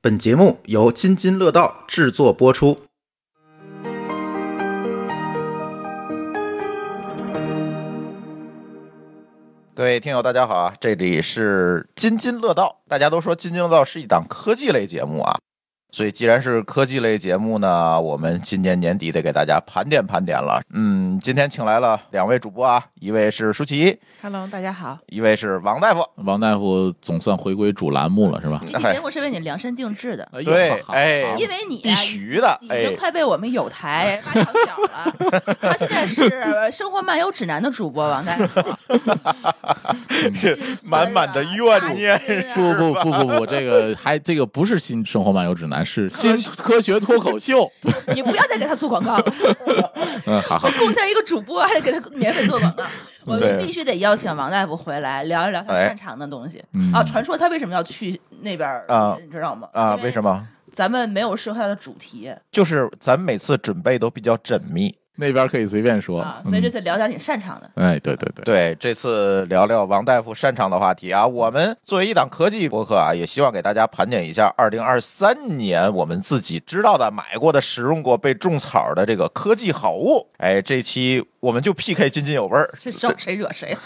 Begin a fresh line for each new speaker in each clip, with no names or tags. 本节目由津津乐道制作播出。各位听友，大家好啊！这里是津津乐道。大家都说津津乐道是一档科技类节目啊，所以既然是科技类节目呢，我们今年年底得给大家盘点盘点了。嗯，今天请来了两位主播啊，一位是舒淇，
Hello，大家好。
一位是王大夫。
王大夫总算回归主栏目了，是吧？
这
哎
期节目是为你量身定制的，
哎呦
对
好，好
哎，
因为你啊
必须哎的，
已
哎
经，快被我们有台挖墙脚了。他现 在是《生活漫游指南》的主播王大夫，
是
心酸啊
满满的怨念。
扎心啊
不不不不不，这个还这个不是新生活漫游指南，是新科学脱口秀。
你不要再给他做广告了。
嗯，好好
我，贡献一个主播，还得给他免费做广告。我们
对
必须得邀请王大夫回来聊一聊他
哎
擅长的东西
嗯
啊。传说他为什么要去那边儿
啊
你知道吗？
啊，为什
么？
么？
咱们没有适合他的主题
就是咱每次准备都比较缜密。
那边可以随便说。
啊，所以这
嗯
次聊点你擅长的。
哎，对对对，
对，这次聊聊王大夫擅长的话题啊。我们作为一档科技博客啊，也希望给大家盘点一下二零二三年我们自己知道的、买过的、使用过、被种草的这个科技好物。哎，这期我们就 PK 津津有味儿，
是招谁惹谁了？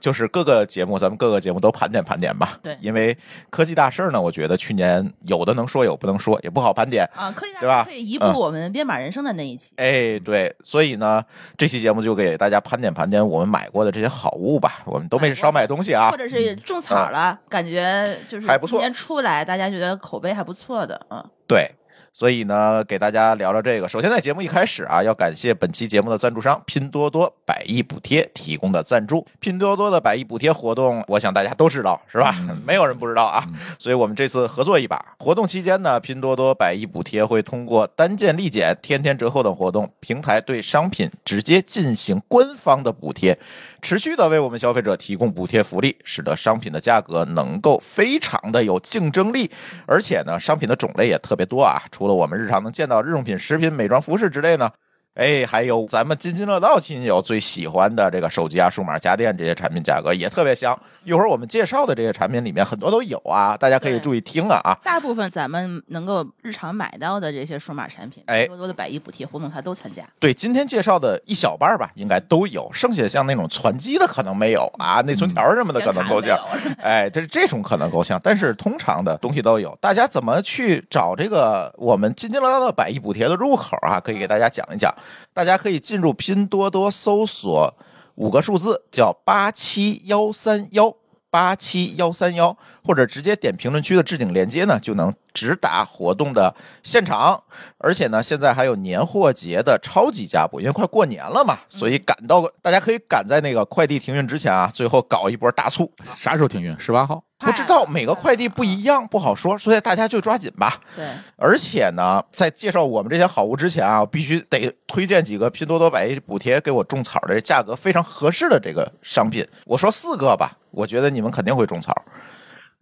就是各个节目，咱们各个节目都盘点盘点吧。
对
因为科技大事儿呢，我觉得去年有的能说，有不能说，也不好盘点。
啊，科技大
对吧
师可以移步
嗯
我们编码人生的那一期。
哎，对，所以呢，这期节目就给大家盘点盘点我们买过的这些好物吧，我们都没少买东西啊嗯
或。者是种草了，感觉就是
还不错
今年出来，大家觉得口碑还不错的，嗯，
对，所以呢，给大家聊聊这个。首先，在节目一开始啊，要感谢本期节目的赞助商拼多多百亿补贴提供的赞助。拼多多的百亿补贴活动，我想大家都知道是吧？没有人不知道啊。所以我们这次合作一把。活动期间呢，拼多多百亿补贴会通过单件立减、天天折扣等活动，平台对商品直接进行官方的补贴，持续的为我们消费者提供补贴福利，使得商品的价格能够非常的有竞争力。而且呢，商品的种类也特别多啊，除了我们日常能见到的日用品、食品、美妆、服饰之类呢。哎，还有咱们津津乐道亲友最喜欢的这个手机啊、数码家电这些产品，价格也特别香。一会儿我们介绍的这些产品里面很多都有啊，大家可以
对
注意听啊啊。
大部分咱们能够日常买到的这些数码产品，
哎
多多的百亿补贴活动它都参加，
对，今天介绍的一小半儿吧，应该都有，剩下像那种攒机的可能没有啊，内存条儿什
嗯
么的可能够呛
显。卡没有了
哎，这这种可能够呛，但是通常的东西都有。大家怎么去找这个我们津津乐道的百亿补贴的入口啊？可以给大家讲一讲。大家可以进入拼多多搜索五个数字，叫八七幺三幺。八七幺三幺，或者直接点评论区的置顶链接呢，就能直达活动的现场。而且呢，现在还有年货节的超级加补，因为快过年了嘛，所以赶到大家可以赶在那个快递停运之前啊，最后搞一波大促。
啥时候停运？十八号。
不知道每个快递不一样，不好说，所以大家就抓紧吧。
对，
而且呢，在介绍我们这些好物之前啊，必须得推荐几个拼多多百亿补贴给我种草的价格非常合适的这个商品。我说四个吧，我觉得你们肯定会种草。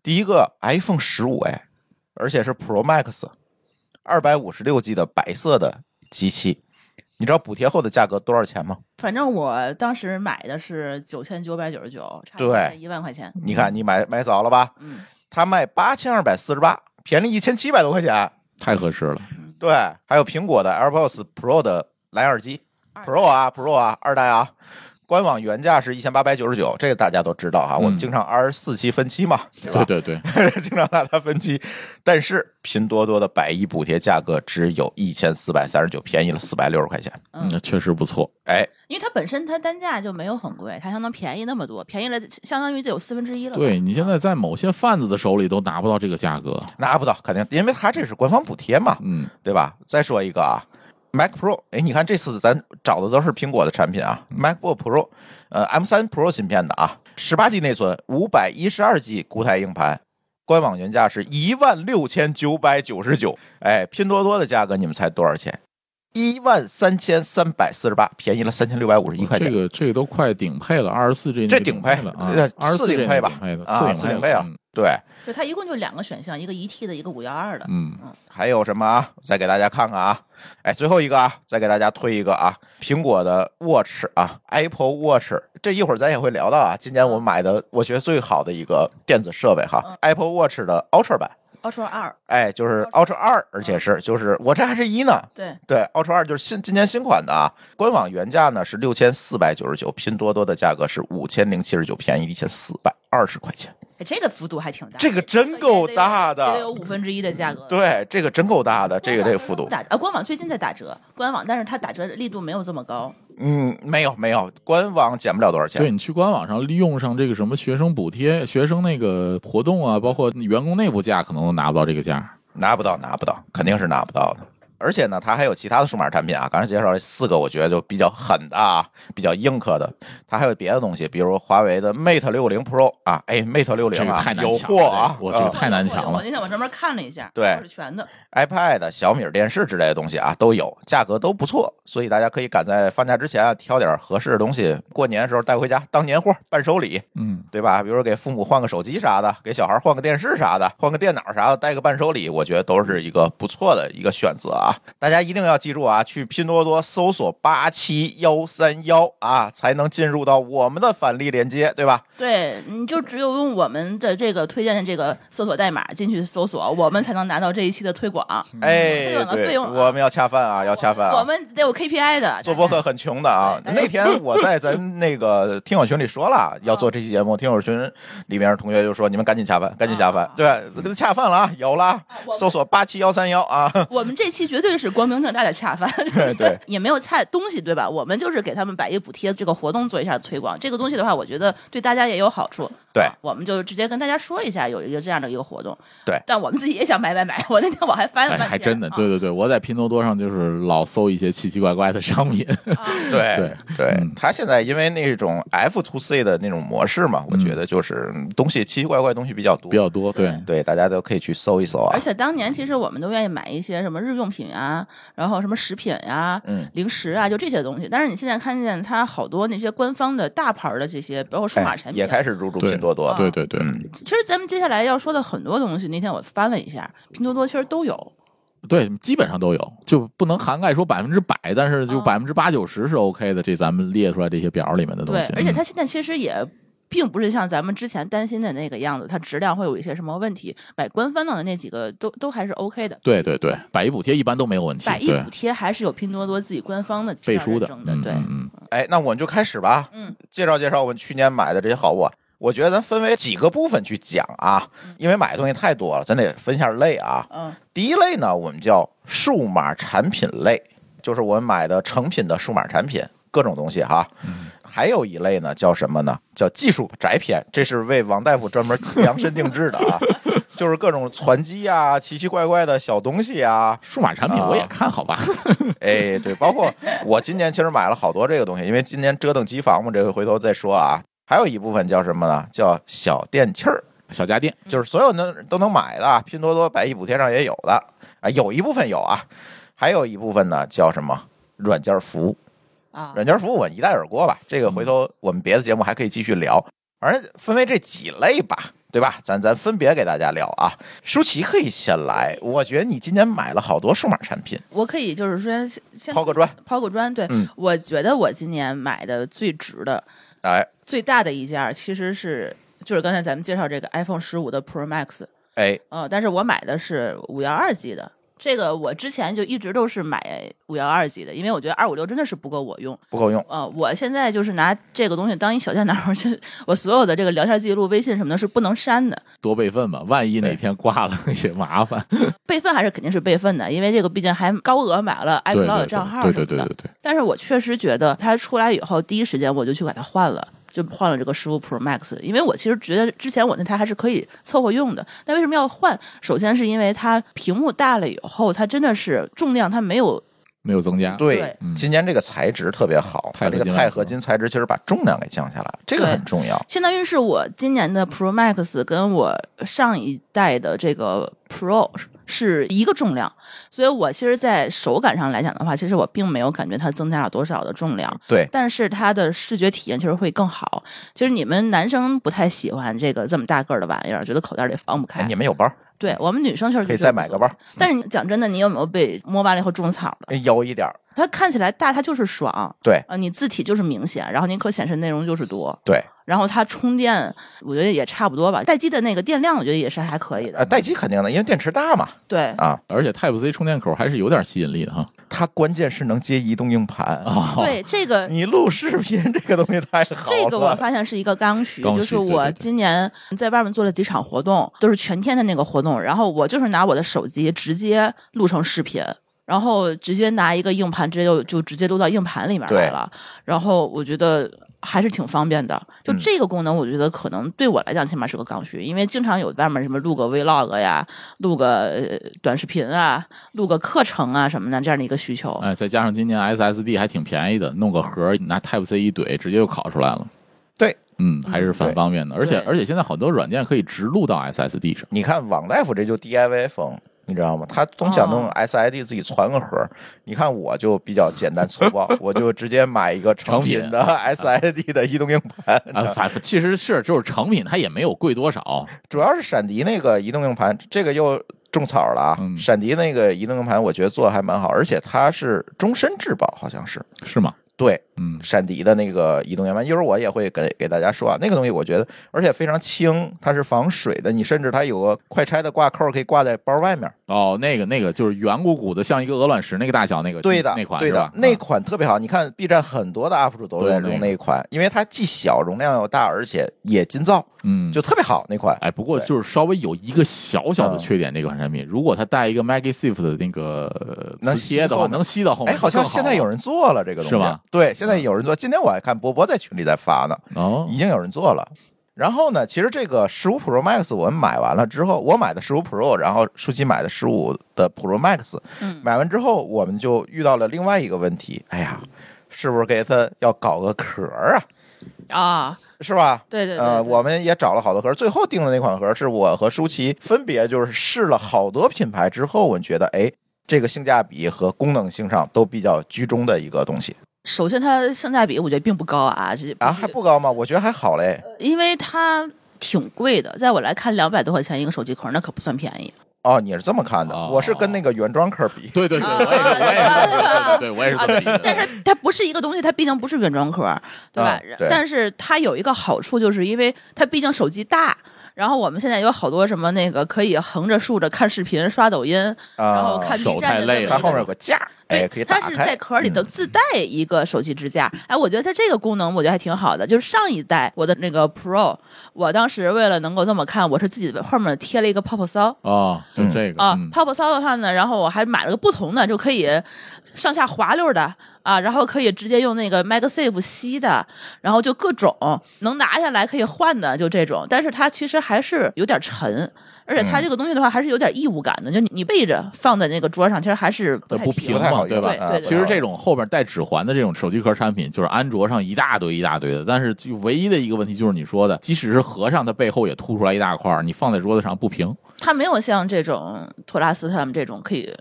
第一个 iPhone 十五哎，而且是 Pro Max，二百五十六 G 的白色的机器，你知道补贴后的价格多少钱吗？
反正我当时买的是九千九百九十九，差不多
对
一万块钱，
你看你买买早了吧？
嗯，
它卖八千二百四十八，便宜一千七百多块钱。
太合适了，
对，还有苹果的 AirPods Pro 的蓝牙耳机，Pro 啊，Pro 啊，二代啊，官网原价是一千八百九十九，这个大家都知道啊，我们
嗯
经常二十四期分期嘛，
对
吧？
对对，
经常拿它分期，但是拼多多的百亿补贴价格只有一千四百三十九，便宜了四百六十块钱。
嗯
那确实不错。
哎，
因为它本身它单价就没有很贵，它相当便宜那么多，便宜了相当于得有四分之一了吧。
对你现在在某些贩子的手里都拿不到这个价格。
拿不到，肯定，因为它这是官方补贴嘛，
嗯，
对吧？再说一个啊，Mac Pro，哎，你看这次咱找的都是苹果的产品啊，MacBook
嗯
Pro，呃，M 3 Pro 芯片的啊，十八 G 内存，五百一十二 G 固态硬盘。官网原价是一万六千九百九十九，哎，拼多多的价格你们猜多少钱？一万三千三百四十八，便宜了三千六百五十一块钱。
这个这个都快顶配了，二十四 G
这
顶
顶配
了
呃
啊，二十
四顶
顶
配吧
配的
啊
四
四顶
顶
配啊
了嗯
对，
对，它一共就两个选项，一个一 T 的，一个五幺二的。
嗯，
还有什么啊？再给大家看看啊！哎，最后一个啊，再给大家推一个啊，苹果的 Watch 啊，Apple Watch，这一会儿咱也会聊到啊。今年我买的，我觉得最好的一个电子设备哈、
嗯
a p p l e Watch 的 Ultra 版，
Ultra 二，
哎，就是 Ultra 嗯二，而且是就是我这还是一呢。
对，哎
对，Ultra 二就是新今年新款的啊，官网原价呢是六千四百九十九，拼多多的价格是五千零七十九，便宜一千四百二十块钱。
哎这个幅度还挺大，
这个真够大的
这个也得有五分之一的价格。
对，这个真够大的，这个这个幅度。
打啊，官网最近在打折，官网，但是它打折力度没有这么高。
嗯，没有没有，官网减不了多少
对
钱。
你去官网上利用上这个什么学生补贴、学生那个活动啊，包括员工内部价，可能都拿不到这个价。
拿不到拿不到，肯定是拿不到的。而且呢，它还有其他的数码产品啊，刚才介绍了四个，我觉得就比较狠的啊，比较硬核的。它还有别的东西，比如华为的 Mate 六零 Pro 啊，哎，Mate 六零
这个
啊，
太难
有
抢了
货啊，
我这个
呃
太难抢了
我那天我专门看了一下，
对
都是全的。
iPad、小米电视之类的东西啊都有，价格都不错，所以大家可以赶在放假之前啊挑点合适的东西，过年的时候带回家当年货、伴手礼，
嗯，
对吧？比如说给父母换个手机啥的，给小孩换个电视啥的，换个电脑啥的，带个伴手礼，我觉得都是一个不错的一个选择啊！大家一定要记住啊，去拼多多搜索八七幺三幺啊，才能进入到我们的返利链接，对吧？
对，你就只有用我们的这个推荐的这个搜索代码进去搜索，我们才能拿到这一期的推广。
哎，
费用了
对
费用了
我们要恰饭啊，要恰饭啊！
我们得有 KPI 的。
做播客很穷的啊。
对
那天我在咱那个听友群里说 了，要做这期节目，听友群里面同学就说：“你们赶紧下饭，赶紧下饭
啊，
对吧，恰饭了啊，有了啊
我，们
搜索八七幺三幺 啊。”
我们这期绝对是光明正大的恰饭，
对，
也没有菜东西，对吧？我们就是给他们百亿补贴这个活动做一下推广。这个东西的话，我觉得对大家也有好处。
对
啊我们就直接跟大家说一下，有一个这样的一个活动。
对
但我们自己也想买买买。我那天我还翻了
哎，
半天，
还真的，
啊
对对对，我在拼多多上就是老搜一些奇奇怪怪的商品。
对
对
对
嗯，
他现在因为那种 F to C 的那种模式嘛，我觉得就是嗯东西奇奇怪怪的东西比较多
比，较多，对，嗯
对，大家都可以去搜一搜啊
而。且当年其实我们都愿意买一些什么日用品啊，然后什么食品啊、
嗯
零食啊，就这些东西。但是你现在看见它好多那些官方的大牌儿的这些，包括数码
哎
产品，
也开始入驻拼多多了，
对对对，
嗯，
其实咱们接下来要说的很多东西，那天我翻了一下，拼多多其实都有。
对，基本上都有，就不能涵盖说百分之百，但是就
嗯
百分之八九十是 OK 的。这咱们列出来这些表里面的东
对
西，，
而且
嗯
它现在其实也。并不是像咱们之前担心的那个样子，它质量会有一些什么问题。买官方的那几个都都还是 OK 的，
对对对，百亿补贴一般都没有问题，
百亿
对
补，贴还是有拼多多自己官方的资
背
料
书
认
的
证，
嗯
对，
嗯嗯
哎，那我们就开始吧，
嗯，
介绍介绍我们去年买的这些好物啊。我觉得咱分为几个部分去讲啊，因为买的东西太多了，咱得分一下类啊。
嗯
第一类呢，我们叫数码产品类，就是我们买的成品的数码产品，各种东西哈。还有一类呢，叫什么呢？叫技术宅篇，这是为王大夫专门量身定制的啊，就是各种传机啊、奇奇怪怪的小东西啊，
数码产品我也看好吧，
哎，对，包括我今年其实买了好多这个东西，因为今年折腾机房嘛，这个回头再说啊。还有一部分叫什么呢？叫小电器儿，
小家
嗯
电，
就是所有能都能买的啊，拼多多百亿补贴上也有的啊，有一部分有啊，还有一部分呢叫什么软件服务，
啊，
软件服务我们一带而过吧，这个
嗯
回头我们别的节目还可以继续聊。反正分为这几类吧，对吧？咱咱分别给大家聊啊。舒淇可以先来，我觉得你今年买了好多数码产品，
我可以就是说先先
抛个砖，
抛个砖，对、
嗯
我觉得我今年买的最值的、
哎
最大的一件儿其实是就是刚才咱们介绍这个 iPhone 十五的 Pro Max，
哎，
呃，但是我买的是五幺二 G 的。这个我之前就一直都是买五幺二 G 的，因为我觉得二五六真的是不够我用。
不够用。
呃，我现在就是拿这个东西当一小电脑儿， 就我所有的这个聊天记录、微信什么的是不能删的，
多备份吧，万一哪
对
天挂 了也麻烦。
备份还是肯定是备份的，因为这个毕竟还高额买了
对
iCloud
对
的账号
对
什么
对对
的
对。对，
但是我确实觉得它出来以后，第一时间我就去把它换了。就换了这个十五 Pro Max，因为我其实觉得之前我那台还是可以凑合用的。但为什么要换？首先是因为它屏幕大了以后，它真的是重量它没有
没有增加，
对
对，
嗯
今年这个材质特别好，它
钛合
这
金啊
个钛合金材质其实把重量给降下来了，这个
对
很重要。
相当于是我今年的 Pro Max 跟我上一代的这个 Pro 是一个重量，所以我其实，在手感上来讲的话，其实我并没有感觉它增加了多少的重量，
对，
但是它的视觉体验确实会更好。就是你们男生不太喜欢这个这么大个儿的玩意儿，觉得口袋里放不
哎
开
你。们有包，
对我们女生确实
可以
觉得
再
不
买
错
个包。
但是你讲真的，你有没有被摸完了以后种草的？
哎有一点儿，
它看起来大，它就是爽。呃
对
啊，你字体就是明显，然后你可显示内容就是多。
对，
然后它充电，我觉得也差不多吧。待机的那个电量，我觉得也是还可以
呃，
的。
待机肯定的，因为电池大嘛。
对，
啊，
而且 Type C 充电口还是有点吸引力的哈。
它关键是能接移动硬盘。
啊，
对 这个
你录视频这个东西太好了，
这个我发现是一个刚需，
刚需
就是
对对
我
对
今年在外面做了几场活动，都是全天的那个活动，然后我就是拿我的手机直接录成视频。然后直接拿一个硬盘，直接就就直接录到硬盘里面来了。然后我觉得还是挺方便的。就
嗯
这个功能，我觉得可能对我来讲起码是个刚需，因为经常有外面什么录个 vlog 呀，录个呃短视频啊，录个课程啊什么的这样的一个需
哦
求。
哎，再加上今年 SSD 还挺便宜的，弄个盒儿拿 Type C 一怼，直接就拷出来了。
对，
嗯，还是
对
反方便的，而
对
且而且现在好多软件可以直录到 SSD 上。
你看王大夫这就 DIY 风，你知道吗？他总想弄
哦
SID 自己攒个盒儿。你看我就比较简单粗暴，我就直接买一个成
成品
品的 SID 的移动硬盘。
啊，反其实是就是成品，它也没有贵多少。
主要是闪迪那个移动硬盘，这个又种草了啊！
嗯
闪迪那个移动硬盘，我觉得做的还蛮好，而且它是终身质保，好像是。
是吗？
对，
嗯，
闪迪的那个移动圆盘，一会儿我也会给给大家说啊，那个东西我觉得，而且非常轻，它是防水的，你甚至它有个快拆的挂扣，可以挂在包外面。
哦，那个那个就是圆鼓鼓的，像一个鹅卵石那个大小那个，
对的，
那款
对
是
的
吧？，
那
啊
款特别好，你看 B 站很多的 UP 主都在
都用
用
那
那一款，因为它既小，容量又大，而且也金造，
嗯，
就特别好那款。
哎，不过
对
就是稍微有一个小小的
嗯
缺点，这款产品如果它带一个 MagSafe 的那个呃
能
磁
吸
贴的话，
后面
能吸到后面
哎，
就
好
更了，
像现在有人做了这个东西，
是嗯吧？
对，现在有人做。今天我还看波波在群里在发呢，
哦
已经有人做了。然后呢，其实这个十五 Pro Max 我们买完了之后，我买的十五 Pro，然后舒淇买的十五的 Pro Max，
嗯
买完之后我们就遇到了另外一个问题，哎呀，是不是给它要搞个壳儿啊？
啊，
是吧？
对对对
呃，
对
我们也找了好多盒，最后定的那款盒是我和舒淇分别就是试了好多品牌之后，我们觉得哎，这个性价比和功能性上都比较居中的一个东西
首先它性价比我觉得并不高啊，这
啊，
是呃
还不高吗？我觉得还好嘞。
因为它挺贵的，在我来看，两百多块钱一个手机壳，那可不算便宜。
哦，你是这么看的，
哦
我是跟那个原装壳比。
对对对，
啊
我也是，我也是这么理
啊
的，对我也是这么理的。
但是它不是一个东西，它毕竟不是原装壳，对吧？
啊对
但是它有一个好处，就是因为它毕竟手机大。然后我们现在有好多什么那个可以横着竖着看视频、刷抖音，
啊
然后看 B
手太
站的那么
累
一
了
个
它后面有个架儿，哎，可以打
它是
开。嗯
在壳里头自带一个手机支架。哎，我觉得它这个功能我觉得还挺好的。就是上一代我的那个 Pro，我当时为了能够这么看，我是自己后面贴了一个泡泡骚
哦，就
嗯
这个
啊
嗯，
泡泡骚的话呢，然后我还买了个不同的，就可以上下滑溜的。啊，然后可以直接用那个 MagSafe 吸的，然后就各种能拿下来可以换的，就这种。但是它其实还是有点沉，而且它
嗯
这个东西的话还是有点异物感的，就你你背着放在那个桌上，其实还是不
这
太
呃不
不
平
太
嘛，
好
对
用啊
吧？
对对对
其实这种后边带指环的这种手机壳产品，就是安卓上一大堆一大堆的，但是就唯一的一个问题就是你说的，即使是合上，它背后也凸出来一大块儿，你放在桌子上不平。
它没有像这种托拉斯他们这种可以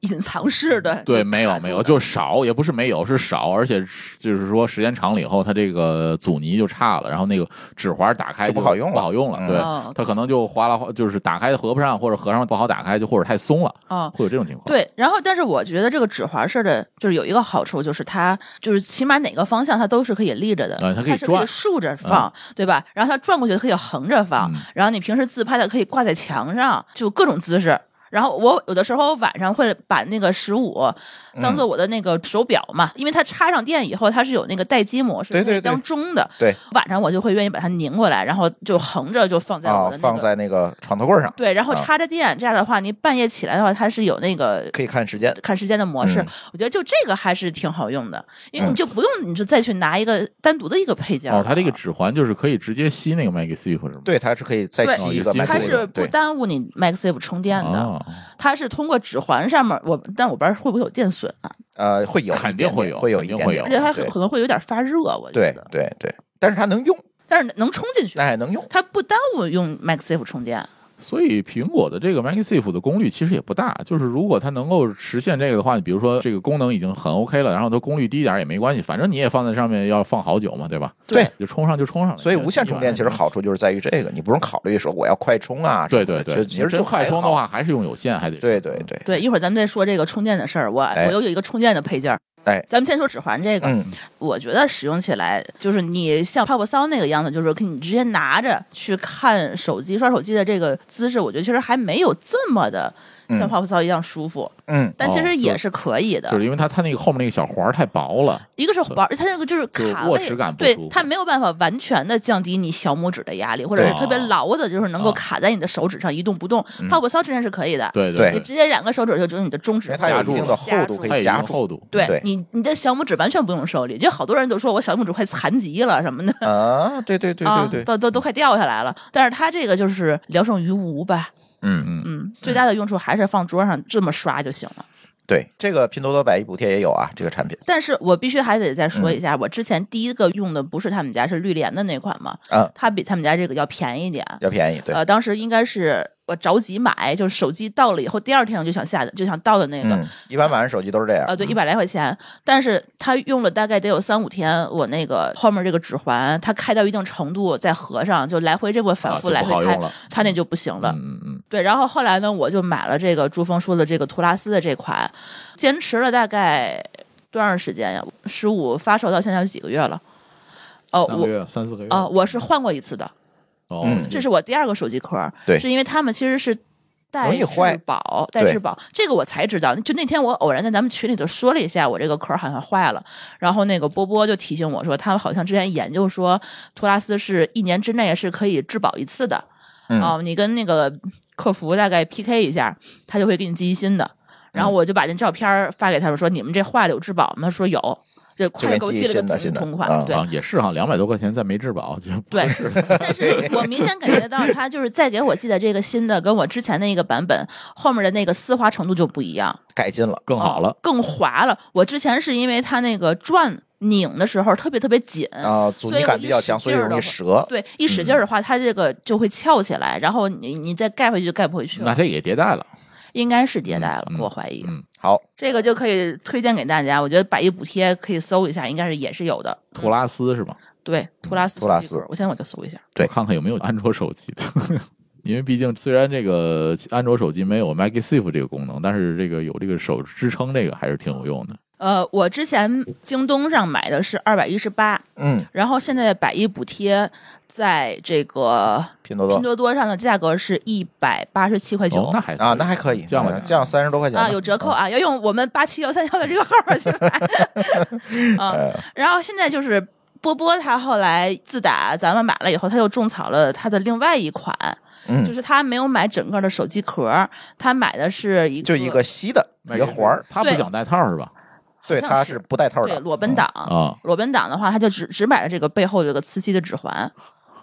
隐藏式的。
对，
就
没有
卡住
没有，
的
就少，也不是没有，是少，而且就是说时间长了以后，它这个阻尼就差了，然后那个指环打开
就不好用了
不好用了，
嗯
对
哦，
它可能就哗啦哗，就是打开合不上，或者合上不好打开，就或者太松了，
哦。
会有这种情况。
对，然后但是我觉得这个指环式的就是有一个好处，就是它就是起码哪个方向它都是可以立着的，
啊它可以
是
转
竖
嗯
着放，对吧？然后它转过去可以横着放，
嗯
然后你平时自拍的可以挂在墙上，就各种姿势。然后我有的时候晚上会把那个十五
嗯
当做我的那个手表嘛，因为它插上电以后它是有那个待机模式，
对对
它是当
对
钟的，
对，
晚上我就会愿意把它拧过来，然后就横着就放在
啊
我的、那，个
放在那个床头柜上，
对，然后
啊
插着电，这样的话，您半夜起来的话，它是有那个
可以看时间。
看时间的模式。
嗯
我觉得就这个还是挺好用的，因为
嗯
你就不用你就再去拿一个单独的一个配件了。
哦，它这个指环就是可以直接吸那个 MagSafe 是吗？
对，它是可以再
对
吸一个
哦有金
麦克
它
风
属于
的，
是不
对，
耽误你 MagSafe 充电的，
哦，
它是通过指环上面我，但我不知道会不会有电损啊，
呃，会有一
肯
点
定会
点
有
会有
肯
一
定
点
会
点
而
有
且它
哦对
可能会有点发热，我觉
对
得。
对对，但是它能用，
但是能充进去，
哎，能用。
它不耽误用 MagSafe 充电。
所以苹果的这个 MagSafe 的功率其实也不大，就是如果它能够实现这个的话，你比如说这个功能已经很 OK 了，然后它功率低一点也没关系，反正你也放在上面要放好久嘛，对吧？
对，
就充上就充上了。
所以无线充电其实好处就是在于这个，你不用考虑说我要快充啊什
嗯对
么的。
对对，
就
你
其实
真
就
快
还
充的
好，
话还是用有线，还得嗯
对对对，
对，一会儿咱们再说这个充电的事儿。我、
哎
我又有一个充电的配件儿，
哎
咱们先说指环这个，
嗯，
我觉得使用起来就是你像泡泡骚那个样子，就是可以你直接拿着去看手机、刷手机的这个姿势，我觉得其实还没有这么的像泡泡骚一样舒服，
嗯，
但其
哦
实也
就是
可以的。
就是因为它它那个后面那个小环儿太薄了，
一个是环，它那个就是
就是
卡
握
位
持感不
对
舒服
它没有办法完全的降低你小拇指的压力，或者是
对
特别牢的，就是能够
啊
卡在你的手指上一动不动。泡泡骚之前是可以的，
对
对
你
对，
直接两个手指就只有你的中
因
指
为它有
夹
一
住
定的
了
厚度
夹住
可以
它有一
夹
定
住
厚度，
对
对
你，你的小拇指完全不用受力，就好多人都说我小拇指快残疾了什么的，
啊，对对对对对，
啊、都都都快掉下来了。但是它这个就是聊胜于无吧，
嗯，
嗯，最大的用处还是放桌上这么刷就行了。
对，这个拼多多百亿补贴也有啊，这个产品
但是我必须还得再
嗯
说一下，我之前第一个用的不是他们家，是绿联的那款嘛，
嗯
它比他们家这个要便宜一点。
要便宜，对，
呃，当时应该是我着急买，就是手机到了以后，第二天我就想下的，就想到的那个，
嗯，一般买的手机都是这样
啊，，
嗯
对，一百来块钱，但是他用了大概得有三五天，我那个后面这个指环，它开到一定程度再合上，就来回这么反
啊
复
就
来
不
回
好
开
用了，
它那就不行了。
嗯嗯
对，然后后来呢，我就买了这个珠峰说的这个图拉斯的这款，坚持了大概多长时间呀？十五发售到现在有几个月了？哦，
嗯，三个
我
月三四个月
啊、我是换过一次的，
哦
嗯，
这是我第二个手机壳儿，
对
是因为他们其实是。带
容易坏
质保，带
对
质保，这个我才知道。就那天我偶然在咱们群里头说了一下，我这个壳儿好像坏了。然后那个波波就提醒我说，他们好像之前研究说，托拉斯是一年之内是可以质保一次的。
嗯
哦，你跟那个客服大概 PK 一下，他就会给你寄一新的。
嗯
然后我就把那照片儿发给他们说，你们这坏了有质保吗？他说有，就快给我寄了
就给
个
你寄一新的
同
新的
同款。
啊
对，
啊也是哈，两百多块钱再没质保就不
对
合适，
但是我明显感觉到它就是再给我寄的这个新的，跟我之前那个版本后面的那个丝滑程度就不一样，哦
改进了，
更好了。
更滑了。我之前是因为它那个转拧的时候特别特别紧。
啊，阻尼感比较强，所以容易折，
对，一使劲儿的
嗯
话，它这个就会翘起来，然后你你再盖回去就盖不回去
那
了，
这也迭代了，
应该是迭代了，
嗯嗯
我怀疑。
嗯
好，
这个就可以推荐给大家，我觉得百亿补贴可以搜一下，应该是也是有的。嗯
图拉嗯斯是吗？
对，图拉斯，
图拉斯
我现在我就搜一下。
对
我看看有没有安卓手机的。 因为毕竟虽然这个安卓手机没有 Magic Safe 这个功能，但是这个有这个手支撑，这个还是挺有用的。
呃，我之前京东上买的是二百一十八，
嗯，
然后现在的百亿补贴在这个
拼多
拼
多
多多上的价格是一百八十七块九、
哦，那还
啊，那还可以，
降了
嗯
点
降三十多块钱
啊，有折扣啊，要用我们八七幺三幺的这个号儿去买 啊。然后现在就是波波他后来自打咱们买了以后，他又种草了他的另外一款，
嗯
就是他没有买整个的手机壳儿，他买的是一个
就一个吸的一个环儿，，
他不
对
想带套是吧？
对，
好像
它
是
是不带套
对
的，
裸奔党。
嗯哦
啊，
裸奔党的话，他就只只买了这个背后这个磁吸的指环，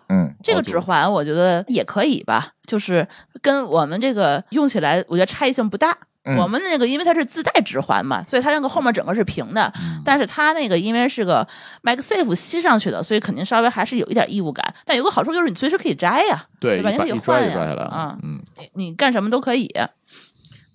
嗯，
这个
哦就
指环我觉得也可以吧，就是跟我们这个用起来，我觉得差异性不大。
嗯
我们那个因为它是自带指环嘛，所以它那个后面整个是平的，
嗯
但是它那个因为是个 MagSafe 吸上去的，所以肯定稍微还是有一点异物感。但有个好处就是你随时可以摘呀，对
对，一
吧？
把
你可以
一拽
换
就拽下
啊
来了，，嗯，
你你干什么都可以。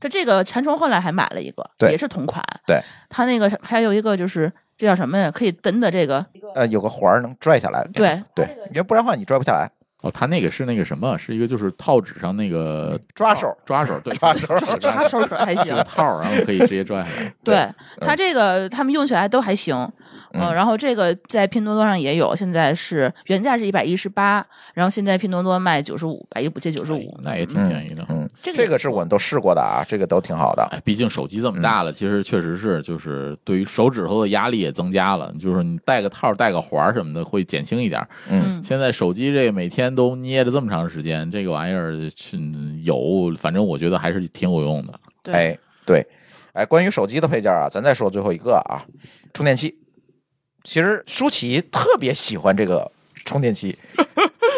它这个馋虫后来还买了一个，
对
也是同款。
对，
它那个还有一个就是这叫什么呀？可以蹬的这个，
呃，有个环儿能拽下来，
对
对，因为不然的话你拽不下 来，
哦，他那个是那个什么，是一个就是套纸上那个
嗯抓手，
抓手， 对，
抓手
手
抓手指还
是
行
个。套儿，然后可以直接拽下来。
对
嗯
它这个，他们用起来都还行。嗯、然后这个在拼多多上也有，现在是原价是一百一十八，然后现在拼多多卖九十五，百亿补贴九十五，
那也挺便宜的。
嗯，
这个
哎这个是我们都试过的啊，这个都挺好的，
哎，毕竟手机这
嗯
么大了，其实确实是就是对于手指头的压力也增加了，就是你带个套儿、带个环儿什么的会减轻一点儿。
嗯
现在手机这每天都捏着这么长时间，这个玩意儿是有，反正我觉得还是挺有用的。
对
哎，对，哎，关于手机的配件啊，咱再说最后一个啊，充电器。其实舒淇特别喜欢这个充电 器，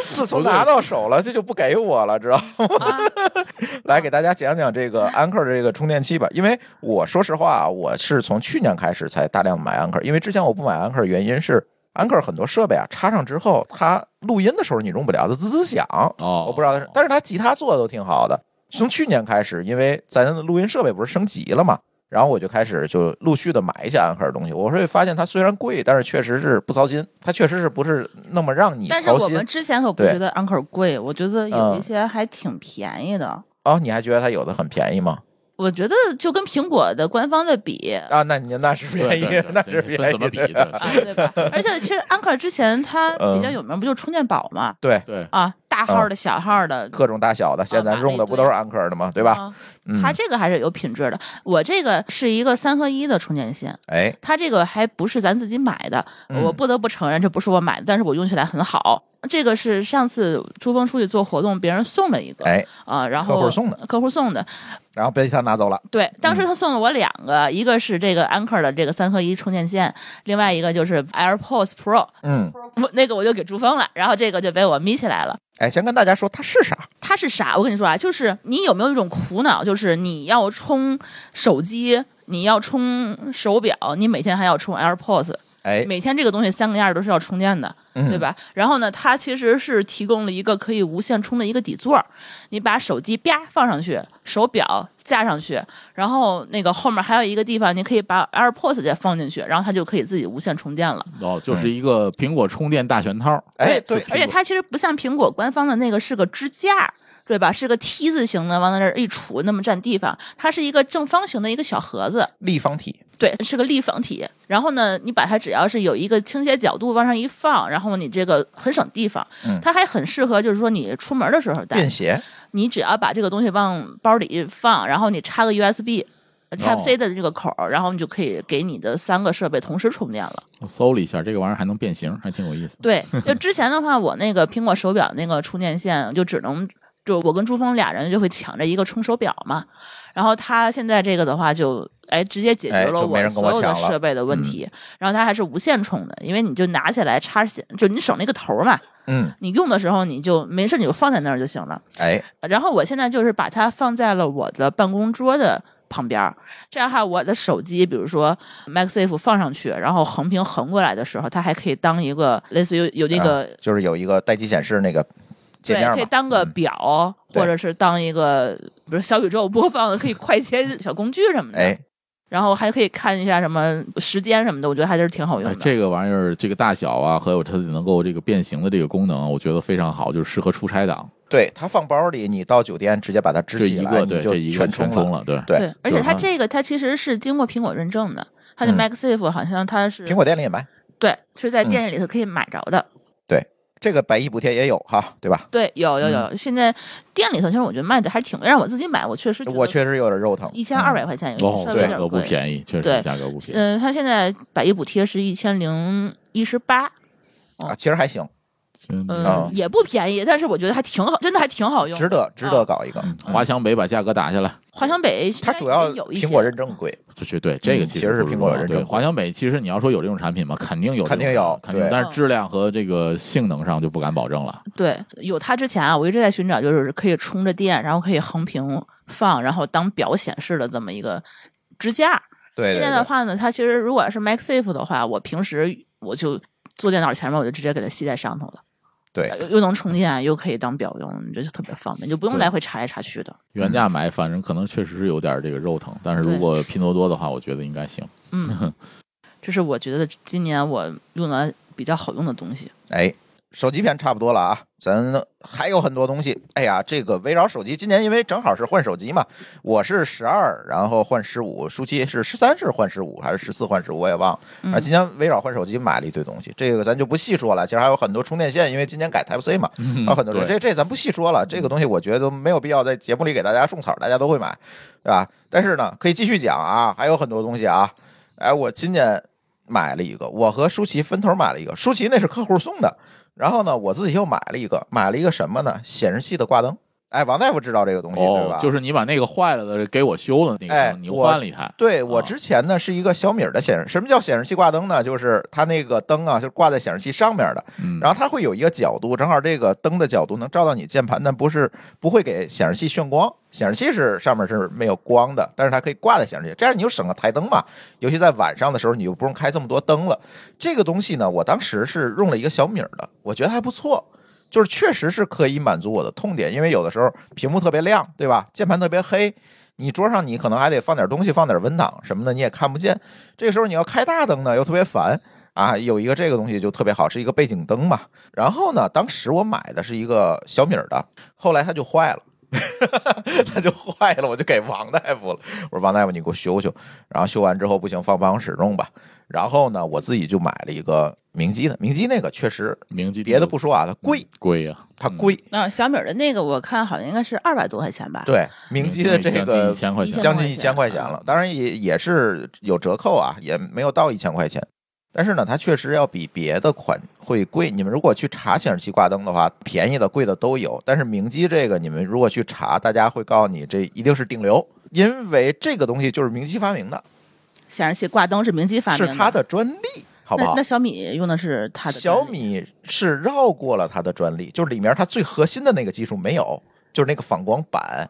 自从拿到手了，这就不给我了，知道吗？
啊
来给大家讲讲这 个安克这个充电器吧，因为我说实话啊，我是从去年开始才大量买安克，因为之前我不买安克的原因是。安克很多设备啊，插上之后，它录音的时候你用不了，它滋滋响。
哦
我不知道它是，但是它吉他做的都挺好的。从去年开始，因为咱的录音设备不是升级了嘛，然后我就开始就陆续的买一些安克的东西。我会发现它虽然贵，但是确实是不操心，它确实是不是那么让你
但是
操
我
心
们之前可不
对嗯
觉得 Uncle 贵，我觉得有一些还挺便宜的。
哦？你还觉得它有的很便宜吗？
我觉得就跟苹果的官方的 比。
啊，那你那是
对
便
对
宜，那
对
是
对
便
分怎么
宜
比？对
啊， 对吧？而且其实安克之前它比
嗯
较有名，不就是充电宝嘛？
对，
对，
啊，大
嗯
号的、小号的，
各种大小的，现在
啊
咱用的不都是安克尔的吗？对吧？
啊
嗯
它这个还是有品质的。我这个是一个三合一的充电线，
哎，
它这个还不是咱自己买的，
嗯
我不得不承认这不是我买的，但是我用起来很好。这个是上次珠峰出去做活动，别人送了一个，
哎，
啊、然
客
后
户送的，嗯
客户送的，
然后被他拿走了，
对，当时他送了我两个，一个是这个安克的这个三合一充电线，另外一个就是 AirPods Pro，
嗯，
我那个我就给珠峰了，然后这个就被我眯起来了。
哎，先跟大家说它是啥，
它是啥？我跟你说啊，就是你有没有一种苦恼，就是你要充手机，你要充手表，你每天还要充 AirPods，
哎，
每天这个东西三个样儿都是要充电的，
嗯
对吧？然后呢，它其实是提供了一个可以无线充的一个底座儿，你把手机啪放上去，手表架上去，然后那个后面还有一个地方，你可以把 AirPods 再放进去，然后它就可以自己无线充电了。
哦，就是一个苹果充电大全套，
哎，对，
而且它其实不像苹果官方的那个是个支架。对吧？是个 T 字形的，往那儿一杵，那么占地方。它是一个正方形的一个小盒子，
立方体，
对，是个立方体。然后呢，你把它只要是有一个倾斜角度往上一放，然后你这个很省地方，
嗯
它还很适合就是说你出门的时候带
便。携，
你只要把这个东西往包里一放，然后你插个 USB。Type 呃 C 的这个口儿，然后你就可以给你的三个设备同时充电了。
我搜了一下，这个玩意儿还能变形，还挺有意思。
对，就之前的话，我那个苹果手表那个充电线就只能就我跟朱峰俩人就会抢着一个充手表嘛。然后他现在这个的话就。哎，直接解
哎
决了
就没人跟我
所有的
抢了嗯
设备的问题，然后它还是无线充的，因为你就拿起来插线，就你省那个头儿嘛，
嗯，
你用的时候你就没事你就放在那儿就行了。
哎，
然后我现在就是把它放在了我的办公桌的旁边儿，这样的话，我的手机，比如说 MagSafe 放上去，然后横屏横过来的时候，它还可以当一个类似于有那个、
嗯就是有一个待机显示那个啊界面
对，可以
嘛，嗯
当个表，
对
或者是当一个比如小宇宙播放的，可以快捷小工具什么的。
哎，
然后还可以看一下什么时间什么的，我觉得还是挺好用
哎
的。，
这个玩意儿，这个大小啊，还有它能够这个变形的这个功能，啊我觉得非常好，就是适合出差党。
对，它放包里，你到酒店直接把它支
这
起
一
来，
个
你
对，这
就
一个
全
全
充
充了，对，
对，
而且它
就是
这个它其实是经过苹果认证的，它的
嗯
MagSafe 好像它是、
苹果店里也卖，
对是在
嗯
店里头可以买着的。
这个百亿补贴也有哈，对吧？
对，有有有，
嗯
现在店里头其实我觉得卖的还挺，让我自己买，我确实
我确实有点肉疼，
一千二
嗯
百块钱有
哦
点，稍微有
价
点
格不
贵。
便宜，确
对
实价格不便宜。
嗯，它现在百亿补贴是一千零一十八，
啊，其实还行，
嗯
啊
嗯，也不便宜，但是我觉得还挺好，真的还挺好用
值。得值得搞一个。
嗯华强北把价格打下来，
华强北
它
应该
主要
也有一些嗯
苹果认证贵，
这是对这个
嗯
其
其实是
不
苹果
容
有
易
认
对
证
华强北其实你要说有这种产品吗？肯定有
肯
这种产
定
品，
有
肯定有
对，
但
嗯
是质量和这个性能上就不敢保证了。
对有它之前啊，我一直在寻找，就是可以充着电，然后可以横屏放，然后当表显示的这么一个支架。
对对
现在的
对，
话呢，它其实如果是 MagSafe 的话，我平时我就坐电脑前面，我就直接给它吸在上头了。
对
又又能充电，又可以当表用，你这就特别方便，就不用
对
来回查来查去的。
嗯
原价买，反正可能确实是有点这个肉疼，但是如
对
果拼多多的话，我觉得应该行。
嗯，这是我觉得今年我用的比较好用的东西。
哎，手机篇差不多了啊，咱还有很多东西。哎呀，这个围绕手机，今年因为正好是换手机嘛，我是十二，然后换十五，舒淇是十三是换十五还是十四换十五，我也忘了。啊，
嗯
今年围绕换手机买了一堆东西，这个咱就不细说了。其实还有很多充电线，因为今年改 Type C 嘛，还有很多人
对
这这咱不细说了。这个东西我觉得没有必要在节目里给大家种草，大家都会买，对吧？但是呢，可以继续讲啊，还有很多东西啊。哎，我今年买了一个，我和舒淇分头买了一个，舒淇那是客户送的，然后呢，我自己又买了一个，买了一个什么呢？显示器的挂灯。哎，王大夫知道这个东西、对
哦
吧，？
就是你把那个坏了的给我修了，那
哎
个你又
我
换了一台。
对我
啊
之前呢是一个小米儿的显示，什么叫显示器挂灯呢？就是它那个灯啊，就是挂在显示器上面的，
嗯
然后它会有一个角度，正好这个灯的角度能照到你键盘，但不是不会给显示器眩光。显示器是上面是没有光的，但是它可以挂在显示器，这样你就省个台灯嘛。尤其在晚上的时候，你就不用开这么多灯了。这个东西呢，我当时是用了一个小米儿的，我觉得还不错。就是确实是可以满足我的痛点，因为有的时候屏幕特别亮，对吧？键盘特别黑，你桌上你可能还得放点东西，放点文档什么的，你也看不见。这个时候你要开大灯呢，又特别烦啊。有一个这个东西就特别好，是一个背景灯嘛。然后呢，当时我买的是一个小米儿的，后来它就坏了。 他就坏了，我就给王大夫了。我说王大夫，你给我修修。然后修完之后不行，放办公室弄吧。然后呢，我自己就买了一个明基的，明基那个确实
明基
别的不说啊，它贵，
贵呀，
它贵。
嗯
那小米儿的那个我看好像应该是二百多块钱吧？
对，明基的这
将近
个
一千块钱，
将近一
一
千
千
块
块
钱
钱嗯
了，当然也也是有折扣啊，也没有到一千块钱。但是呢，它确实要比别的款会贵。你们如果去查显示器挂灯的话，便宜的、贵的都有。但是明基这个，你们如果去查，大家会告诉你这一定是顶流，因为这个东西就是明基发明的，
显示器挂灯是明基发明
是它的专利，好不
那
好
那？小米用的是它的专
小
利
米是绕过了它的专利，就是里面它最核心的那个技术没有，就是那个反光板。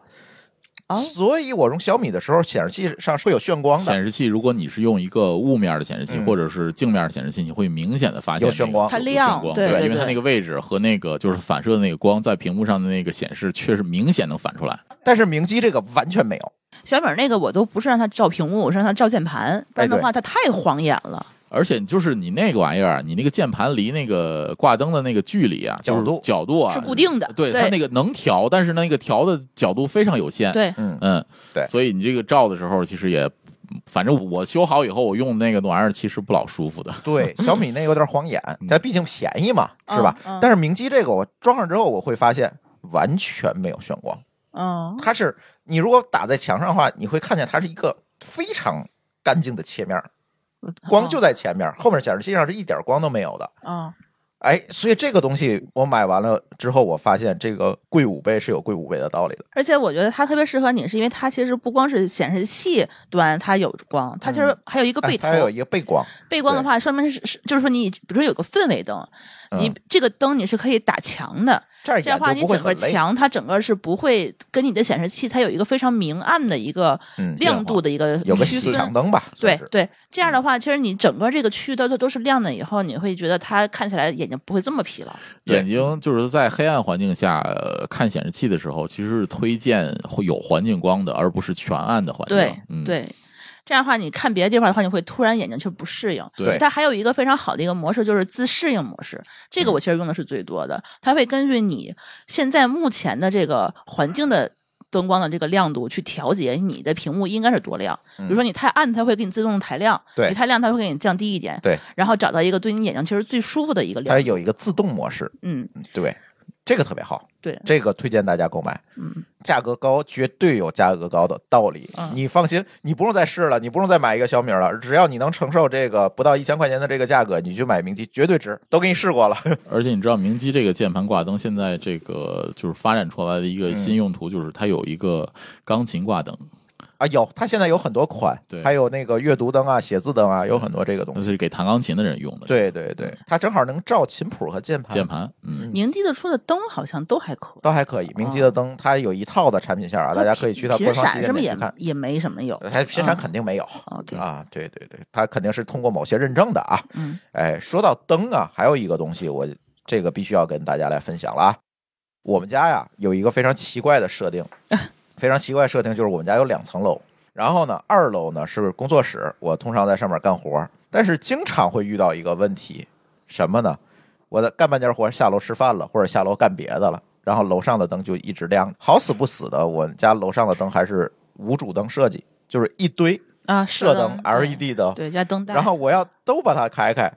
哦
所以我用小米的时候，显示器上是会有眩光的，
显示器，如果你是用一个雾面的显示器、
嗯
或者是镜面的显示器，你会明显的发现
有眩光
那个
它亮
有眩光
对
对，
对
因为它
对
那个位置和那个就是反射的那个光在屏幕上的那个显示，确实明显能反出来。
但是明基这个完全没有。
小米儿那个我都不是让它照屏幕，我是让它照键盘，不
哎
然的话它太晃眼了。
而且就是你那个玩意儿，你那个键盘离那个挂灯的那个距离啊，就是
角度
角度啊
是固定的
对
对
它那个能调，但是那个调的角度非常有限。，
对，
嗯，
嗯，
对
所以你这个照的时候，其实也，反正我修好以后，我用那个玩意儿其实不老舒服的。
对， 小米那有点晃眼，它毕竟便宜嘛，是吧？
嗯嗯嗯
但是明基这个我装上之后，我会发现完全没有眩光，
嗯，
它是你如果打在墙上的话，你会看见它是一个非常干净的切面，
哦
光就在前面，后面显示器上是一点光都没有的。
啊，
哎，所以这个东西我买完了之后，我发现这个贵五倍是有贵五倍的道理的。
而且我觉得它特别适合你，是因为它其实不光是显示器端它有光，它其实还有一个
哎
背头。
它有一个背光，
背光的话，说明是是就是说你比如说有个氛围灯，你
嗯
这个灯你是可以打墙的，
这样
这样
眼
的话
睛
你
不会
整
很
个
累。
墙它整个是不会跟你的显示器它有一个非常明暗的一个
嗯
亮度的一个
有个
区
洗
分。
墙灯吧？
对
算是嗯
对，这样的话，其实你整个这个区都都都是亮的，以后你会觉得它看起来眼睛不会这么疲劳。
对
眼睛就是在黑暗环境下、呃看显示器的时候，其实是推荐会有环境光的，而不是全暗的环境。
对、
嗯、
对，这样的话，你看别的地方的话，你会突然眼睛就不适应。
对
它还有一个非常好的一个模式，就是自适应模式。这
嗯
个我其实用的是最多的，它会根据你现在目前的这个环境的。灯光的这个亮度去调节你的屏幕应该是多亮，比如说你太暗，它会给你自动抬亮；
嗯对
你太亮，它会给你降低一点。
对，
然后找到一个对你眼睛其实最舒服的一个
它
亮。
有一个自动模式，
嗯，
对，这个特别好，
对，
这个推荐大家购买。
嗯，
价格高绝对有价格高的道理，
嗯
你放心，你不用再试了，你不用再买一个小米了，只要你能承受这个不到一千块钱的这个价格，你去买明基绝对值，都给你试过了。
而且你知道明基这个键盘挂灯，现在这个就是发展出来的一个新用途，就是它有一个钢琴挂灯，
啊，有，它现在有很多款
对，嗯
还有那个阅读灯啊、写字灯啊，有很多这个东
那
西。
是给弹钢琴的人用的。，
对对对，它正好能照琴谱和键盘，
嗯键盘，嗯，
明基的出的灯好像都还可以。
都还可以。明基的
哦
灯它有一套的产品线啊，大家可以去它
嗯频
官方旗
闪
舰
什么
店
也
去看。
也没什么有，
它频闪
嗯
肯定没有，
OK
啊，对对对，它肯定是通过某些认证的啊。
嗯，
哎，说到灯啊，还有一个东西，我这个必须要跟大家来分享了啊。我们家呀有一个非常奇怪的设定，非常奇怪的设定就是我们家有两层楼，然后呢，二楼呢是工作室，我通常在上面干活儿，但是经常会遇到一个问题，什么呢？我在干半截活儿，下楼吃饭了，或者下楼干别的了，然后楼上的灯就一直亮，好死不死的，我们家楼上的灯还是无主灯设计，就是一堆
啊，
射灯
灯对
LED 的
对加灯带，
然后我要都把它开开，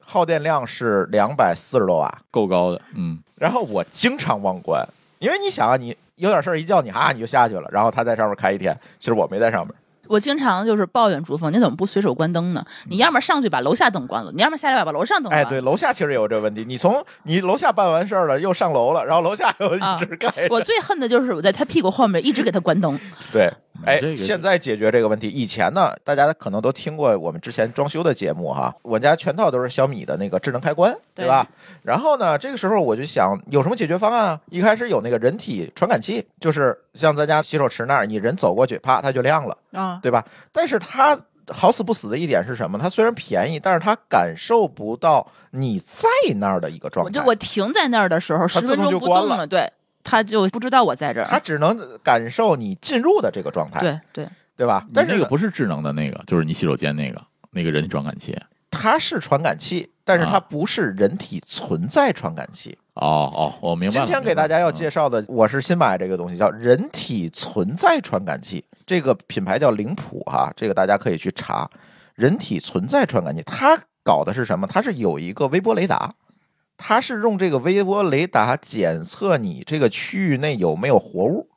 耗电量是两百四十多瓦。
够高的，嗯，
然后我经常忘关，因为你想啊，你有点事儿一叫你啊，你就下去了，然后他在上面开一天，其实我没在上面。
我经常就是抱怨竹峰，你怎么不随手关灯呢？你要么上去把楼下灯关了，你要么下来把楼上灯
嗯
关
哎，
了。
对，楼下其实也有这问题，你从你楼下办完事儿了，又上楼了，然后楼下又一直开着。
啊我最恨的就是我在他屁股后面一直给他关灯，
对，哎，
嗯这个
现在解决这个问题，以前呢，大家可能都听过我们之前装修的节目哈，我家全套都是小米的那个智能开关，对
对
吧？然后呢，这个时候我就想有什么解决方案啊？一开始有那个人体传感器，就是像咱家洗手池那儿，你人走过去，啪，它就亮了，
啊，
对吧？但是它好死不死的一点是什么？它虽然便宜，但是它感受不到你在那儿的一个
我
状态
就，我停在那儿的时候，
它
十
自动
分钟
就
不
关
动
了
了，对，他就不知道我在这
它
儿，
只能感受你进入的这个状态，
对对，
对吧？
你
但是
那
呢
个不是智能的那个，就是你洗手间那个那个人体传感器，
它是传感器，但是它
啊
不是人体存在传感器，
哦哦，我明白
今
了。嗯
天给大家要介
绍，
绍的，我是新买这个东西，叫人体存在传感器，这个品牌叫灵谱哈，这个大家可以去查。人体存在传感器，它搞的是什么？它是有一个微波雷达，它是用这个微波雷达检测你这个区域内有没有活物。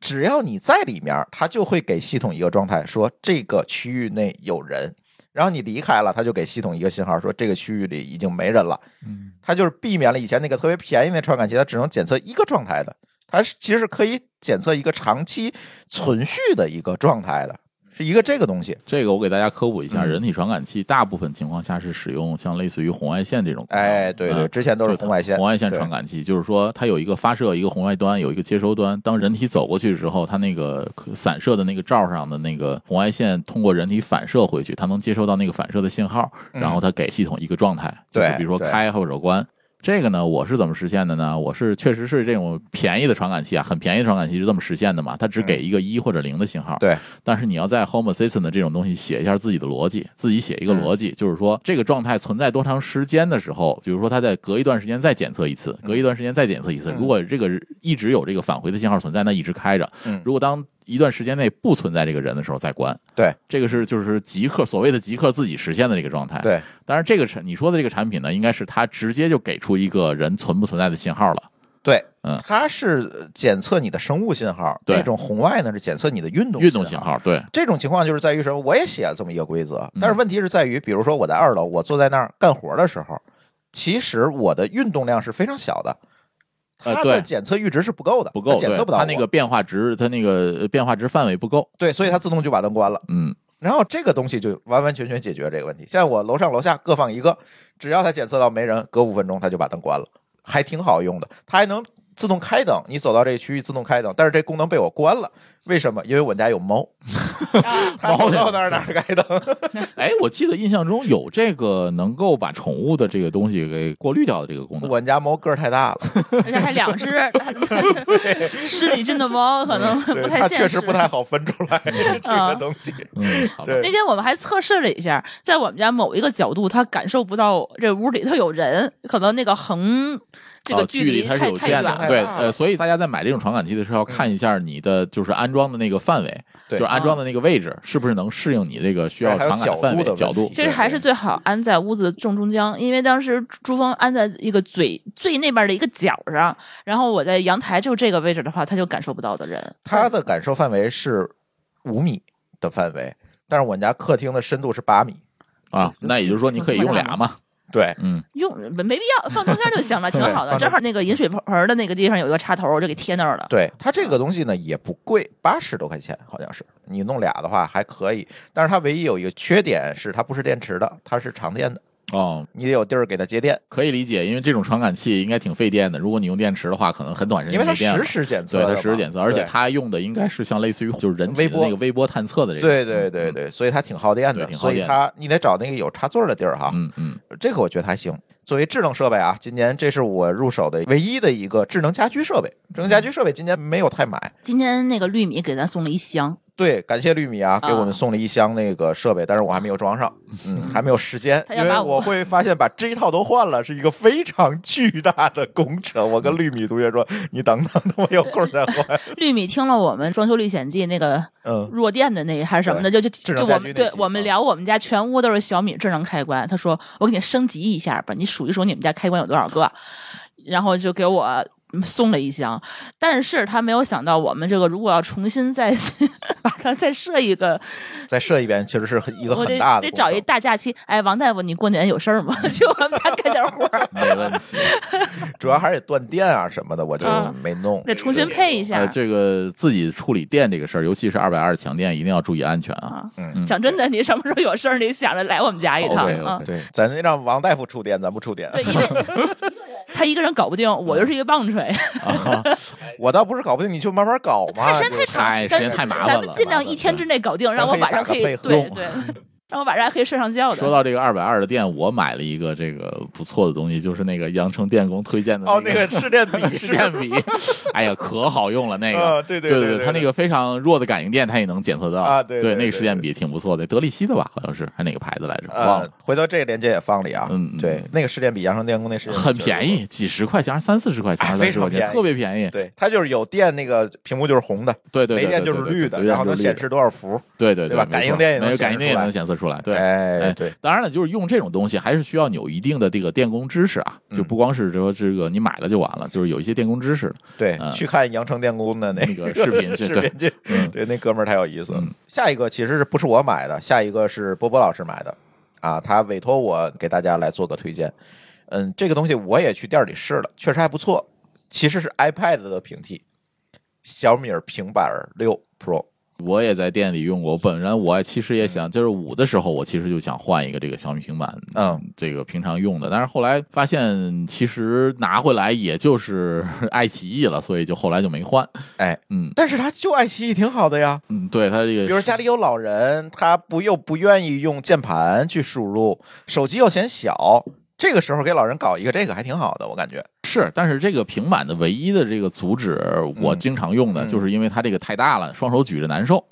只要你在里面，它就会给系统一个状态，说这个区域内有人。然后你离开了，它就给系统一个信号，说这个区域里已经没人了。
嗯
它就是避免了以前那个特别便宜的传感器，它只能检测一个状态的，它是其实是可以检测一个长期存续的一个状态的，是一个这个东西。
这个我给大家科普一下，
嗯
人体传感器大部分情况下是使用像类似于红外线这种，
哎，对对，
嗯
之前都是红外线，
红外线
对
传感器，就是说它有一个发射，一个红外端，有一个接收端。当人体走过去之后，它那个散射的那个罩上的那个红外线通过人体反射回去，它能接收到那个反射的信号，然后它给系统一个状态，就
嗯对
是比如说开或者关。这个呢，我是怎么实现的呢？我是确实是这种便宜的传感器啊，很便宜的传感器是这么实现的嘛？它只
嗯
给一个一或者零的信号，
对，
但是你要在 Home Assistant 的这种东西写一下自己的逻辑，自己写一个
嗯
逻辑，就是说这个状态存在多长时间的时候，比如说它在隔一段时间再检测一次，隔一段时间再检测一次。
嗯
如果这个一直有这个返回的信号存在，那一直开着
嗯；
如果当一段时间内不存在这个人的时候再关。
对，
这个是就是极客所谓的极客自己实现的这个状态。
对，
但是这个产你说的这个产品呢，应该是它直接就给出一个人存不存在的信号了。
对，
嗯
它是检测你的生物信号，
对
那种红外呢是检测你的运动
运动信
信。
号，对，
这种情况就是在于什么？我也写了这么一个规则，
嗯
但是问题是在于，比如说我在二楼，我坐在那儿干活的时候，其实我的运动量是非常小的，
呃
它的
对
检测阈值是不够的，
不够，
它检测
对
不到
它
我
那个变化值，它那个呃变化值范围不够。
对，所以它自动就把灯关了。
嗯，
然后这个东西就完完全全解决这个问题。现在我楼上楼下各放一个，只要它检测到没人，隔五分钟它就把灯关了，还挺好用的。它还能自动开灯，你走到这个区域自动开灯，但是这功能被我关了，为什么？因为我们家有猫，它
猫
走
也
到那儿哪儿开灯。
哎，我记得印象中有这个能够把宠物的这个东西给过滤掉的这个功能。
我们家猫个儿太大了，
而且还 两只， 十几斤的猫可能
对
不
它
太
确
现
实
实。
不太好分出来这个
啊
东西。
嗯，好吧
对
那天我们还测试了一下，在我们家某一个角度，它感受不到这屋里头有人，可能那个横这
哦
个
距
离
它
太、
是有
太
限
远
的，
了。
太
对，
大
呃，
了
所以大家在买这种传感器的时候，要看一下你的就是安装的那个范围，
对
啊
就是安装的那个位置是不是能适应你这个需要
对还有
传感的范围
角度的
角度
问。题
其实还是最好安在屋子正中央，因为当时珠峰安在一个最最那边的一个角上，然后我在阳台就这个位置的话，他就感受不到的人。
它的感受范围是五米的范围，但是我们家客厅的深度是八米。
啊，那也就是说你可以用俩嘛，
对，
嗯，
用没没必要放中间就 行了，挺好
对
的。正好那个饮水盆儿的那个地方有一个插头，我就给贴那
啊
儿了。
对它这个东西呢也不贵，八十多块钱好像是。你弄俩的话还可以，但是它唯一有一个缺点是它不是电池的，它是长电的，
哦，
你得有地儿给它接电，
可以理解，因为这种传感器应该挺费电的，如果你用电池的话，可能很短时
因
间
为它
没电了
实。时检测
对，
的嘛，
它实时检测，而且
对
它用的应该是像类似于就是人体
微
的
波
那个微波探测的这个。嗯
对对对对，所以它挺耗电
对
的，
挺耗
所以
电
它你得找那个有插座的地儿哈。
嗯嗯，
这个我觉得还行。作为智能设备啊，今年这是我入手的唯一的一个智能家居设备。智能家
嗯
居设备今年没有太买，
今天那个绿米给咱送了一箱，
对，感谢绿米啊，
啊
给我们送了一箱那个设备，但是我还没有装上，嗯，还没有时间，
他
因
要把
为
我
我会发现把这一套都换了是一个非常巨大的工程。我跟绿米同学说，你等等，等我有空再换。
绿米听了我们《装修历险记》那个
嗯，
弱电的那还是什么的，就就
智
就
能
就
家
我
居
们
那
对
期
我
啊
们聊我们家全屋都是小米智能开关，他说我给你升级一下吧，你数一数你们家开关有多少个，然后就给我。嗯送了一箱，但是他没有想到我们这个如果要重新再 把它再设一个，
再设一遍，其实是很一个
我
很
得
大的
得
工
找
程
一大假期。哎，王大夫，你过年有事儿吗？ 去我们家干点活儿，
没问题。
主要还是电电啊什么的，我就
啊
没弄。
得重新配一下
哎
呃，。这个自己处理电这个事儿，尤其是二百二强电，一定要注意安全啊。 嗯
讲真的，你什么时候有事儿，你想着来我们家一趟
OK，OK
啊？
对，咱得让王大夫触电，咱不触电。
对，因为 他一个人搞不定，我就是一个棒槌。
我倒不是搞不定，你就慢慢搞嘛。
太
就
长，
太
咱
时间太麻烦
咱
了
们尽量一天之内搞定，让我晚上可以
咱可以
对
打
对，然后晚上还可以睡上觉的。
说到这个二百二的店，我买了一个这个不错的东西，就是那个阳城电工推荐的
哦，那
那
个试电 笔
试 电笔， 哎呀，可好用了 那个。
啊对对
对
对对
对，它那个非常弱的感应电，它也能检测到
啊对对
对那
对
个试电笔挺不错的，德利希的吧，好像是，还哪个牌子来着？忘
呃
了。，
回头这个链接也放里啊。
嗯嗯
对，那个试电比阳城电工那试电笔
很
就是
便宜，几十块钱，三四十块钱，
哎
二
非
三
常
十块
便
钱，
宜
特别便宜。
对，它就是有电，那个屏幕就是红的，
对对，
没
对
电就是绿的，然后能显，示多少伏。
对
对
对对对对对对对对
吧
没
感应
错
电也能
没有
显
感
示
应电也
出来
能显示出来。对，
哎
哎
对，
当然了，就是用这种东西还是需要有一定的这个电工知识啊，
嗯
就不光是说这个你买了就完了，就是有一些电工知识的。
对，
嗯
去看阳城电工的那
那个视 频去
视
对
频去，
嗯
对，那哥们儿太有意思了
嗯。
下一个其实是不是我买的？下一个是波波老师买的啊，他委托我给大家来做个推荐。嗯，这个东西我也去店里试了，确实还不错。其实是 iPad 的平替，小米儿平板儿六 Pro。
我也在店里用过，本来我其实也想，就是五的时候，我其实就想换一个这个小米平板，
嗯，
这个平常用的，但是后来发现其实拿回来也就是爱奇艺了，所以就后来就没换。
哎，
嗯
但是他就爱奇艺挺好的呀。
嗯，对它这个，
比如家里有老人，他不又不愿意用键盘去输入，手机又嫌小，这个时候给老人搞一个这个还挺好的，我感觉。
是，但是这个平板的唯一的这个阻止，我经常用的、
嗯
就是因为它这个太大了，双手举着难受，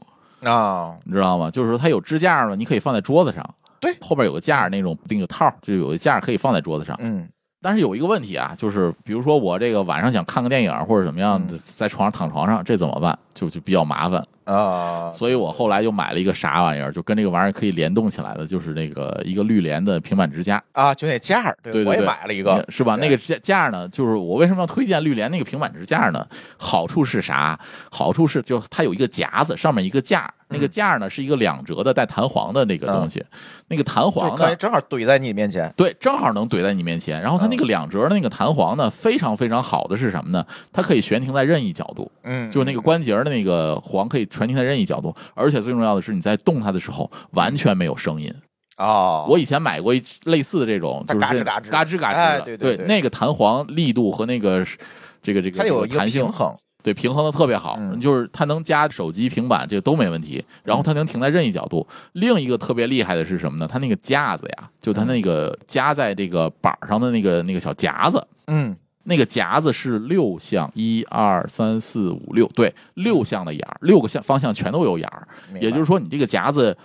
啊、
你知道吗？就是说它有支架了，你可以放在桌子上。
对
后边有个架儿，那种那个套儿，就有个架儿可以放在桌子上。
嗯，
但是有一个问题啊，就是比如说我这个晚上想看个电影或者怎么样，在床上躺床上，这怎么办？就就比较麻烦。
啊，
所以我后来就买了一个啥玩意儿，就跟这个玩意儿可以联动起来的，就是那个一个绿联的平板支架，
啊，就那架儿，对
对对
我也
对
买了一个，
是吧？
对
那个支架呢，就是我为什么要推荐绿联那个平板支架呢？好处是啥？好处是就它有一个夹子，上面一个架，
嗯
那个架呢是一个两折的带弹簧的那个东西，那个弹
就
簧
可
呢
以。正好怼在你面前，
对，正好能怼在你面前。然后它
嗯
那个两折的那个弹簧呢，非常非常好的是什么呢？它可以悬停在任意角度。
嗯，
就是那个关节儿的那个簧可以传停在任意角度，而且最重要的是你在动它的时候完全没有声音。
哦，
我以前买过一类似的这种，
它
就是
嘎吱
这
嘎吱的
嘎吱嘎吱
哎
的
对对
对
对
那个弹簧力度和那个是这个这个
它有
这
一
个
个
弹
平
性，
衡，
对平衡的特别好，
嗯
就是它能加手机、平板这个都没问题，然后它能停在任意角度。另一个特别厉害的是什么呢？它那个架子呀，就它那个夹在这个板儿上的那个那个小夹子，
嗯，
那个夹子是六项，一二三四五六，对，六项的眼儿，六个项方向全都有眼儿，
明白
也就是说你这个夹子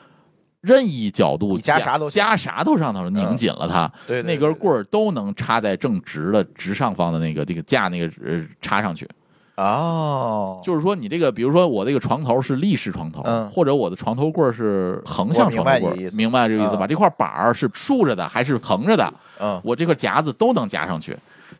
任意角度
你夹
夹
啥都行嗯
夹啥都上头拧紧了它，
对
那根
儿
棍儿都能插在正直的直上方的那个这个架那个呃插上去。
哦，
就是说你这个，比如说我这个床头是立式床头，
嗯
或者我的床头柜儿是横向
我明
床头柜
白你的意
儿，
思
明白这个意思吧？
嗯
这块板儿是竖着的还是横着的？
嗯，哦
我这个夹子都能夹上去。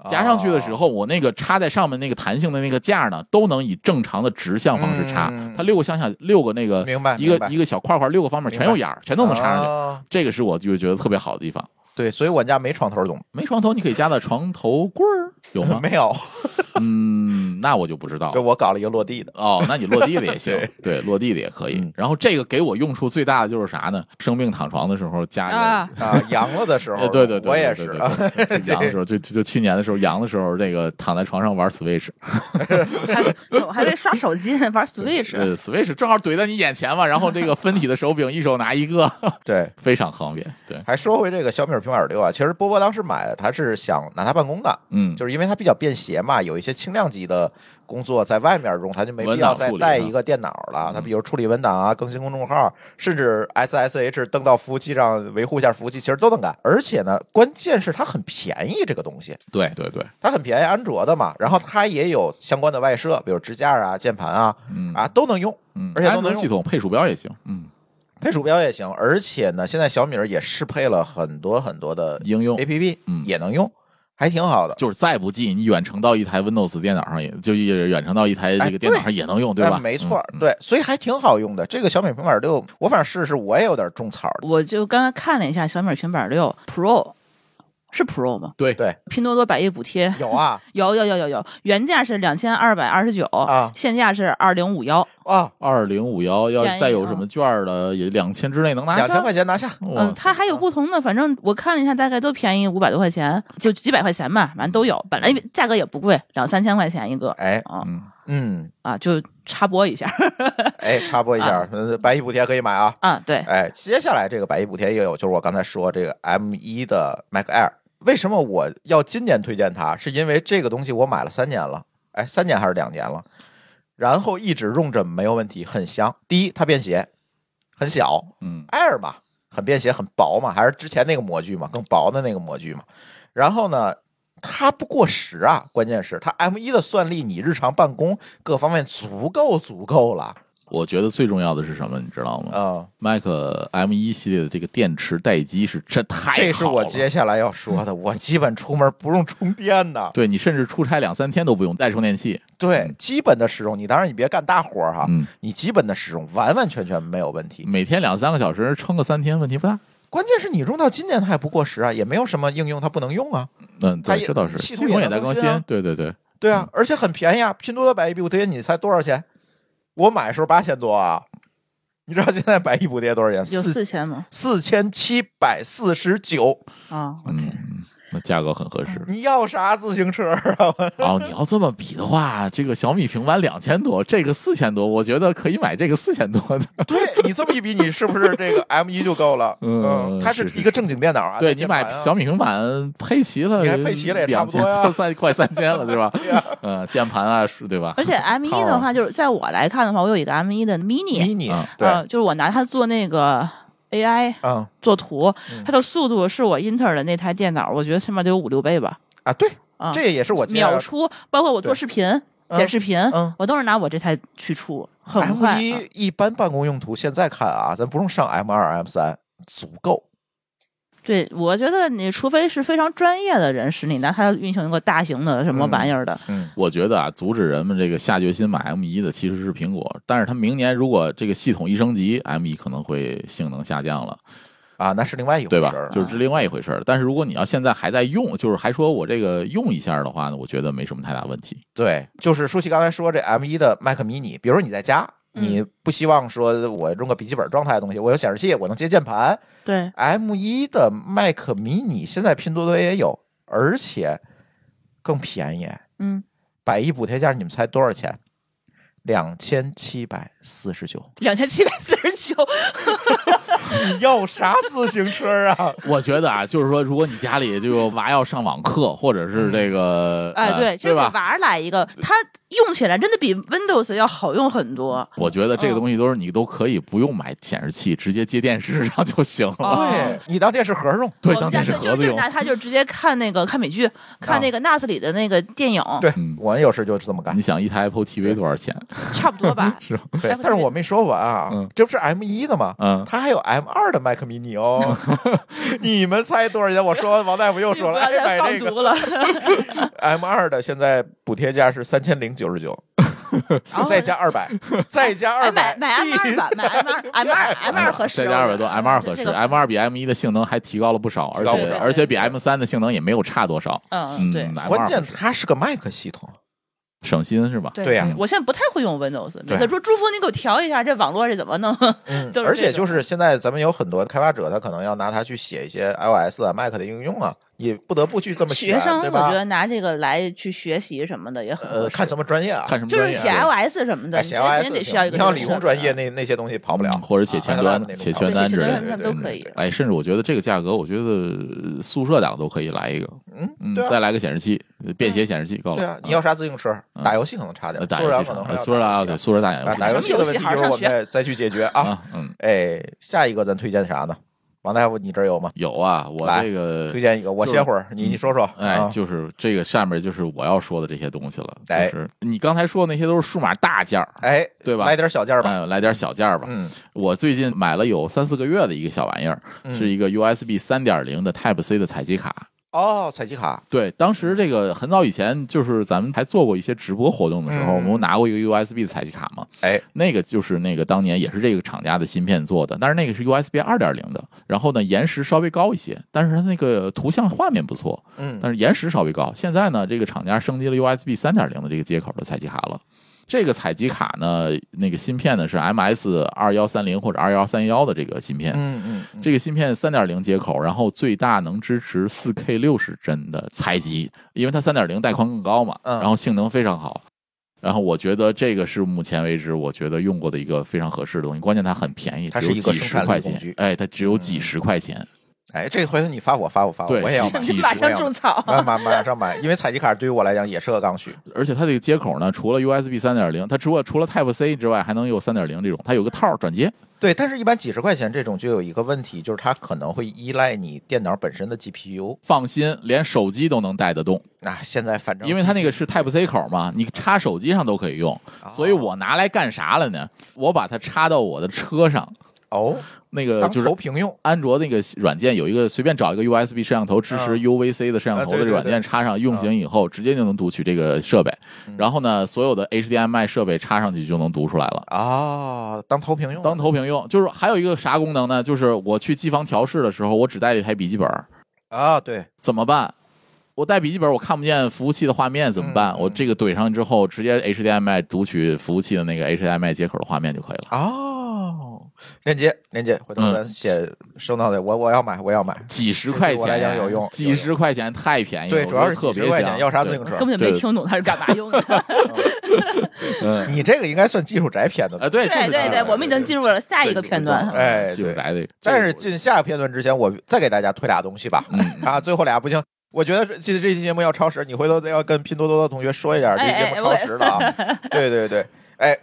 夹上去的时候，我那个插在上面那个弹性的那个架呢，都能以正常的直向方式插
嗯。
它六个向下，六个那个，
明白
一个
明白
一个小块块，六个方面
明白哦
全有眼儿，全都能插上去。
去，
这个是我就觉得特别好的地方。
对，所以我家没床头总，
没床头你可以夹在床头柜儿，有吗？
没有，
嗯，那我就不知道
就。我搞了一个落地的，
哦，那你落地的也行
对，
对，落地的也可
嗯
以。然后这个给我用处最大的就是啥呢？生病躺床的时候夹着
啊。
啊，阳了的时候
呃，，对对对，
我也
对
是
对
啊，
对对阳的时候，就就就去年的时候，阳的时候，这个躺在床上玩 Switch，
还我还在刷手机玩
啊
Switch，
呃，Switch 正好怼在你眼前嘛，然后这个分体的手柄一手拿一个，
对。
非常方便。对，
还说回这个小米平板六啊，其实波波当时买的，他是想拿它办公的，
嗯，
就是因为它比较便携嘛，有一些轻量级的工作在外面用，它就没必要再带一个电脑了。
文档处理啊
它比如处理文档啊、更新公众号，甚至 SSH 登到服务器上维护一下服务器，其实都能干。而且呢，关键是它很便宜，这个东西
对对对，
它很便宜，安卓的嘛。然后它也有相关的外设，比如支架啊、键盘啊
嗯
啊都能用，
嗯，
而且都能
安卓
用
系统配鼠标也行，嗯，
配鼠标也行。而且呢，现在小米儿也适配了很多很多的
应用
APP，
嗯
也能用，还挺好的。
就是再不济，你远程到一台 Windows 电脑上也，就也远程到一台
哎
这个电脑上也能用，对
哎
吧？
没错儿，
嗯，
对，所以还挺好用的。这个小米平板六，我反正试试，我也有点种草 的。
我就刚刚看了一下小米平板六 Pro，是 Pro 吗？
对
对
拼多多百亿补贴
有啊，
有有有有有，原价是两千二百二十九
啊
现价是二零五幺，
啊，
二零五幺要
便宜
再有
啊
什么券儿的，也两千之内能拿
两千
下。
块钱拿下，
哇
嗯，它还有不同的，反正我看了一下，大概都便宜五百多块钱，就几百块钱吧，反正都有。本来价格也不贵，两三千块钱一个
哎，
啊
嗯，
嗯，
啊，就插播一下
哎，插播一
啊
下，呃白衣补贴可以买啊。
啊。 对，
哎，接下来这个百亿补贴也有，就是我刚才说这个 M 一的 Mac Air，为什么我要今年推荐它？是因为这个东西我买了三年了，哎，三年还是两年了，然后一直用着没有问题，很香。第一，它便携，很小
嗯
，Air 嘛，很便携，很薄嘛，还是之前那个模具嘛，更薄的那个模具嘛。然后呢，它不过时啊，关键是它 M 一的算力，你日常办公各方面足够足够了，
我觉得最重要的是什么，你知道吗
嗯。
？Mac M 一系列的这个电池待机是真太好了
这是我接下来要说的。我基本出门不用充电的，
对你甚至出差两三天都不用带充电器。
对基本的使用，你当然你别干大活儿哈，
嗯，
你基本的使用完完全全没有问题。
每天两三个小时撑个三天问题不大。
关键是你用到今年它也不过时啊，也没有什么应用它不能用啊。
嗯，
它
对，
也
这倒是，
系
系
统
统
也
也
在
在
更
更新
新啊，
对对嗯对，
对啊，而且很便宜啊，拼多多百亿补贴你猜多少钱？我买的时候八千多啊，你知道现在百亿补贴多少钱？
有
四
四千吗？
四千七百四十九。。
啊，OK，
嗯，那价格很合适
你要啥自行车 啊？
哦，你要这么比的话，这个小米平板两千多，这个四千多，我觉得可以买这个四千多的。
对哎你这么一比，你是不是这个 M 一就够了？
嗯
它
是
是
是
一个正经电脑啊。
对
带
你
键
买
盘啊
小米平板配齐了，
你还配齐了也差
两
不
千
多呀
三快三千了， 对吧？嗯，键盘啊，是对吧？
而且 M 一的话，就是在我来看的话，我有一个 M 一的 mini，
mini
啊
啊对，
呃，就是我拿它做那个 AI
嗯
做图，它的速度是我英特尔的那台电脑，我觉得起码得有五六倍吧，
啊对，
啊
这也是我今天
秒出，包括我做
对
视频、剪视频
嗯，
我都是拿我这台去出，很
M
快。啊
一一般办公用途，现在看啊，咱不用上 M 二 M 三，足够。
对，我觉得你除非是非常专业的人士，你拿它运行一个大型的什么
嗯
玩意儿的，
嗯
我觉得啊，阻止人们这个下决心买 M 一的其实是苹果，但是它明年如果这个系统一升级，M 一可能会性能下降了，
啊，那是另外一回
对
事
吧
儿？
就是这另外一回事儿。但是如果你要现在还在用，就是还说我这个用一下的话呢，我觉得没什么太大问题。
对，就是舒淇刚才说这 M 一的 Mac mini，比如说你在家。
嗯
你不希望说我用个笔记本状态的东西，我有显示器，我能接键盘。
对，
M 一的 Mac mini 现在拼多多也有，而且更便宜。
嗯，
百亿补贴价，你们猜多少钱？两千七百四十九。
两千七百四十九，
你 要啥自行车啊？
我觉得啊，就是说，如果你家里这个娃要上网课，或者是这个，
嗯哎，
呃
对，其实
对
给
吧？
娃儿来一个，它用起来真的比 Windows 要好用很多。
我觉得这个
嗯
东西都是你都可以不用买显示器，直接接电视上就行了。
哦
对啊你当电视盒用。啊
对，
我们
当
家
电视
就
盒
就
子
就
用。
拿它就直接看那个看美剧，看那个 NAS 里的那个电影，
对
嗯
我有时就是这么干
你，想一台 Apple TV 多少钱？。
差不多吧
是吧？
对但是我没说完啊
嗯，
这不是 M 一的吗？
嗯，
它还有 M 二的 Mac mini 哦，你们猜多少钱？我说完，王大夫又
不
说了，
要
哎
再
买
放
这个
毒了，
M 二的现在补贴价是三千零九 十九，再加二百，再加
哎，
二百，
买
嗯
买哦 M 二吧，买 M 二，M 二 M 二合适，
再加二百多，M 二合适
这个
，M 二比 M 一的性能还提高了不少，而
高
不
且
少
而且比 M 三的性能也没有差多少。
嗯，
嗯，
对
M
关键
二
它是个 Mac 系统，
省心是吧？
对
对呀
我现在不太会用 Windows，
对
每次说祝福你给我调一下这网络这怎么弄，
嗯
都是
而且
这
就
种
是现在咱们有很多开发者，他可能要拿它去写一些 iOS 啊、Mac 的应用啊，你不得不去这么
学生
对
我
吧
觉？得拿这个来去学习什么的也很合
呃，
适
看什么专业啊？
看什么
就是
专
写
业？
iOS 什么的，
哎，
你
写
觉得
iOS
肯定得需要一个
你像
这
理
个
工
设
专
备
业
啊
那那些东西跑不了
嗯，或者写前端
啊
写前端之类
对
的
写前端他们都可以
嗯哎，甚至我觉得这个价格，我觉得宿舍档都可以来一个，
嗯，
嗯
对，
再
啊，
来个显示器，呃便携显示器够了。
对啊，你
嗯
要啥自行车？打游戏可能差点
呃，打
苏
游
然
戏
可能
上，
还
呃
要
宿舍档
打游戏啊
啊对，宿舍档也
打游
游
戏
戏
的问
什么游戏
题一
还
会
是
儿我
上学
们再再去解决啊。
啊，嗯，
哎，下一个咱推荐啥呢？王大夫，你这儿有吗？
有啊，我
来
这个
推荐一个，我
就是
歇会儿，你你说说。
哎
啊，
就是这个上面就是我要说的这些东西了，
哎
就是你刚才说的那些都是数码大件儿，
哎，
对吧
来点小件儿吧。
哎，来点小件儿吧。
嗯
我最近买了有三四个月的一个小玩意儿，是一个 USB 三点零的 Type C 的采集卡。
哦，采集卡，
对，当时这个很早以前，就是咱们还做过一些直播活动的时候，
嗯
我们不拿过一个 USB 的采集卡嘛。
哎，
那个就是那个当年也是这个厂家的芯片做的，但是那个是 USB 二点零的，然后呢延时稍微高一些，但是它那个图像画面不错，
嗯
但是延时稍微高。现在呢，这个厂家升级了 USB 三点零的这个接口的采集卡了。这个采集卡呢，那个芯片呢是 MS 二幺三零或者二幺三幺的这个芯片，
嗯嗯嗯，
这个芯片三点零接口，然后最大能支持四 K 六十帧的采集，因为它三点零带宽更高嘛，
嗯
然后性能非常好。然后我觉得这个是目前为止我觉得用过的一个非常合适的东西，关键它很便宜，
它
只
是
有
一个
几
生
十
产力
块
工
钱
具，嗯
哎，它只有几十块钱，
哎，这回头你发我发我发我，
对
我也要买
几，十
马
我
上
也要
种草。
买马马上买，因为采集卡对于我来讲也是个刚需。
而且它这个接口呢，除了 USB 三点零，它除了除了 Type C 之外，还能有三点零这种，它有个套儿转接，
对，但是一般几十块钱这种就有一个问题，就是它可能会依赖你电脑本身的 GPU。
放心，连手机都能带得动，
啊，现在反正
因为它那个是 Type C 口嘛，你插手机上都可以用，
哦
所以我拿来干啥了呢？我把它插到我的车上，
哦，
那个
当
呃就是
投屏用，
安卓那个软件有一个随便找一个 USB 摄像头支
嗯
持 UVC 的摄像头
啊对
的
对
软件
对嗯
插上用行以后，直接就能读取这个设备。然后呢，所有的 HDMI 设备插上去就能读出来了。
啊，当投屏用，
当投屏用，就是还有一个啥功能呢？就是我去机房调试的时候，我只带了一台笔记本儿，
啊，对，
怎么办？我带笔记本，我看不见服务器的画面怎么办？
嗯嗯
我这个怼上之后，直接 HDMI 读取服务器的那个 HDMI 接口的画面就可以了。
哦，链接链接，回头
嗯
咱写收到的，我我要买，我要买。
几十块
对我来
钱
讲有用有
几
用
十块钱太便宜了，
对，
哎
主要
我觉得
是
特
几
别
十块
香
钱，要啥
对
自行车
根？本就没听懂它是干嘛用
哎
的。
嗯，
你这个应该算技术宅片的
啊，，对，就是
对对
这
对，
样
我们已经进入了下一个片段。
哎
技术宅的。
但是进下个片段之前，我再给大家推俩东西吧。啊，最后俩不行，我觉得这这这期节目要超时，你回头得要跟拼多多的同学说一下，这期节目超时了啊。对对对，哎，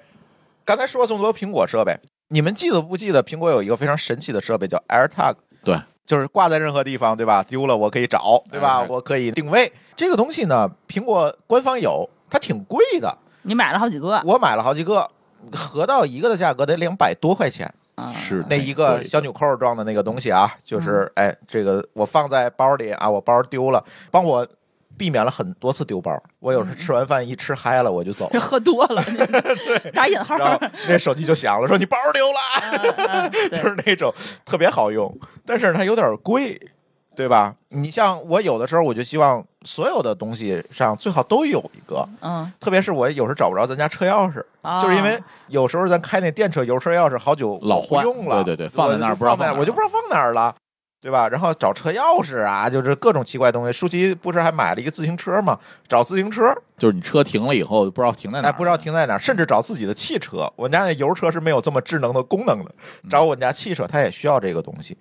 刚才说这么多苹果设备，你们记得不记得苹果有一个非常神奇的设备叫 AirTag？
对。
就是挂在任何地方，对吧？丢了我可以找，对吧？
AirTag
我可以定位这个东西呢。苹果官方有，它挺贵的，
你买了好几个，
我买了好几个，合到一个的价格得两百多块钱。
嗯
是
那一个小纽扣状的那个东西啊，就是
嗯
哎，这个我放在包里啊，我包丢了，帮我避免了很多次丢包。我
嗯
有时吃完饭一吃嗨了，我就走
这
了。
喝多 了，打引号。
然后那手机就响了，说你包丢了，
嗯嗯
就
对
是那种特别好用，但是它有点贵，对吧？你像我有的时候，我就希望所有的东西上最好都有一个，
嗯，
特别是我有时找不着咱家车钥匙，
啊
就是因为有时候咱开那电车油车钥匙好久
老换
不用了，
对对对
我
放在那儿
就
不知道
放在
放哪儿
我就不知道放哪儿了，对吧？然后找车钥匙啊，就是各种奇怪东西。舒淇不是还买了一个自行车嘛？找自行车，
就是你车停了以后，不知道停在哪
哎，
儿，
不知 道停在哪儿，甚至找自己的汽车。我们家那油车是没有这么智能的功能的，
嗯
找我们家汽车，它也需要这个东西，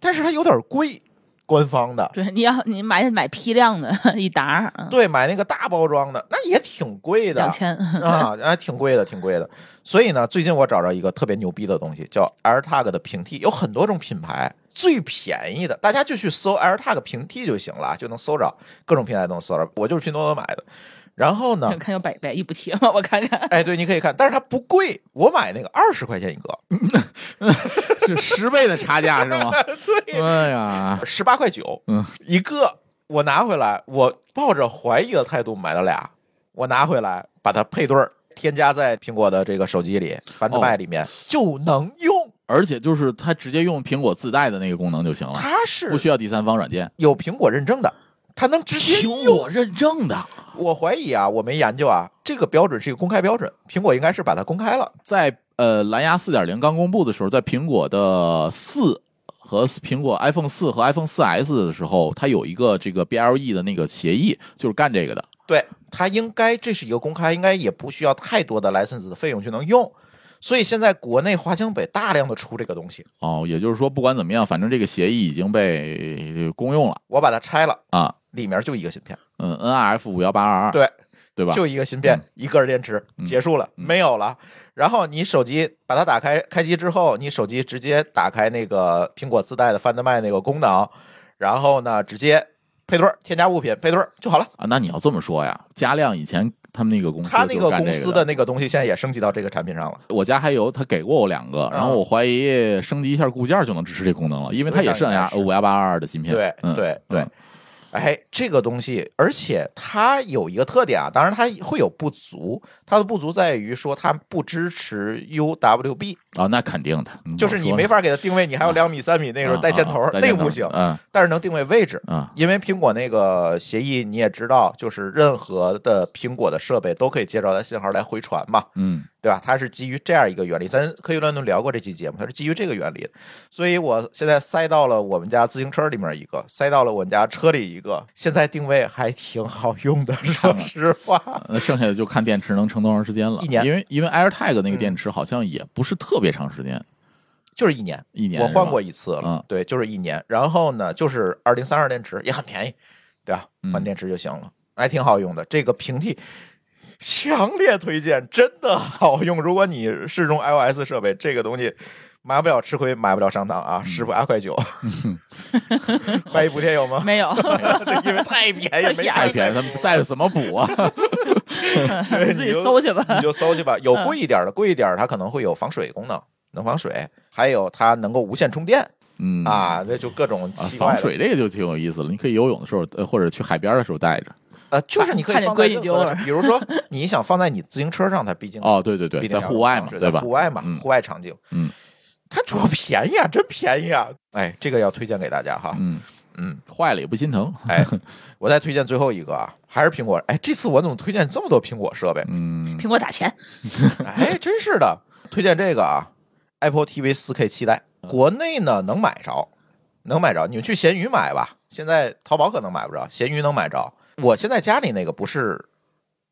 但是它有点贵，官方的。
对，你要你买买批量的一沓儿，嗯
对，买那个大包装的，那也挺贵的，
两千。
啊，还挺贵的，挺贵的。所以呢，最近我找着一个特别牛逼的东西，叫 AirTag 的平替，有很多种品牌，最便宜的，大家就去搜 AirTag 平替就行了，啊就能搜着，各种平台都能搜着。我就是拼多多买的。然后呢
想，看有百百亿补贴吗？我看 看，
哎，对，你可以看，但是它不贵，我买那个二十块钱一个，
是十倍的差价是 吗？对，哎呀，
十八块九，
嗯，
一个。我拿回来，我抱着怀疑的态度买了俩，我拿回来把它配对儿，添加在苹果的这个手机里，凡
哦
特麦里面、就能用。
而且就是它直接用苹果自带的那个功能就行了，
它是
哦不需要第三方软件。
有苹果认证的，它能直接
苹
用。
果认证的，
我怀疑啊，我没研究啊，这个标准是一个公开标准，苹果应该是把它公开了。
在呃蓝牙四点零刚公布的时候，在苹果的四和苹果 iPhone 四和 iPhone 四 S 的时候，它有一个这个 BLE 的那个协议，就是干这个的。
对，它应该这是一个公开，应该也不需要太多的 license 的费用就能用。所以现在国内华强北大量的出这个东西，
哦，也就是说，不管怎么样，反正这个协议已经被公用了
我把它拆了，
啊。
里面就一个芯片，
嗯，NRF 五幺八二二，
对
对吧？嗯
就一个芯片，一根儿电池，结束了，没有了。然后你手机把它打开，开机之后，你手机直接打开那个苹果自带的 Find My 那个功能，然后呢，直接配对儿，添加物品，配对儿就好了。
啊，那你要这么说呀，佳亮以前他们那个公司
他那
就
个
是干
公
这
司
的
的，那个东西现在也升级到这个产品上了。
我家还有，他给过我两个，然
嗯
后我怀疑升级一下固件就能支持这功能了，因为它也是
应该
NR
是
五幺八二二的芯片。
对
嗯
对
嗯
对，哎，这个东西，而且它有一个特点啊，当然它会有不足，它的不足在于说它不支持 UWB，
啊，那肯定的，嗯
就是你没法给它定位，你还有两米、三米，那个时候带箭头
啊啊，
那个不行，
嗯
但是能定位位置。
啊
因为苹果那个协议你也知道，就是任何的苹果的设备都可以接着它信号来回传嘛，
嗯
对吧？它是基于这样一个原理，咱科学乱炖聊过这期节目，它是基于这个原理的。所以我现在塞到了我们家自行车里面一个，塞到了我们家车里一个，现在定位还挺好用的， 说实话。
那剩下的就看电池能撑多长时间了。
一年嗯
因为因为 AirTag 那个电池好像也不是特别长时间，
就是一年，
一年
我换
是吧
过一次了，
嗯
对，就是一年。然后呢，就是二零三二电池也很便宜，对吧？
嗯
换电池就行了，还挺好用的。这个平替强烈推荐，真的好用。如果你是用 iOS 设备，这个东西。买不了吃亏，买不了上当啊！
嗯
十八块 九，百亿补贴有吗？
没有，
对因为太便宜，没
太
太
便宜，他们再怎么补啊？
自己搜去吧。
你就搜去吧。有贵一点的，贵一点儿它可能会有防水功能，能防水，还有它能够无线充电
嗯。
啊，那就各种
啊
奇怪
防
的
水这个就挺有意思了，你可以游泳的时候，呃，或者去海边的时候带着。
呃，就是你可
差
以
点
放在
闺女
任
丢
何
了
的，比如 说你想放在你自行车上，它毕竟
哦，对对
必定
对，在
要
户外嘛，
防水
对
在
吧
户？外嘛
嗯，
户外场景，
嗯，
它主要便宜啊，真便宜啊！哎，这个要推荐给大家哈。
嗯
嗯，
坏了也不心疼。
哎，我再推荐最后一个啊，还是苹果。哎，这次我怎么推荐这么多苹果设备？
嗯，
苹果打钱，
哎，真是的，推荐这个啊，Apple TV 4K 期待，国内呢能买着，能买着，你们去闲鱼买吧。现在淘宝可能买不着，闲鱼能买着。我现在家里那个不是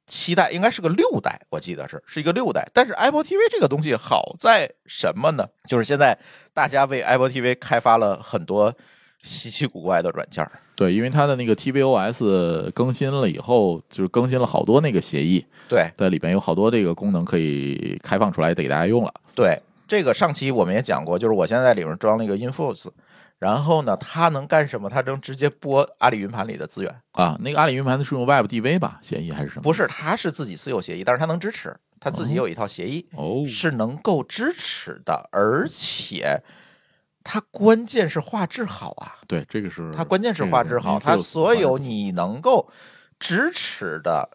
七代，应该是个六代，我记得是是一个六代。但是 Apple TV 这个东西好在什么呢？就是现在大家为 Apple TV 开发了很多稀奇古怪的软件儿。
对，因为它的那个 TVOS 更新了以后，就是更新了好多那个协议，
对，
在里边有好多这个功能可以开放出来得给大家用了。
对，这个上期我们也讲过，就是我现在在里面装了一个 Infos，然后呢，它能干什么？它能直接播阿里云盘里的资源，
啊，那个阿里云盘的是用 WebDV 吧，协议还是什么？
不是，它是自己私有协议，但是它能支持，它自己有一套协议、
哦，
是能够支持的，而且它关键是画质好啊，
对，这个是
它关键是
这个
画质好，
Infuse
它所有
画质
你能够支持的，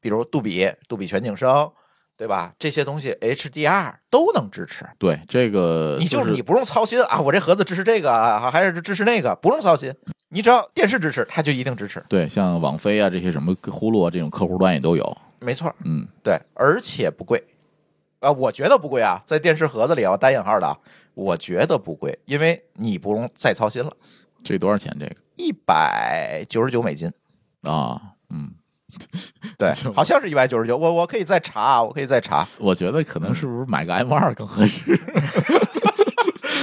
比如杜比、杜比全景声，对吧？这些东西 HDR 都能支持。
对这个
你就是是你不用操心啊，我这盒子支持这个啊，还是支持那个，不用操心。你只要电视支持，它就一定支持，
对，像网飞啊这些什么呼噜啊这种客户端也都有。
没错儿。
嗯，
对，而且不贵啊，我觉得不贵啊，在电视盒子里啊，单引号的啊，我觉得不贵，因为你不用再操心了，
这多少钱这个
一百九十九美金，
啊？嗯，
对，好像是一百九十九，我我可以再查啊，我可以再查，
我觉得可能是不是买个
嗯
M 二更合适？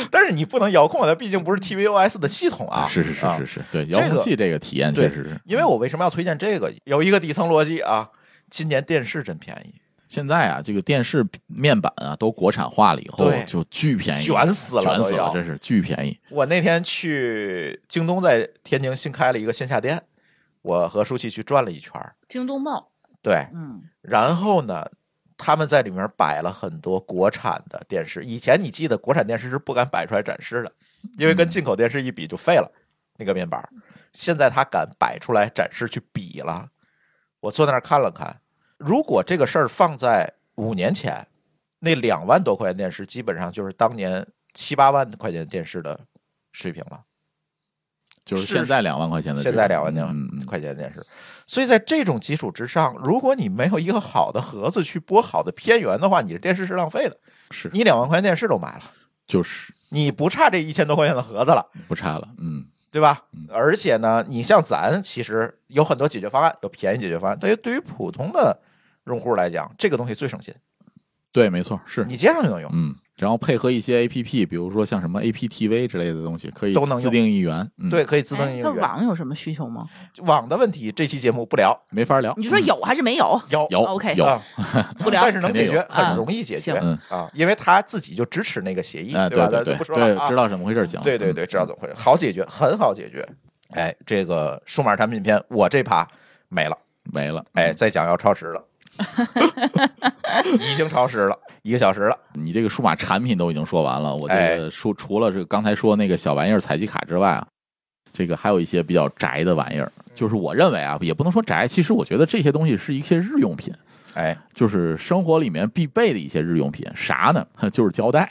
但是你不能遥控啊，它毕竟不是 TVOS 的系统啊，
是是是
啊
是是，对，
这个
遥控器这个体验
对
确实是。
因为我为什么要推荐这个？有一个底层逻辑啊，今年电视真便宜。
现在啊，这个电视面板啊都国产化了以后
对，
就巨便宜，
卷死了
卷
都
死了
要，
这是巨便宜。
我那天去京东，在天津新开了一个线下店，我和舒淇去转了一圈儿
京东茂，
对，
嗯，
然后呢，他们在里面摆了很多国产的电视。以前你记得，国产电视是不敢摆出来展示的，因为跟进口电视一比就废了、那个面板儿。现在他敢摆出来展示去比了。我坐在那儿看了看，如果这个事儿放在五年前，那两万多块钱电视基本上就是当年七八万块钱电视的水平了。
就是
是
现在两万块钱的这
现
个，
在两万
嗯嗯
零
嗯
块钱电视，所以在这种基础之上，如果你没有一个好的盒子去播好的片源的话，你的电视是浪费的。
是
你两万块钱电视都买了，
就是
你不差这一千多块钱的盒子了，
不差了，嗯，
对吧
嗯？
而且呢，你像咱其实有很多解决方案，有便宜解决方案。对于对于普通的用户来讲，这个东西最省心，
对，没错，是
你街上就能用。
嗯，然后配合一些 A P P，比如说像什么 A P T V 之类的东西，可以
都能用
自定义源，嗯，
对，，可以自
哎
动应
那
用。
网有什么需求吗？
网的问题，这期节目不聊，
没法聊。
你就说
嗯
有还是没有？
有
有
OK
有，
啊，
不聊
但。是能解决，
肯
定有
很容易解决
嗯
行
啊，因为他自己就支持那个协议，
哎，
吧？
对
咱
对
就不说了啊
对，知。道怎么回事儿行了。
对对
嗯
对，知道怎么回事，好解决，很好解决。哎，这个数码产品篇我这趴没了，
嗯没了。
哎，再讲要超时 了，已经超时了，一个小时了。
你这个数码
哎
产品都已经说完了，我觉得除除了这个刚才说那个小玩意儿采集卡之外啊，这个还有一些比较宅的玩意儿，就是我认为啊，也不能说宅，其实我觉得这些东西是一些日用品，
哎，
就是生活里面必备的一些日用品。啥呢？ 就是胶带。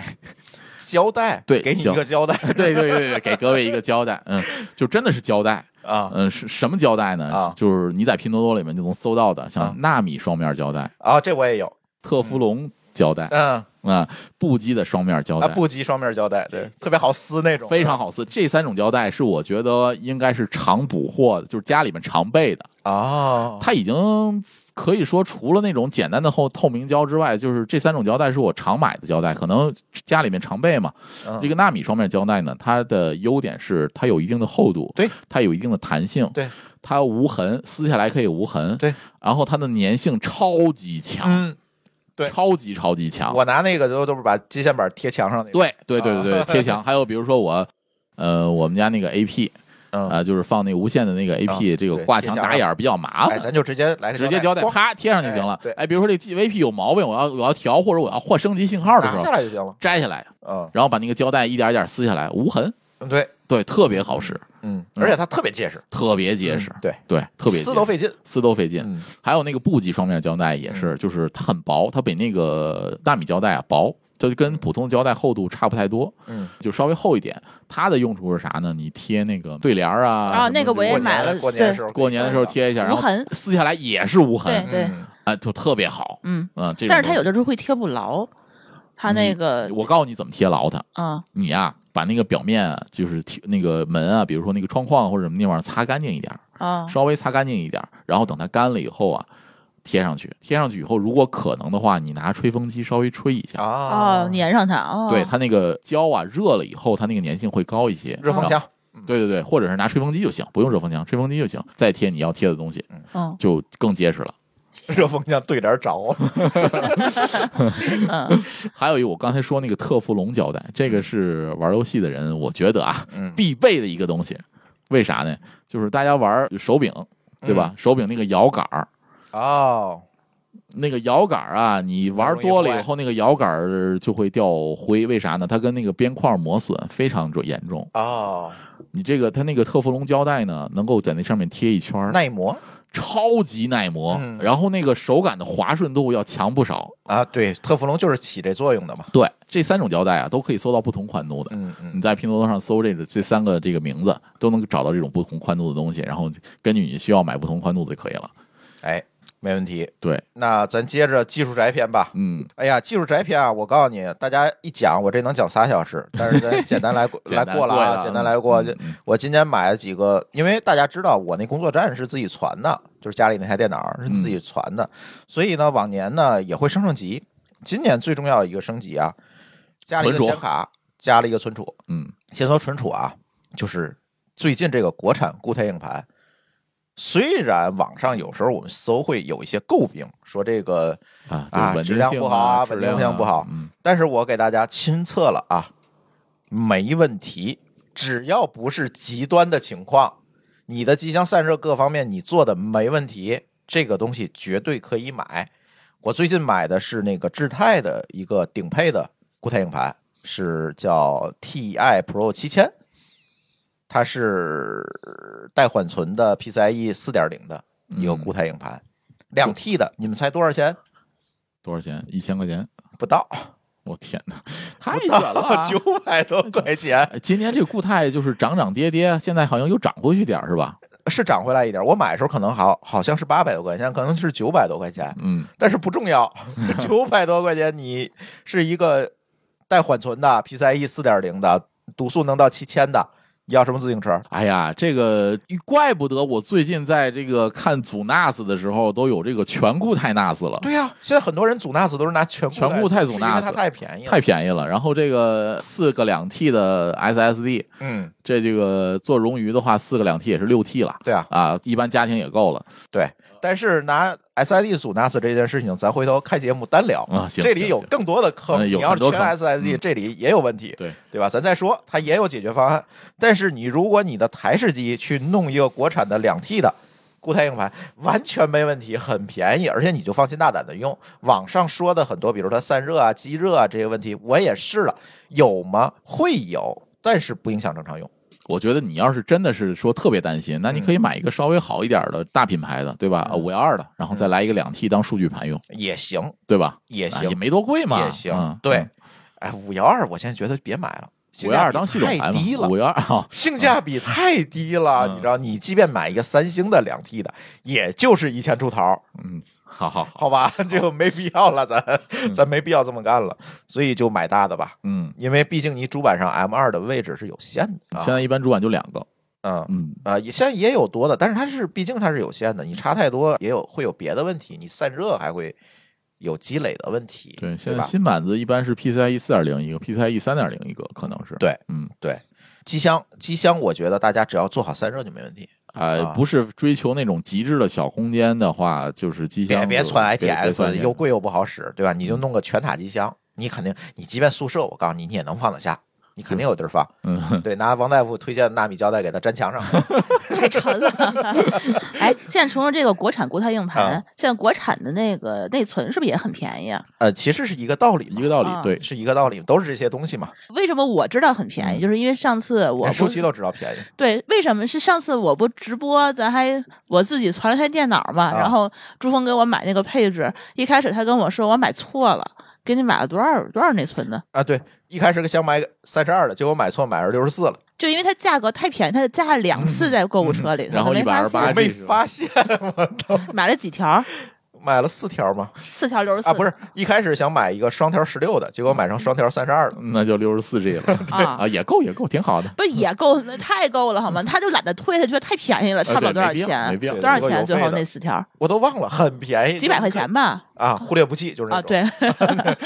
胶带，
对
给你
行
一个胶 带
对对对对，给各位一个胶带，嗯，就真的是胶带。
啊
嗯，是什么胶带呢？
啊
就是你在拼多多里面就能搜到的，
啊
像纳米双面胶带、
啊，这我也有，
特氟龙胶带
嗯，
啊、布基的双面胶带。
啊，不及双面胶带，对，特别好撕那种，
非常好撕，这三种胶带是我觉得应该是常补货的，就是家里面常备的。
啊，
它已经可以说除了那种简单的厚透明胶之外，就是这三种胶带是我常买的胶带，可能家里面常备嘛。
嗯
这个纳米双面胶带呢，它的优点是它有一定的厚度，
对，
它有一定的弹性，
对，
它无痕，撕下来可以无痕，
对，
然后它的粘性超级强，
嗯，对
超级超级强，
我拿那个都都是把接线板贴墙上那个，
对对对
啊
对对，贴 墙。还有比如说我，呃，我们家那个 AP
嗯
啊、就是放那个无线的那个 AP，、
啊
这个
对
挂
贴
墙
墙
打
上
眼儿比较麻
哎，
烦。
咱就直接来个
直接胶带
咣
啪贴上就行了
哎。对
哎，比如说这 GVP 有毛病，我要我要调或者我要换升级信号的时
拿
候
下，来就行了，
摘下来，
嗯
然后把那个胶带一点一点撕下来，无痕，
嗯，对，
对，特别好使，
嗯，
嗯
而且它特别结实，嗯
特别结实，
对，
对，特别
撕
结
都
实
费劲，
撕都费劲。
嗯
还有那个布基双面胶带也是，就是它很薄，它比那个纳米胶带啊薄，就跟普通胶带厚度差不太多，
嗯，
就稍微厚一点。它的用处是啥呢？你贴那个对联儿啊，
啊
什么
那个我也
过
过
年
买了
过年的时候，
过年的时候，贴一下，然后
无痕
撕下来也是无痕，
对
嗯，
啊，就特别好，
嗯，
嗯，这种
但是它有
东
的时候会贴不牢，它
嗯
那个
西，我告诉你怎么贴牢它，
啊，
你呀、把那个表面啊，就是贴那个门啊，比如说那个窗框或者什么地方擦干净一点儿，
啊，
稍微擦干净一点儿，然后等它干了以后啊，贴上去，贴上去以后，如果可能的话，你拿吹风机稍微吹一下，
啊
哦，，
嗯
粘上它哦，
对它那个胶啊热了以后，它那个粘性会高一些。
热风
然后，
枪，
对对对，或者是拿吹风机就行，不用热风枪，吹风机就行，再贴你要贴的东西
嗯
就更结实了。
热风枪对联着，
嗯
还有一，我刚才说那个特氟龙胶带，这个是玩游戏的人，我觉得啊，
嗯
必备的一个东西。为啥呢？就是大家玩手柄，对
嗯
吧？手柄那个摇杆儿，
哦，
那个摇杆儿啊，你玩多了以后，那个摇杆儿就会掉灰。为啥呢？它跟那个边框磨损非常重严重。
哦，
你这个它那个特氟龙胶带呢，能够在那上面贴一圈儿，
耐磨
超级耐磨，
嗯
然后那个手感的滑顺度要强不少。
啊，对，特氟龙就是起这作用的嘛，
对，这三种胶带啊，都可以搜到不同宽度的。
嗯嗯
你在拼多多上搜这个这三个这个名字，都能找到这种不同宽度的东西，然后根据你需要买不同宽度就可以了。
哎，没问题。
对，
那咱接着技术宅篇吧。
嗯，
哎呀，技术宅篇啊，我告诉你，大家一讲我这能讲仨小时，但是咱简单来过
简
来
单
过了
过
啊，
了
简单来过。
嗯
就
嗯
我今天买了几个，因为大家知道我那工作站是自己传的，就是家里那台电脑是自己
嗯
传的，所以呢，往年呢也会升升级。今年最重要的一个升级啊，加了一个
存储
显卡，加了一个存储。
嗯，
先说存储啊，就是最近这个国产固态硬盘，虽然网上有时候我们搜会有一些诟病，说这个，
啊，
啊
就稳
质
定
量
性
不好啊
质
稳定
量
性不好
嗯，
但是我给大家亲测了啊，没问题，只要不是极端的情况，你的机箱散热各方面你做的没问题，这个东西绝对可以买。我最近买的是那个智泰的一个顶配的固态硬盘，是叫 TI Pro 七千，它是带缓存的 PCIe E 四点零的一个固态硬盘，两 T 的，你们猜多少钱？
多少钱？一千块钱？
不到，！
我天哪，太卷了 啊
九百多块钱。
哎今年这个固态就是涨涨跌跌，现在好像又涨回去点儿是吧？
是涨回来一点儿。我买的时候可能好好像是八百多块钱，可能是九百多块钱，
嗯，
但是不重要。九百多块钱，你是一个带缓存的 PCIe E 四点零的，读速能到七千的，你要什么自行车？
哎呀，这个怪不得我最近在这个看组 NAS 的时候都有这个全固态 NAS 了。
对呀、现在很多人组 NAS 都是拿全
全固态组
是因为它
NAS
太便宜了。
太便宜了，然后这个四个两 T 的 SSD，
嗯，
这这个做冗余的话，四个两 T 也是六 T 了
对啊，
啊，一般家庭也够了
对。但是拿 SID 组 NAS 这件事情，咱回头开节目单聊。
啊。行，
这里
行
有
行
更多的坑，
嗯有
你要
很
是
多
全
坑
SSD，、
嗯
这里也有问题。
对
对吧？咱再说，它也有解决方案。但是你如果你的台式机去弄一个国产的两 T 的固态硬盘，完全没问题，很便宜，而且你就放心大胆的用。网上说的很多，比如它散热啊、积热啊这些问题，我也试了，有吗？会有，但是不影响正常用。
我觉得你要是真的是说特别担心，那你可以买一个稍微好一点的大品牌的，对吧？五幺二的，然后再来一个两 T 当数据盘用，
也行
对吧？
也
啊
行
也没多贵嘛，
也行
嗯，
对，，哎，五幺二我现在觉得别买了，性
五幺
价
二
比
当系统
太
牌
低
嘛，
了嗯
五。幺二啊，
性价比太低了，
嗯
你知道？你即便买一个三星的两 T 的，也就是一千出头，
嗯，好好好，
好吧？ 就没必要了，咱
嗯
咱没必要这么干了，所以就买大的吧。
嗯，
因为毕竟你主板上 M 二的位置是有限的啊，
现在一般主板就两个，
嗯
嗯，
啊，也现在也有多的，但是它是毕竟它是有限的，你差太多也有会有别的问题，你散热还会有积累的问题，
对，现在
吧？
新板子一般是 PCIe E 四点零一个，PCIe E 三点零一个，可能是，
对，
嗯，
机箱机箱，我觉得大家只要做好散热就没问题，
呃
啊，
不是追求那种极致的小空间的话，就是机箱
别
子
别传
别窜
ITX，
那
又
个
贵又不好使，对吧？你就
嗯
弄个全塔机箱，你肯定你即便宿舍，我告诉你，你也能放得下。你肯定有地儿放，
嗯，
对，拿王大夫推荐的纳米胶带给它粘墙上，
太沉了。哎，现在除了这个国产固态硬盘，
啊
现在国产的那个内存是不是也很便宜啊？
呃，其实是一个道理嘛，
一个道理
啊，
对，
是一个道理，都是这些东西嘛，
为什么我知道很便宜？
嗯
就是因为上次我
连
不
书籍都知道便宜，
对，为什么是上次我不直播，咱还我自己传了台电脑嘛？
啊
然后朱峰给我买那个配置，一开始他跟我说我买错了，给你买了多少多少内存呢？
啊，对，一开始想买三十二的，结果买错，买了六十四了，
就因为它价格太便宜，它加了两次
嗯
在购物车里头，
然后
没发
128
我
现
没发现，
买了几条，
买了四条嘛，
四条六十四
啊，不是，一开始想买一个双条十六的，结果买成双条三十二的，
那就六十四 G 了
啊
啊，。也够也够，挺 好的，
不是也够，那太够了好吗？他就懒得退，他觉得太便宜了，差不了
哎对
多少
没必要
钱
没，必要
多少
呃对
钱？
有
最
费
后
的
那四条
我都忘了，很便宜，
几百块钱吧？
啊，忽略不计就是那
啊，
种。
对，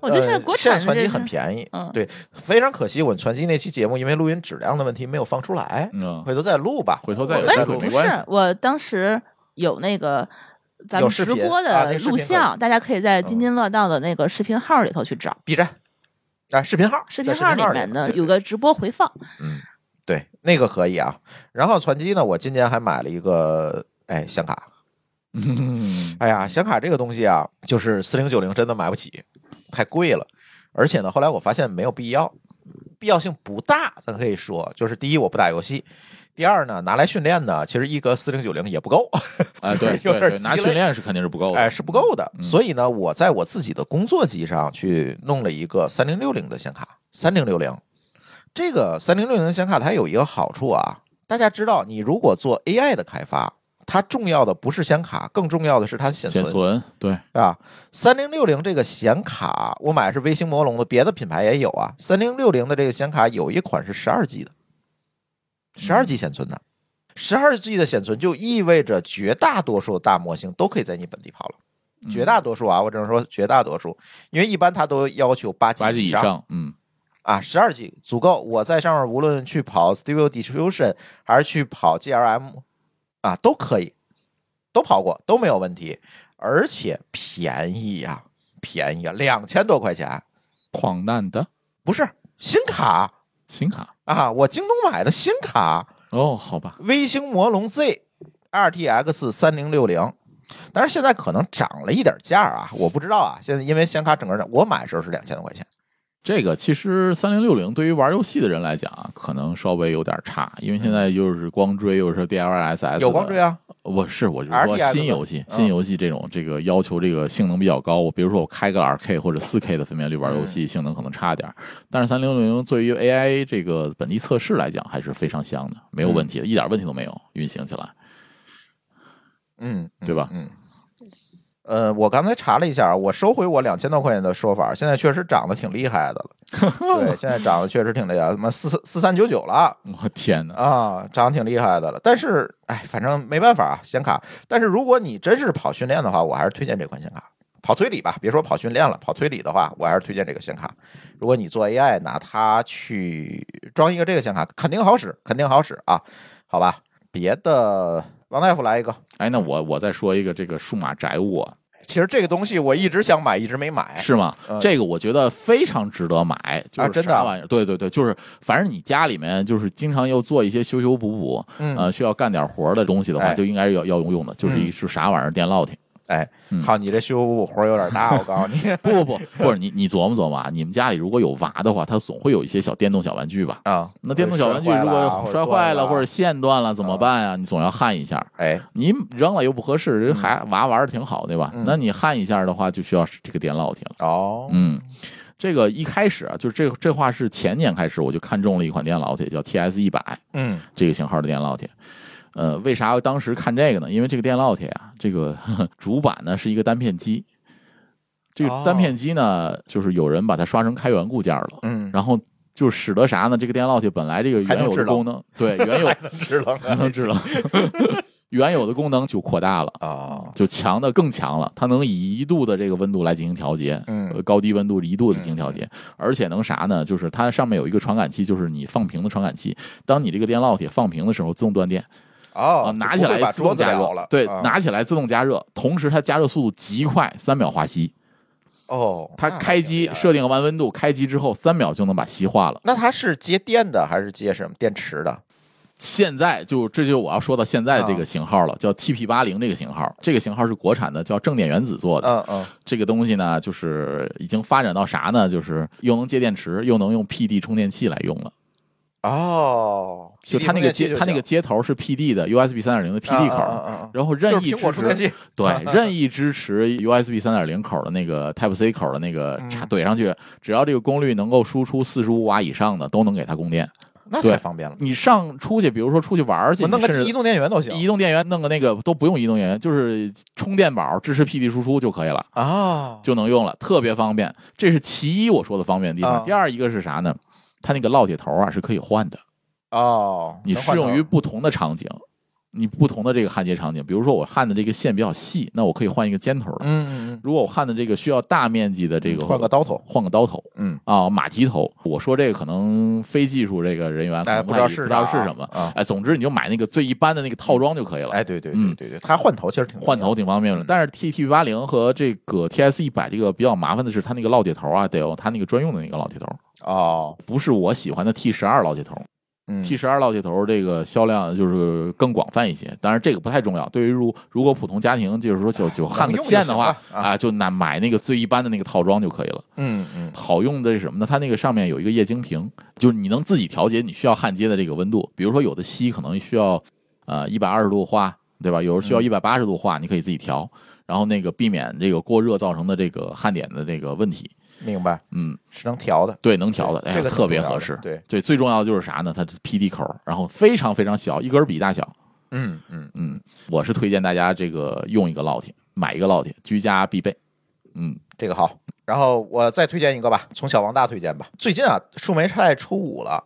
我觉得现在
呃
国产的
传
这
机
是
很便宜
嗯，
对，非常可惜，我们传机那期节目因为录音质量的问题没有放出来，
嗯，
回头再录吧，
回头再有
我
机
录
会
不
没
是
关系，
我当时有那个咱
有
们
视
直
频
播
啊那
的
视频
录
可以
像，大家可以在
嗯
津津乐道的那个视频号里头去找。
B 站，啊，视频号，
视
在
频
视频
号
号里
里面的有个直播回放，
对，那个可以啊。然后传机呢，我今年还买了一个，哎，显卡。
嗯
哎呀，显卡这个东西啊，就是四零九零真的买不起，太贵了。而且呢，后来我发现没有必要，必要性不大。咱可以说，就是第一，我不打游戏；第二呢，拿来训练呢，其实一个四零九零也不够，
哎，对
有点
对对，
鸡
拿
肋
训练是肯定是不够的，
哎，是不够的。
嗯
所以呢，我在我自己的工作机上去弄了一个三零六零的显卡，三零六零。这个三零六零显卡它有一个好处啊，大家知道，你如果做 AI 的开发，它重要的不是显卡，更重要的是它的显
显
存。
存，对，
啊，三零六零这个显卡，我买的是微星魔龙的，别的品牌也有啊。三零六零的这个显卡有一款是十二 G 的，十二 G 显存的，十二 G 的显存就意味着绝大多数大模型都可以在你本地跑了。绝大多数啊，我只能说绝大多数，因为一般它都要求八 G
八 G 以
上
上，嗯，
啊，十二 G 足够。我在上面无论去跑 Stable Diffusion 还是去跑 GLM 啊，都可以，都跑过，都没有问题，而且便宜呀、便宜啊，两千多块钱，
矿难的
不是新卡
新卡，
啊，我京东买的新卡，
哦，好吧，
微星魔龙 Z RTX 三零六零。但是现在可能涨了一点价啊，我不知道啊。现在因为显卡整个涨，我买的时候是两千多块钱。
这个其实三零六零对于玩游戏的人来讲啊，可能稍微有点差，因为现在又是光追，又是 DLSS，
有光追
啊，
啊，
我是我就是说
RTX
新游戏，
嗯
新游戏这种这个要求这个性能比较高，我比如说我开个 2K 或者 4K 的分辨率玩游戏，性能可能差点儿，但是三零六零对于 AI 这个本地测试来讲还是非常香的，没有问题的，一点问题都没有，运行起来，
嗯，
对吧？
嗯，呃，我刚才查了一下，我收回我两千多块钱的说法，现在确实涨得挺厉害的了。对，现在涨得确实挺厉害的，什么四四三九九了
我天哪，
啊，涨得挺厉害的了。但是，哎，反正没办法啊，显卡。但是如果你真是跑训练的话，我还是推荐这款显卡。跑推理吧，别说跑训练了，跑推理的话，我还是推荐这个显卡。如果你做 AI，拿它去装一个这个显卡，肯定好使，肯定好使啊，好吧？别的，王大夫来一个。
哎，那我我再说一个这个数码宅物啊，
其实这个东西我一直想买，一直没买。
是吗
呃？
这个我觉得非常值得买，就
啊
是
真的
啥玩意儿？对对对，就是反正你家里面就是经常要做一些修修补补，
嗯
呃，需要干点活儿的东西的话，
哎
嗯就应该要要用用的，就是一是啥玩意儿电烙铁。
哎
嗯，
好，你这修复活儿有点大，我告诉你。
不不不，不是你你琢磨琢磨啊，你们家里如果有娃的话，他总会有一些小电动小玩具吧？
啊，
那电动小玩具如果哎摔坏了嗯或者线断了怎么办呀？你总要焊一下，
哎，
你扔了又不合适，人还娃玩的挺好，对吧
嗯？
那你焊一下的话，就需要这个电烙铁了。
哦，
嗯，这个一开始啊，就是这这话是前年开始我就看中了一款电烙铁，叫 TS 一百
嗯
这个型号的电烙铁。呃，为啥当时看这个呢？因为这个电烙铁啊，这个呵呵主板呢是一个单片机，这
哦
个单片机呢，就是有人把它刷成开源固件了，
嗯，
然后就使得啥呢？这个电烙铁本来这个原有的功能，对原 有
是了
还能制冷， 原有的功能就扩大了。
啊，
就强的更强了，它能以一度的这个温度来进行调节，
嗯
呃高低温度一度的进行调节，而且能啥呢？就是它上面有一个传感器，就是你放平的传感器。当你这个电烙铁放平的时候，自动断电啊、
哦，
拿起
就
来
不会把
自
桌
动
子
加
了
热
了，
对，
啊
拿起来自动加热，同时它加热速度极快，三秒化锡。
哦，
它
那
开
还挺厉
机
害
设定完温度，开机之后三秒就能把锡化了。
那它是接电的还是接什么电池的？
现在就这就是我要说到现在这
啊
个型号了，叫 TP 八零这个型号，这个型号是国产的，叫正电原子做的。
嗯嗯，
这个东西呢，就是已经发展到啥呢？就是又能接电池，又能用 PD 充电器来用了。
哦，
就它那个接，它那个接头是 PD
啊
的 USB 三点零的 PD 口，
口，
然后
嗯
任
就是
意
苹果
支
充电
持
器，
对任意支持 USB 三点零口的那个 Type C 口的那个
嗯
插怼上去，只要这个功率能够输出四十五瓦以上的，都能给它供电。
那
对
太方便了，
你上出去，比如说出去玩儿去，
我弄
你
个
甚
移
至
动电源都
移
行
动电源弄个那个都不用移动电源，就是充电宝支持 PD 输出就可以了。
啊，
就能用了，特别方便。这是其一，我说的方便的地
啊
方。第二一个是啥呢？它那个烙铁头啊是可以换的，
哦，
你
能
适
换
用
成
于不同的场景，你不同的这个焊接场景。比如说我焊的这个线比较细，那我可以换一个尖头的；
嗯嗯
如果我焊的这个需要大面积的这
嗯，
个，
换个刀头，
换个刀头
嗯，
啊，马蹄头。我说这个可能非技术这个人员可
哎
能
不知道
太
是
不知道
啥
是
啊
什么
啊。
哎，总之你就买那个最一般的那个套装就可以了。
哎，对对对
嗯
对对，它换头其实挺
换头挺方便的
嗯。
但是 T T 八零和这个 T S 一百这个比较麻烦的是，它那个烙铁头啊，得有它那个专用的那个烙铁头，
哦，
不是我喜欢的 T 十二烙铁头。
嗯
T 十二烙铁头这个销量就是更广泛一些，当然这个不太重要。对于如如果普通家庭，就是说就就焊个线的话
啊能用就行了啊
啊，就拿买那个最一般的那个套装就可以了。
嗯嗯，
好用的是什么呢？它那个上面有一个液晶屏，就是你能自己调节你需要焊接的这个温度。比如说有的锡可能需要呃一百二十度化，对吧？有的
嗯
需要一百八十度化，你可以自己调，然后那个避免这个过热造成的这个焊点的这个问题。
明白，
嗯，
是能调的，
对，能调的，
对
哎
这
呀，
个挺
特别
重要
合
的
适。
对，
对，最重要的就是啥呢？它的 PD 口，然后非常非常小，一根笔大小。
嗯嗯，
嗯，我是推荐大家这个用一个烙铁，买一个烙铁，居家必备。嗯，
这个好。然后我再推荐一个吧，从小往大推荐吧。最近啊，树莓派出五了，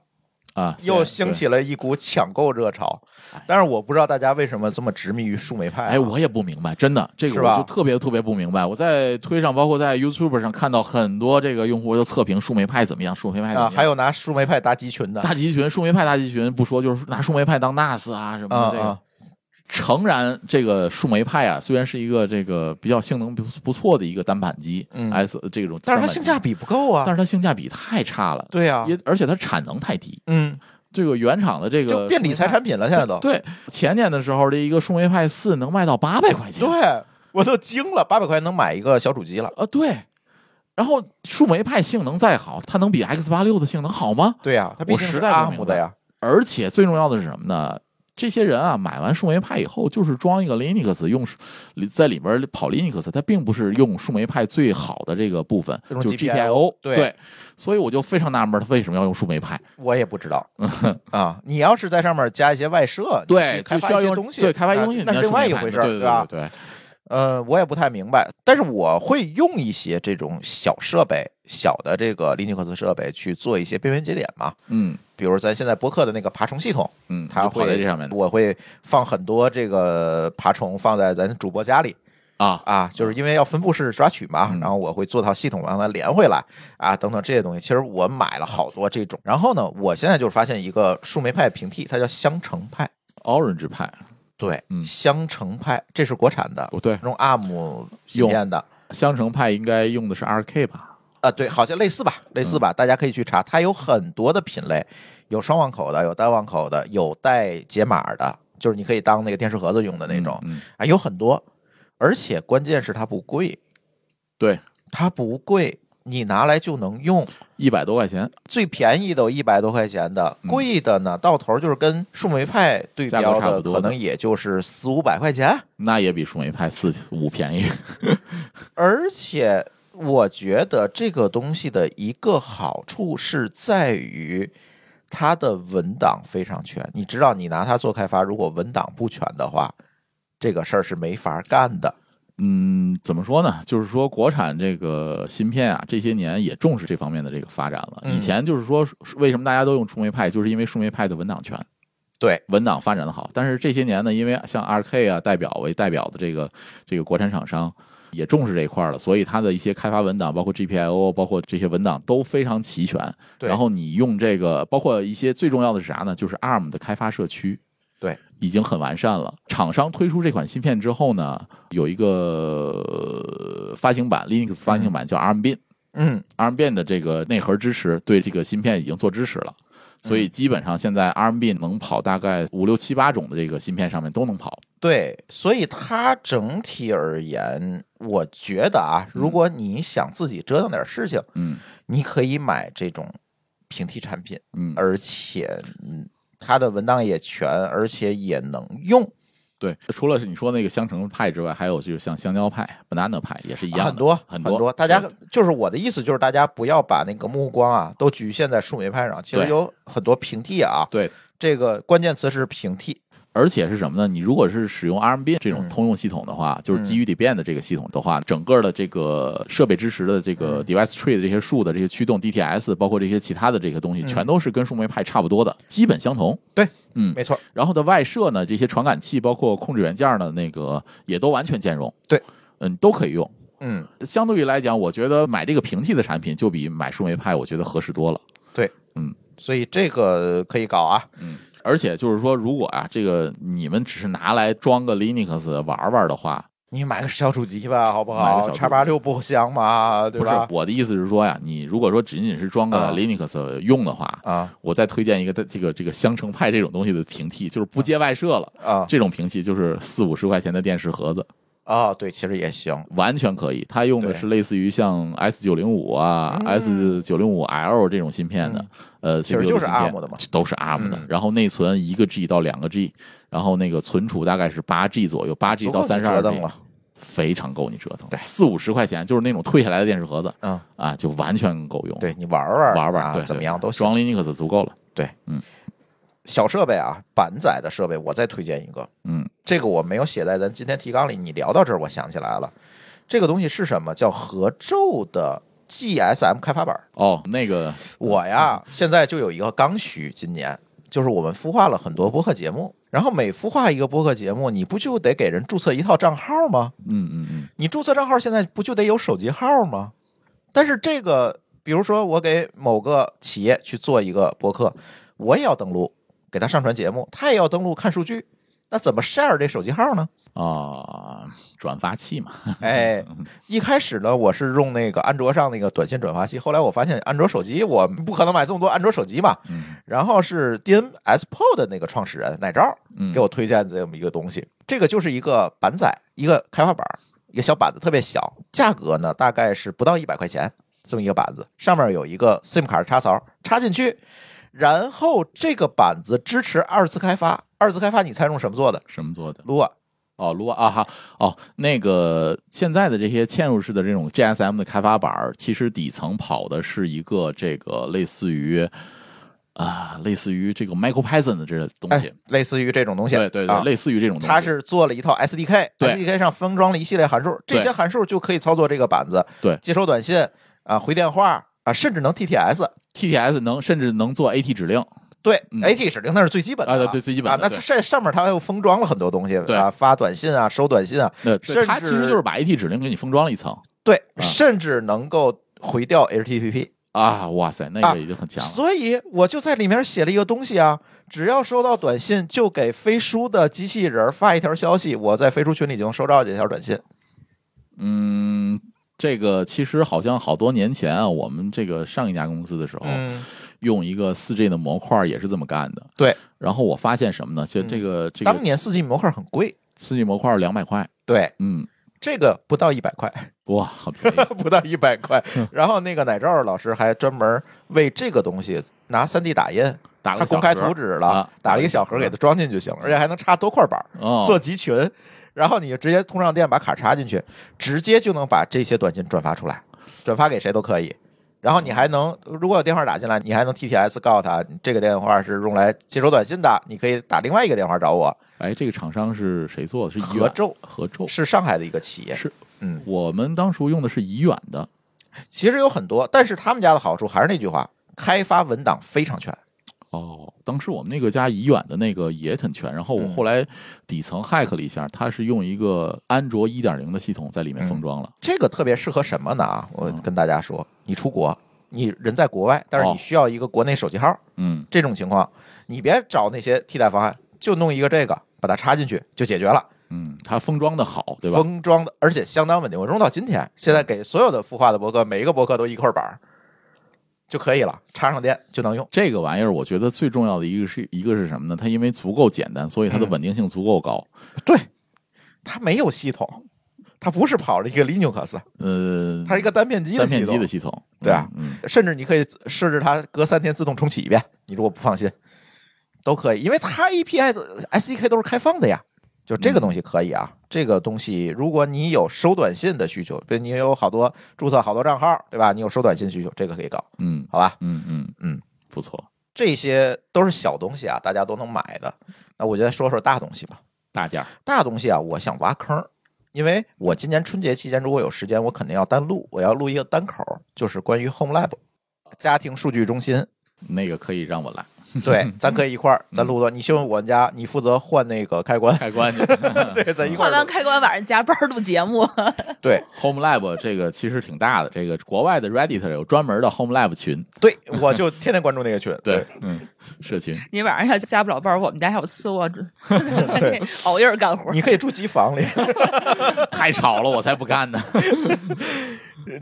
啊，
又
对
兴。起了一股抢购热潮，但是我不知道大家为什么这么执迷于树莓派、啊。
哎，我也不明白，真的，这
是
个
吧
我就特别特别不明白。我在推上，包括在 YouTube 上看到很多这个用户就测评树莓派怎么样，树莓派怎么
啊，
样。
还有拿树莓派搭鸡群的，
大集群，树莓派大集群不说，就是拿树莓派当 NAS 啊什么
啊
的。这个、
啊，
诚然，这个树莓派啊，虽然是一个这个比较性能不不错的一个单板机、
嗯
S 这种
但是
单板机，
它性价比不够
但
啊。
是它性价比太差了，
对啊，
也而且它产能太低。
嗯，
这个原厂的这个
就变理财
树莓派
产品了，现在都。
对前年的时候，这一个树莓派四能卖到八百块钱，
对，我都惊了，八百块钱能买一个小主机了。
啊，对。然后树莓派性能再好，它能比 X 八六的性能好吗？
对呀、啊，它毕
我
竟
实
是
在不
阿
明
姆的呀。
而且最重要的是什么呢？这些人啊，买完树莓派以后，就是装一个 Linux，用树里在里边跑 Linux，它并不是用树莓派最好的这个部分，
这
就
种
是
GPIO
GPIO
对
所以我就非常纳闷，他为什么要用树莓派？
我也不知 道啊，你要是在上面加一些外设，你去
对，
开
就
发
需要
一些
用
东西，
对，开发一
那
些东西，
那是另外一
你要
回
树莓派
事儿，
对对
吧
对？对对
呃，我也不太明白，但是我会用一些这种小设备、小的这个 Linux 设备去做一些边缘节点嘛。
嗯
比如咱现在播客的那个爬虫系统，
嗯，
它
就
会
跑在这上面的
我会放很多这个爬虫放在咱主播家里
啊，
啊，就是因为要分布式抓取嘛，
嗯
然后我会做套系统让它连回来啊，等等这些东西。其实我买了好多这种，然后呢，我现在就是发现一个树莓派平替，它叫香橙派，
Orange 派
对，
嗯
香橙派，这是国产的，
不对，
用 ARM 芯片的。
香橙派应该用的是 RK 吧？
啊，对，好像类似吧，类似
嗯
吧，大家可以去查，它有很多的品类，有双网口的，有单网口的，有带解码的，就是你可以当那个电视盒子用的那种，
嗯，嗯
啊，有很多。而且关键是它不贵，
对，
它不贵，你拿来就能用。
一百多块钱，
最便宜的有一百多块钱的，
嗯
贵的呢，到头就是跟树莓派对
价格
标
差
的，
不多
可
的
能也就是四五百块钱。
那也比树莓派四五便宜。
而且我觉得这个东西的一个好处是在于它的文档非常全。你知道，你拿它做开发，如果文档不全的话，这个事儿是没法干的。
嗯，怎么说呢？就是说，国产这个芯片啊，这些年也重视这方面的这个发展了。
嗯
以前就是说，为什么大家都用树莓派，就是因为树莓派的文档全，
对，
文档发展的好。但是这些年呢，因为像 RK 啊代表为代表的这个这个国产厂商也重视这一块儿了，所以它的一些开发文档，包括 GPIO，包括这些文档都非常齐全。
对
然后你用这个，包括一些最重要的是啥呢？就是 ARM 的开发社区。
对，
已经很完善了。厂商推出这款芯片之后呢，有一个呃发行版 Linux 发行版叫 ARM Bin。
嗯，
ARM Bin 的这个内核支持对这个芯片已经做支持了，所
嗯
以基本上现在 ARM Bin 能跑大概五六七八种的这个芯片上面都能跑。
对，所以它整体而言，我觉得啊，如果你想自己折腾点事情，
嗯
你可以买这种平替产品，
嗯，
而且嗯，它的文档也全，而且也能用。
对，除了是你说那个香橙派之外，还有就是像香蕉派、banana 派也是一样的，
很多
很
多
多
大家就是我的意思就是大家不要把那个目光啊都局限在树莓派上，其实
对
有很多平替啊。
对，
这个关键词是平替，
而且是什么呢？你如果是使用 ARM bin
嗯
这种通用系统的话，就是基于 Debian 的这个系统的话，整个的这个设备支持的这
嗯
个 device tree 的这些树的这些驱动 DTS，包括这些其他的这些东
嗯
西，全都是跟树莓派差不多的，基本相同。
对，
嗯
没错，
然后的外设呢，这些传感器包括控制元件呢，那个也都完全兼容。
对，
嗯，都可以用。
嗯，
相对于来讲，我觉得买这个平替的产品就比买树莓派，我觉得合适多了。
所以这个可以搞啊，
而且就是说，如果啊，这个你们只是拿来装个 Linux 玩玩的话，
你买个小主机吧，好不
买个
好
小主机
叉八六不香吗？对
不是
吧？
我的意思是说呀，你如果说仅仅是装
啊
个 Linux 用的话，
啊
我再推荐一个这个这个香橙派这种东西的平替，就是不接外设了。
啊
这种平替就是四五十块钱的电视盒子，
啊，对，其实也行，
完全可以。它用的是类似于像 S 九零五啊、S 九零五 L 这种芯片的，呃，
嗯其实就是 ARM 的嘛，
都是 ARM 的
嗯。
然后内存一个 G 到两个 G，然后那个存储大概是八 G 左右，八 G
足
到
够
三
你
十二
折
G
腾了。
非常够你折腾。
对
四五十块钱就是那种退下来的电视盒子，
嗯
啊，就完全够用。
对你玩玩
玩玩，
啊
对，
怎么
对
样都行。
装 Linux 足够了。
小设备啊，板载的设备，我再推荐一个，
嗯，
这个我没有写在咱今天提纲里。你聊到这儿，我想起来了，这个东西是什么？叫合奏的 GSM 开发板儿。
哦，那个
我
嗯
呀，现在就有一个刚需，今年就是我们孵化了很多播客节目，然后每孵化一个播客节目，你不就得给人注册一套账号吗？
嗯嗯嗯，
你注册账号现在不就得有手机号吗？但是这个，比如说我给某个企业去做一个博客，我也要登录给他上传节目，他也要登录看数据，那怎么 share 这手机号呢？
啊、转发器嘛，
哎，一开始呢，我是用那个安卓上那个短信转发器，后来我发现安卓手机我不可能买这么多安卓手机嘛，
嗯
然后是 DNS Pod 呃的那个创始人奶罩
嗯，
给我推荐这么一个东西，这个就是一个板载，一个开发板，一个小板子，特别小，价格呢大概是不到一百块钱，这么一个板子，上面有一个 SIM 卡插槽，插进去，然后这个板子支持二次开发，二次开发你猜用什么做的？
什么做的？
Lua，
哦，撸啊哈，哦，那个现在的这些嵌入式的这种 GSM 的开发板儿，其实底层跑的是一个这个类似于啊、类似于这个 Michael Python 的这个东西，
哎，类似于这种东西，
对对对、
啊
类似于这种东西，
它是做了一套 SDK，SDK
对
上封装了一系列函数，这
对
些函数就可以操作这个板子，
对
接收短信啊，回电话啊，甚至能 TTS。
TTS 能甚至能做 AT 指令，
对
嗯
，AT 指令那是最基本的
啊对最基本的
啊。那
对
这上面它又封装了很多东西，
对
啊，发短信啊，收短信啊，
那
甚
对它其实
至
就是把 AT 指令给你封装了一层
对，
啊
甚至能够回调 HTTP。
啊，哇塞，那
啊
个已经很强了。
所以我就在里面写了一个东西啊，只要收到短信，就给飞书的机器人发一条消息，我在飞书群里就能收到这条短信。
嗯，这个其实好像好多年前啊，我们这个上一家公司的时候，
嗯，
用一个四 G 的模块也是这么干的。
对，
然后我发现什么呢？就这个、这
嗯当
个
年四 G 模块很贵，
四 G 模块两百块，
对，
嗯，
这个不到一百块，
哇，好便宜！
不到一百块。
嗯
然后那个奶罩老师还专门为这个东西拿三 D 打印，
打了
他
个
公开
小盒
图纸了
啊，
打了一个小盒给它装进去就行了，而且还能插多块板儿
哦，
做集群，然后你就直接通上店把卡插进去，直接就能把这些短信转发出来，转发给谁都可以。然后你还能，如果有电话打进来，你还能 TTS 告诉他，这个电话是用来接收短信的，你可以打另外一个电话找我。
哎，这个厂商是谁做的？是怡
合
远
州
合州。
是上海的一个企业，
是
嗯，
我们当初用的是怡远的
其实有很多，但是他们家的好处还是那句话，开发文档非常全。
哦，当时我们那个家怡远的那个也很全，然后我
嗯
后来底层 hack 了一下，它是用一个安卓一点零的系统在里面
嗯
封装了。
这个特别适合什么呢？啊，我
嗯
跟大家说，你出国，你人在国外，但是
哦
你需要一个国内手机号，
嗯，
这种情况，你别找那些替代方案，就弄一个这个，把它插进去就解决了，
嗯，它封装的好，对吧？嗯
封装的，而且相当稳定。我用到今天，现在给所有的孵化的博客，每一个博客都一块板儿就可以了，插上电就能用。
这个玩意儿，我觉得最重要的一个是一个是什么呢？它因为足够简单，所以它的
嗯
稳定性足够高。
对，它没有系统，它不是跑着一个 Linux，
呃，
它是一个单片机的
单片机的
系
系统，
对啊
嗯，嗯
统，甚至你可以设置它隔三天自动重启一遍，你如果不放心，都可以，因为它 API 的 SDK 都是开放的呀。就这个东西可以啊，这个东西如果你有收短信的需求，对你有好多注册好多账号，对吧？你有收短信需求，这个可以搞，
嗯
好吧？
嗯嗯
嗯，
不错，
这些都是小东西啊，大家都能买的。那我就再说说大东西吧。
大件儿，
大东西啊，我想挖坑儿，因为我今年春节期间如果有时间，我肯定要单录，我要录一个单口儿，就是关于 Home Lab 家庭数据中心。
那个可以让我来
对，咱可以一块儿，咱录的。你修我们家，你负责换那个开关。
开关去。
对，咱一块
换
儿
完
录。
开关晚上加班儿录节目，
对
Home Lab 这个其实挺大的，这个国外的 Reddit 有专门的 Home Lab 群，
对，我就天天关注那个群。 对，，
嗯，社群，
你晚上要加不了班儿，我们 家还有次 卧，这得熬夜儿干活儿。
你可以住机房里。
太吵了，我才不干呢。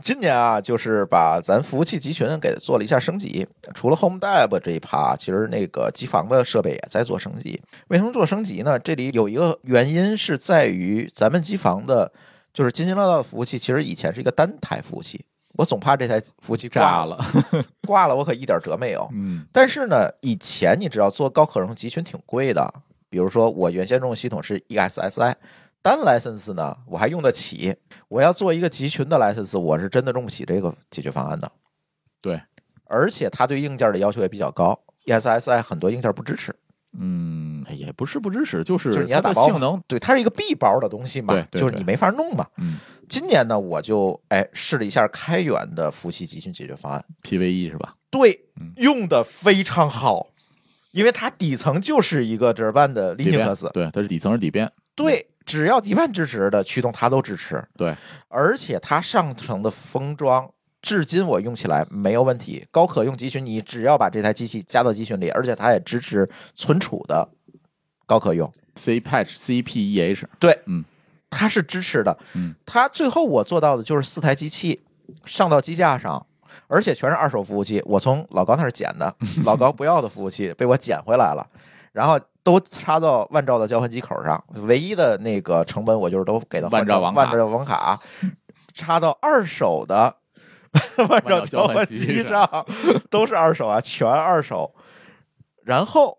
今年啊，就是把咱服务器集群给做了一下升级。除了 Home Lab 这一趴，其实那个机房的设备也在做升级。为什么做升级呢？这里有一个原因是在于咱们机房的，就是津津乐道的服务器，其实以前是一个单台服务器。我总怕这台服务器挂
炸
了，
了，
挂了我可一点辙没有。
嗯
但是呢，以前你知道做高可容集群挺贵的，比如说我原先用的系统是 E ESSI，单 license 呢我还用得起，我要做一个集群的 license，我是真的用不起这个解决方案的。
对，
而且它对硬件的要求也比较高，ESSI ，E 很多硬件不支持，
嗯，也不是不支持，就是
就是你要
它
打
的
包嘛
性能，
对，它是一个 B 包的东西嘛
对，对
就是你
对
没法弄嘛。
嗯
今年呢，我就哎试了一下开源的服务器集群解决方案，
，PVE 是吧？
对
嗯，
用的非常好，因为它底层就是一个折半的
底边
Linux，
对，它是底层是底边，
对，只要 d e 支持的驱动它都支持，
对，
而且它上层的封装。至今我用起来没有问题，高可用集群你只要把这台机器加到集群里，而且它也支持存储的高可用，
C patch C P E H，
它是支持的。
嗯，
它最后我做到的就是四台机器上到机架上，而且全是二手服务器，我从老高那儿捡 的，老高不要的服务器被我捡回来了，然后都插到万兆的交换机口上，唯一的那个成本我就是都给到
万兆网卡
万兆网卡插到二手 的万兆交换机上，都是二手啊，全二手。然后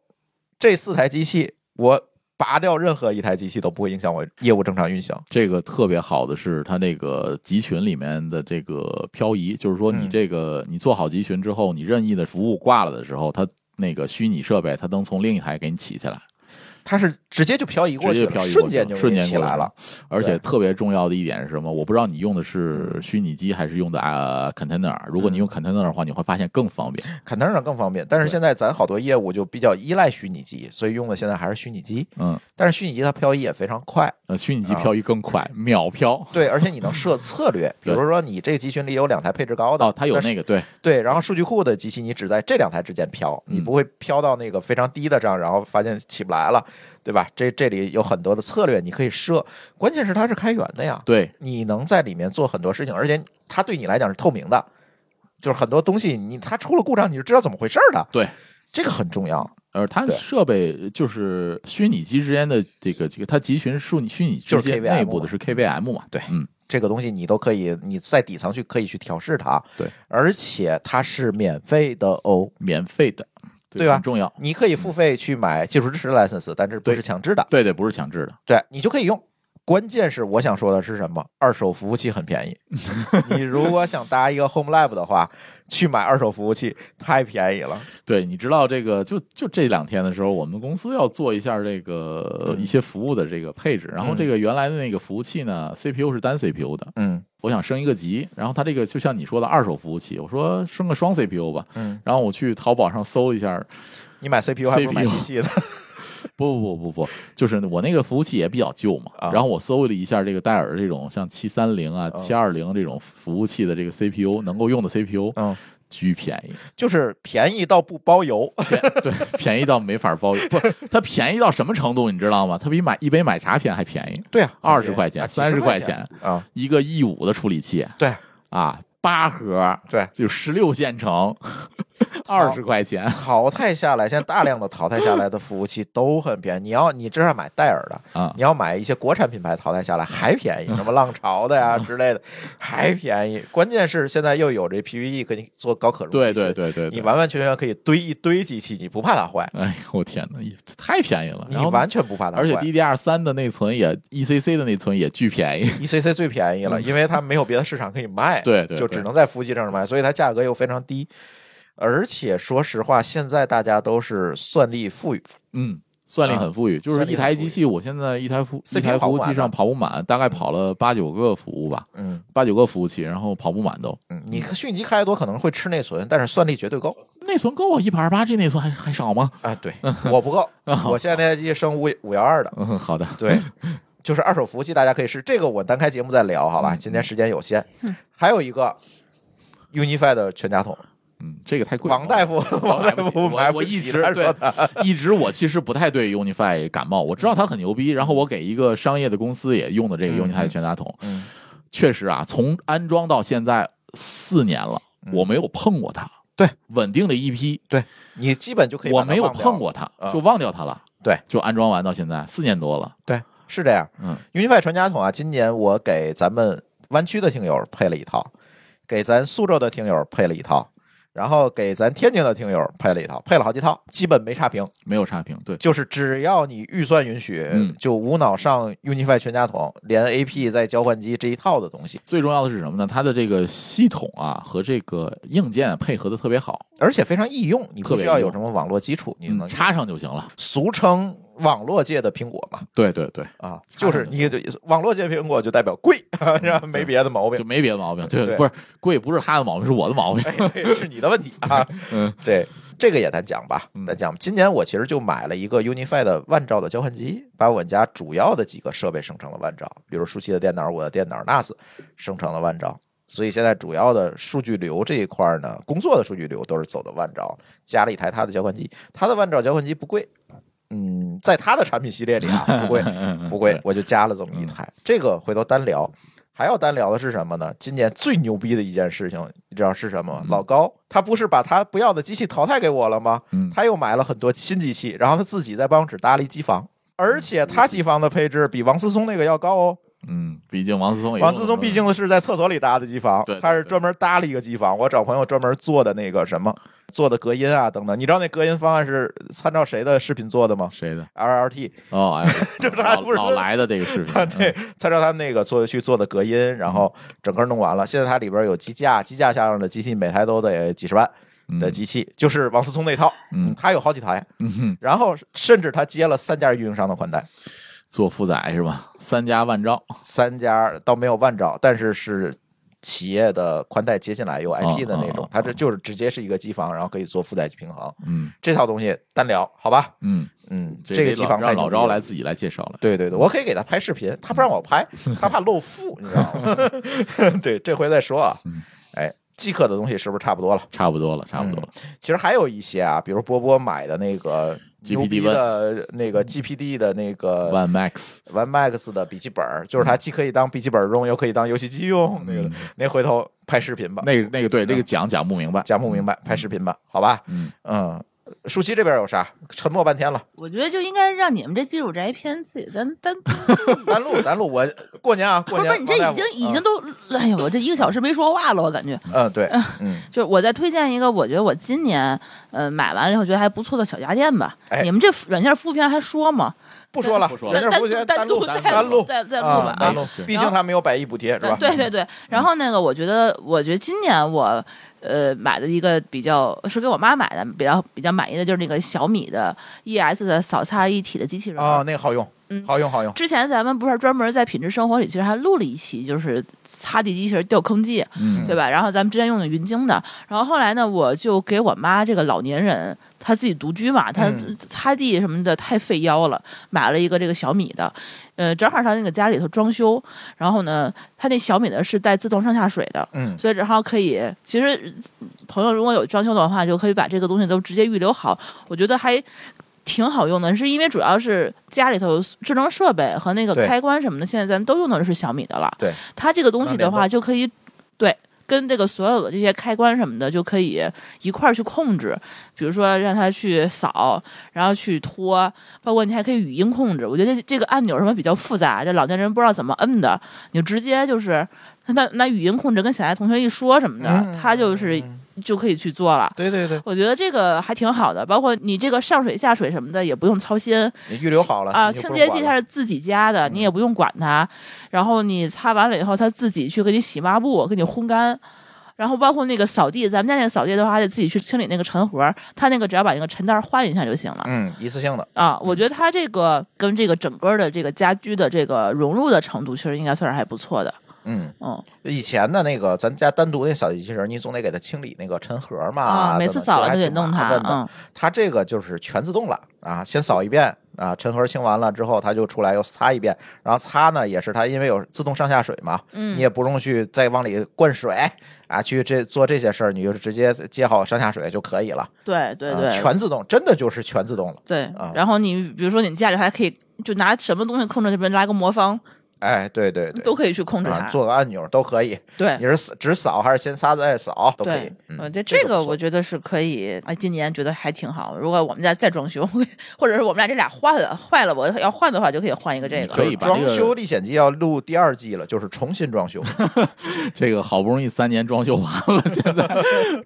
这四台机器我。拔掉任何一台机器都不会影响我业务正常运行。
这个特别好的是它那个集群里面的这个漂移，就是说你
嗯
这个你做好集群之后，你任意的服务挂了的时候，它那个虚拟设备它能从另一台给你起起来。
它是直接就漂移过去
直接
了，
漂移过去了
瞬间就
瞬
给
间
你起
过去
来
了
了。
而
对
且特别重要的一点是什么？我不知道你用的是虚拟机还是用的啊 container。如果你用
嗯
container 的话，你会发现更方便。
肯定上更方便，但是
对
现在咱好多业务就比较依赖虚拟机，所以用的现在还是虚拟机。
嗯，
但是虚拟机它漂移也非常快，
呃，虚拟机
啊
漂移更快，秒漂。
对，而且你能设策略，比
对
如说你这个集群里有两台配置高的，
哦，它有
但是
那个对，
对，然后数据库的机器你只在这两台之间飘，你
嗯
不会飘到那个非常低的上，然后发现起不来了，对吧？这这里有很多的策略你可以设，关键是它是开源的呀，
对，
你能在里面做很多事情，而且它对你来讲是透明的，就是很多东西你它出了故障你就知道怎么回事儿的。
对，
这个很重要。
而它
对
设备就是虚拟机之间的这个这个，它集群数虚拟之
就是
间
KVM
内部的是 KVM 嘛？
对
嗯，
这个东西你都可以，你在底层去可以去调试它，
对，
而且它是免费的哦，
免费的，
对吧
很重要，
你可以付费去买技术支持 license，但是不
嗯对
是强制的，
对对，不是强制的，
对你就可以用。关键是我想说的是什么？二手服务器很便宜， 你如果想搭一个 Home Lab 的话，去买二手服务器太便宜了。嗯
对，你知道这个，就就这两天的时候，我们公司要做一下这个呃
嗯
一些服务的这个配置，然后
嗯
这个原来的那个服务器呢，CPU 是单 CPU 的，
嗯
我想升一个级，然后它这个就像你说的二手服务器，我说升个双 CPU 吧，
嗯，
然后我去淘宝上搜一下，
你买 CPU 还不如买
CPU
机器 呢。
不不不不不，就是我那个服务器也比较旧嘛，
啊
然后我搜了一下这个戴尔这种像七三零啊、
嗯
七二零这种服务器的这个 CPU 能够用的 CPU，
嗯，
巨便宜，
就是便宜到不包邮。
便 对，便宜到没法包，不，它便宜到什么程度，你知道吗？它比买一杯奶茶便还便宜，
对啊，
二十块钱、三十
块
块钱，
啊，
一个 E 五的处理器
对
啊，八核，
对，
就十六线 程，二十块钱
淘汰下来，现在大量的淘汰下来的服务器都很便宜。你要你至少买戴尔的，
啊，
你要买一些国产品牌淘汰下来还便宜，
嗯
什么浪潮的呀之类的还便宜。关键是现在又有这 PVE 给你做高可容，
对对，对对
你
对，
完完全全可以堆一堆机器，你不怕它坏，
哎呦我天哪，也太便宜了，
你
嗯然后呢
完全不怕它坏。
而且 DDR 三的内存也 ECC 的内存也巨便宜，
ECC ，E 最便宜了，因为它没有别的市场可以卖，
嗯对对
就
对
只能在服务器上卖，所以它价格又非常低。而且说实话，现在大家都是算力富裕，
嗯。算力很富裕，就
啊
是
算力
一
很
台
富裕
机器，我现在一台服一
CPU
台服
跑
务
不
器
满
上
的
跑不满，大概跑了八九个服务吧，
嗯
八九个服务器，然后跑不满都。
嗯，你虚拟机开得多可能会吃内存，但是算力绝对够
内存够啊，一百二十八 G 内存还还少吗？
啊。对，我不够， 我现在那台机升五五幺二的，
嗯，好的，
对， 就是二手服务器大家可以试，这个我单开节目再聊，好
嗯
吧？今天时间有限， 还有一个 Unify 的全家桶，
嗯，这个太贵了。
王大夫，王大夫
我
买
我
不
一
起，
直
他说
对， 一直我其实不太对 Unify 感冒，我知道它很牛逼，然后我给一个商业的公司也用的这个
嗯
Unify 全家桶，
嗯
确实啊，从安装到现在四年了，我没有碰过它，
嗯对，
稳定的一批，
你基本就可以把
我
它
没有
忘掉
碰过它，
啊
就忘掉它了，
对，
就安装完到现在四年多了，
对，是这样。
嗯
，Unify 传家桶啊，今年我给咱们湾区的听友配了一套，给咱苏州的听友配了一套，然后给咱天津的听友配了一套，配了好几套，基本没差评。
没有差评，对，
就是只要你预算允许，
嗯
就无脑上 Unify 全家桶，连 AP 再交换机这一套的东西。
最重要的是什么呢？它的这个系统啊和这个硬件配合的特别好，
而且非常易用，你
特
不
别
需要
易
有
用
什么网络基础，你就能
嗯，
用
插上就行了，
俗称网络界的苹果嘛
对对对。
啊，就是你网络界苹果就代表贵， 是吧？没别的毛病
就。没别的毛病，对，
对哎
不是贵，不是他的毛病，是我的毛病。
对是你的问题啊。
嗯，
对，这个也咱讲吧
嗯，
咱讲。今年我其实就买了一个 Unify 的万兆的交换机，把我们家主要的几个设备生成了万兆，比如舒淇的电脑、我的电脑、NAS 生成了万兆。所以现在主要的数据流这一块儿呢，工作的数据流都是走的万兆，加了一台它的交换机，它的万兆交换机不贵，嗯，在它的产品系列里啊不
嗯
贵，不贵，我就加了这么一台。这个回头单聊。还要单聊的是什么呢？今年最牛逼的一件事情，你知道是什么吗？
嗯
老高他不是把他不要的机器淘汰给我了吗？
嗯
他又买了很多新机器，然后他自己在办公室搭了一机
嗯
房。而且他机房的配置比王思聪那个要高哦。
嗯，毕竟王思聪也
王思聪毕竟是在厕所里搭的机房
对对，
他是专门搭了一个机房。我找朋友专门做的那个什么，做的隔音啊等等。你知道那隔音方案是参照谁的视频做的吗
谁的
？LLT
哦，哎，
就是他
老
不是
老来的这个视频，
啊， 对，参照他们那个做去做的隔音，然后整个弄完了。现在它里边有机架，机架下面的机器每台都得几十万
嗯
的机器，就是王思聪那套，
嗯，
他有好几台，
嗯哼
然后甚至他接了三家运营商的宽带，
做负载是吧？三家万兆，
三家倒没有万兆，但是是。企业的宽带接进来有 IP 的那
哦哦
种
哦，
它这就是直接是一个机房，然后可以做负载平衡。
嗯
这套东西单聊，好吧？
嗯，
嗯，
得
这个机房
老
太
让
牛
老
逼了
招来自己来介绍了。
对对
嗯
对，我可以给他拍视频，他不让我拍， 他怕露富，你知道吗？ 对，这回再说啊。
嗯
哎，即刻的东西是不是差不多了？
差不多了，差不多了。
其实还有一些啊，比如波波买的那个
GPD
牛逼的那个 GPD 的那个
One Max，
One Max 的笔记本儿，就是
嗯
它既可以当笔记本用，又可以当游戏机用。那个，那回头拍视频吧，嗯
那个那个对，这个讲讲不明白，
讲不明白，拍视频吧，好吧？
嗯
嗯，舒淇这边有啥？沉默半天 了，
我觉得就应该让你们这技术宅片自己单 单
咱录咱录，我过年啊，
不
过
是
年
不是，你这
王大
已
夫
经已经都，哎呦，我这一个小时没说话了，我感觉。
嗯嗯对嗯
就是我再推荐一个，我觉得我今年呃买完了以后觉得还不错的小家电吧。
哎
你们这软件服务片还说吗？
不说了，
不说了
人家
单
服务员
单
录
独
单
再
录
录再再录
啊
吧
单
啊。
录，
对
毕竟他没有百亿补贴是吧？
呃对对 对，然后那个我觉得，我觉得今年我呃买了一个比较是给我妈买的，比较比较满意的就是那个小米的 ES 的扫擦一体的机器人。
啊，那个好用，
嗯
好用好用，
之前咱们不是专门在品质生活里，其实还录了一期，就是擦地机器人掉坑记，
嗯
对吧？然后咱们之前用的云鲸的，然后后来呢，我就给我妈这个老年人，她自己独居嘛，她
嗯
擦地什么的太费腰了，买了一个这个小米的，呃，正好她那个家里头装修，然后呢，她那小米的是带自动上下水的，
嗯
所以然后可以，其实嗯朋友如果有装修的话，就可以把这个东西都直接预留好，我觉得还。挺好用的，是因为主要是家里头智能设备和那个
对
开关什么的，现在咱们都用的是小米的了。
对，
它这个东西的
能联
话，就可以对跟这个所有的这些开关什么的，就可以一块儿去控制。比如说让它去扫，然后去拖，包括你还可以语音控制。我觉得这这个按钮什么比较复杂，这老年人不知道怎么摁的，你就直接就是那那语音控制跟小爱同学一说什么
嗯
的，他就是就可以去做了。
对对对，
我觉得这个还挺好的，包括你这个上水下水什么的也不用操心，
你预留好了
啊，
你就
清
不
洁
用
剂
管
它
了嗯
是自己家的，你也不用管它。然后你擦完了以后，它自己去给你洗抹布，给你烘干。然后包括那个扫地，咱们家那个扫地的话，还得自己去清理那个尘盒儿，它那个只要把那个尘袋儿换一下就行了。
嗯一次性的，
啊，我觉得它这个跟这个整个的这个家居的这个融入的程度，其实应该算是还不错的。
嗯。
嗯，
以前的那个咱家单独那小机器人，你总得给它清理那个尘盒嘛，
啊，每
等
次
等
扫
其实
了就
还
得
挺
弄
麻
它，
烦的
嗯，
它这个就是全自动了啊，先扫一遍啊，尘盒清完了之后，它就出来又擦一遍，然后擦呢也是它因为有自动上下水嘛，
嗯
你也不用去再往里灌水啊，去这做这些事儿，你就直接接好上下水就可以了，
对对
啊、
对，
全自动，真的就是全自动了，
对。
啊
然后你比如说你家里还可以就拿什么东西控制这边拉个魔方，
哎，对对对，
都可以去控制
啊
它。，
做个按钮都可以，
对
你，是扫只扫还是先擦再扫都可以
对，，我
嗯，
觉得
这
这
个
个
不错
我觉得是可以，哎，今年觉得还挺好。如果我们家再装修， 或者是我们俩这俩换了坏了，我要换的话，就可以换一个这个。
可以把
装
这个
修历险记要录第二季了，就是重新装修，
这个好不容易三年装修完了， 现在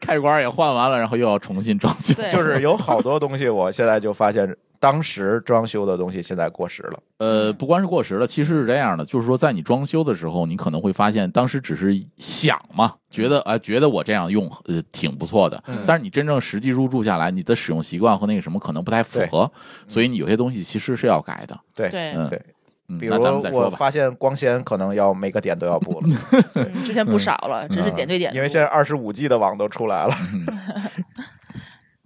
开关也换完了，然后又要重新装修。
对
就是有好多东西，我现在就发现当时装修的东西现在过时了。
呃，不光是过时了，其实是这样的，就是说在你装修的时候，你可能会发现当时只是想嘛，觉得啊、呃觉得我这样用呃挺不错的，
嗯
但是你真正实际入住下来，你的使用习惯和那个什么可能不太符合，所以你有些东西其实是要改的。
嗯对，
对，
嗯，
对
嗯
比如
那咱们再
我
说吧。
发现光纤可能要每个点都要布了，
嗯之前不少了，只是点对
嗯
点。
因为现在二十五 G 的网都出来了。
嗯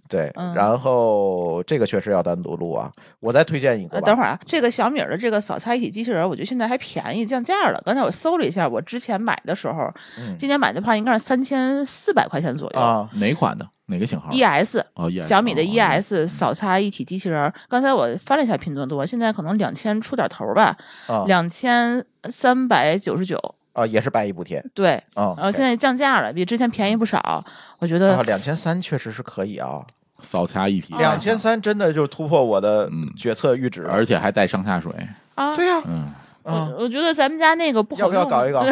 对，
嗯
然后这个确实要单独录啊。我再推荐一个
呃，
吧，
等会儿啊，这个小米儿的这个扫擦一体机器人儿，我觉得现在还便宜降价了。刚才我搜了一下，我之前买的时候，
嗯
今年买的话应该是三千四百块钱左右。
啊，，E
哪款的？哪个型号
ES
哦，ES
小米的 E
哦
嗯
ES 扫擦一体机器人儿，刚才我翻了一下拼多多，现在可能两千出点头儿吧，
啊
两千三百九十九。
啊，也是百亿补贴
对，
啊。
然后呃现在降价了，比之前便宜不少。我觉
呃
得，
两千三确实是可以啊，
扫擦一
嗯
体，
两千三真的就突破我的
嗯
决策阈值了。
而且还带上下水。
啊，
对呀，
嗯，
嗯，
我我觉得咱们家那个不好
要
啊用，
不要搞一 搞？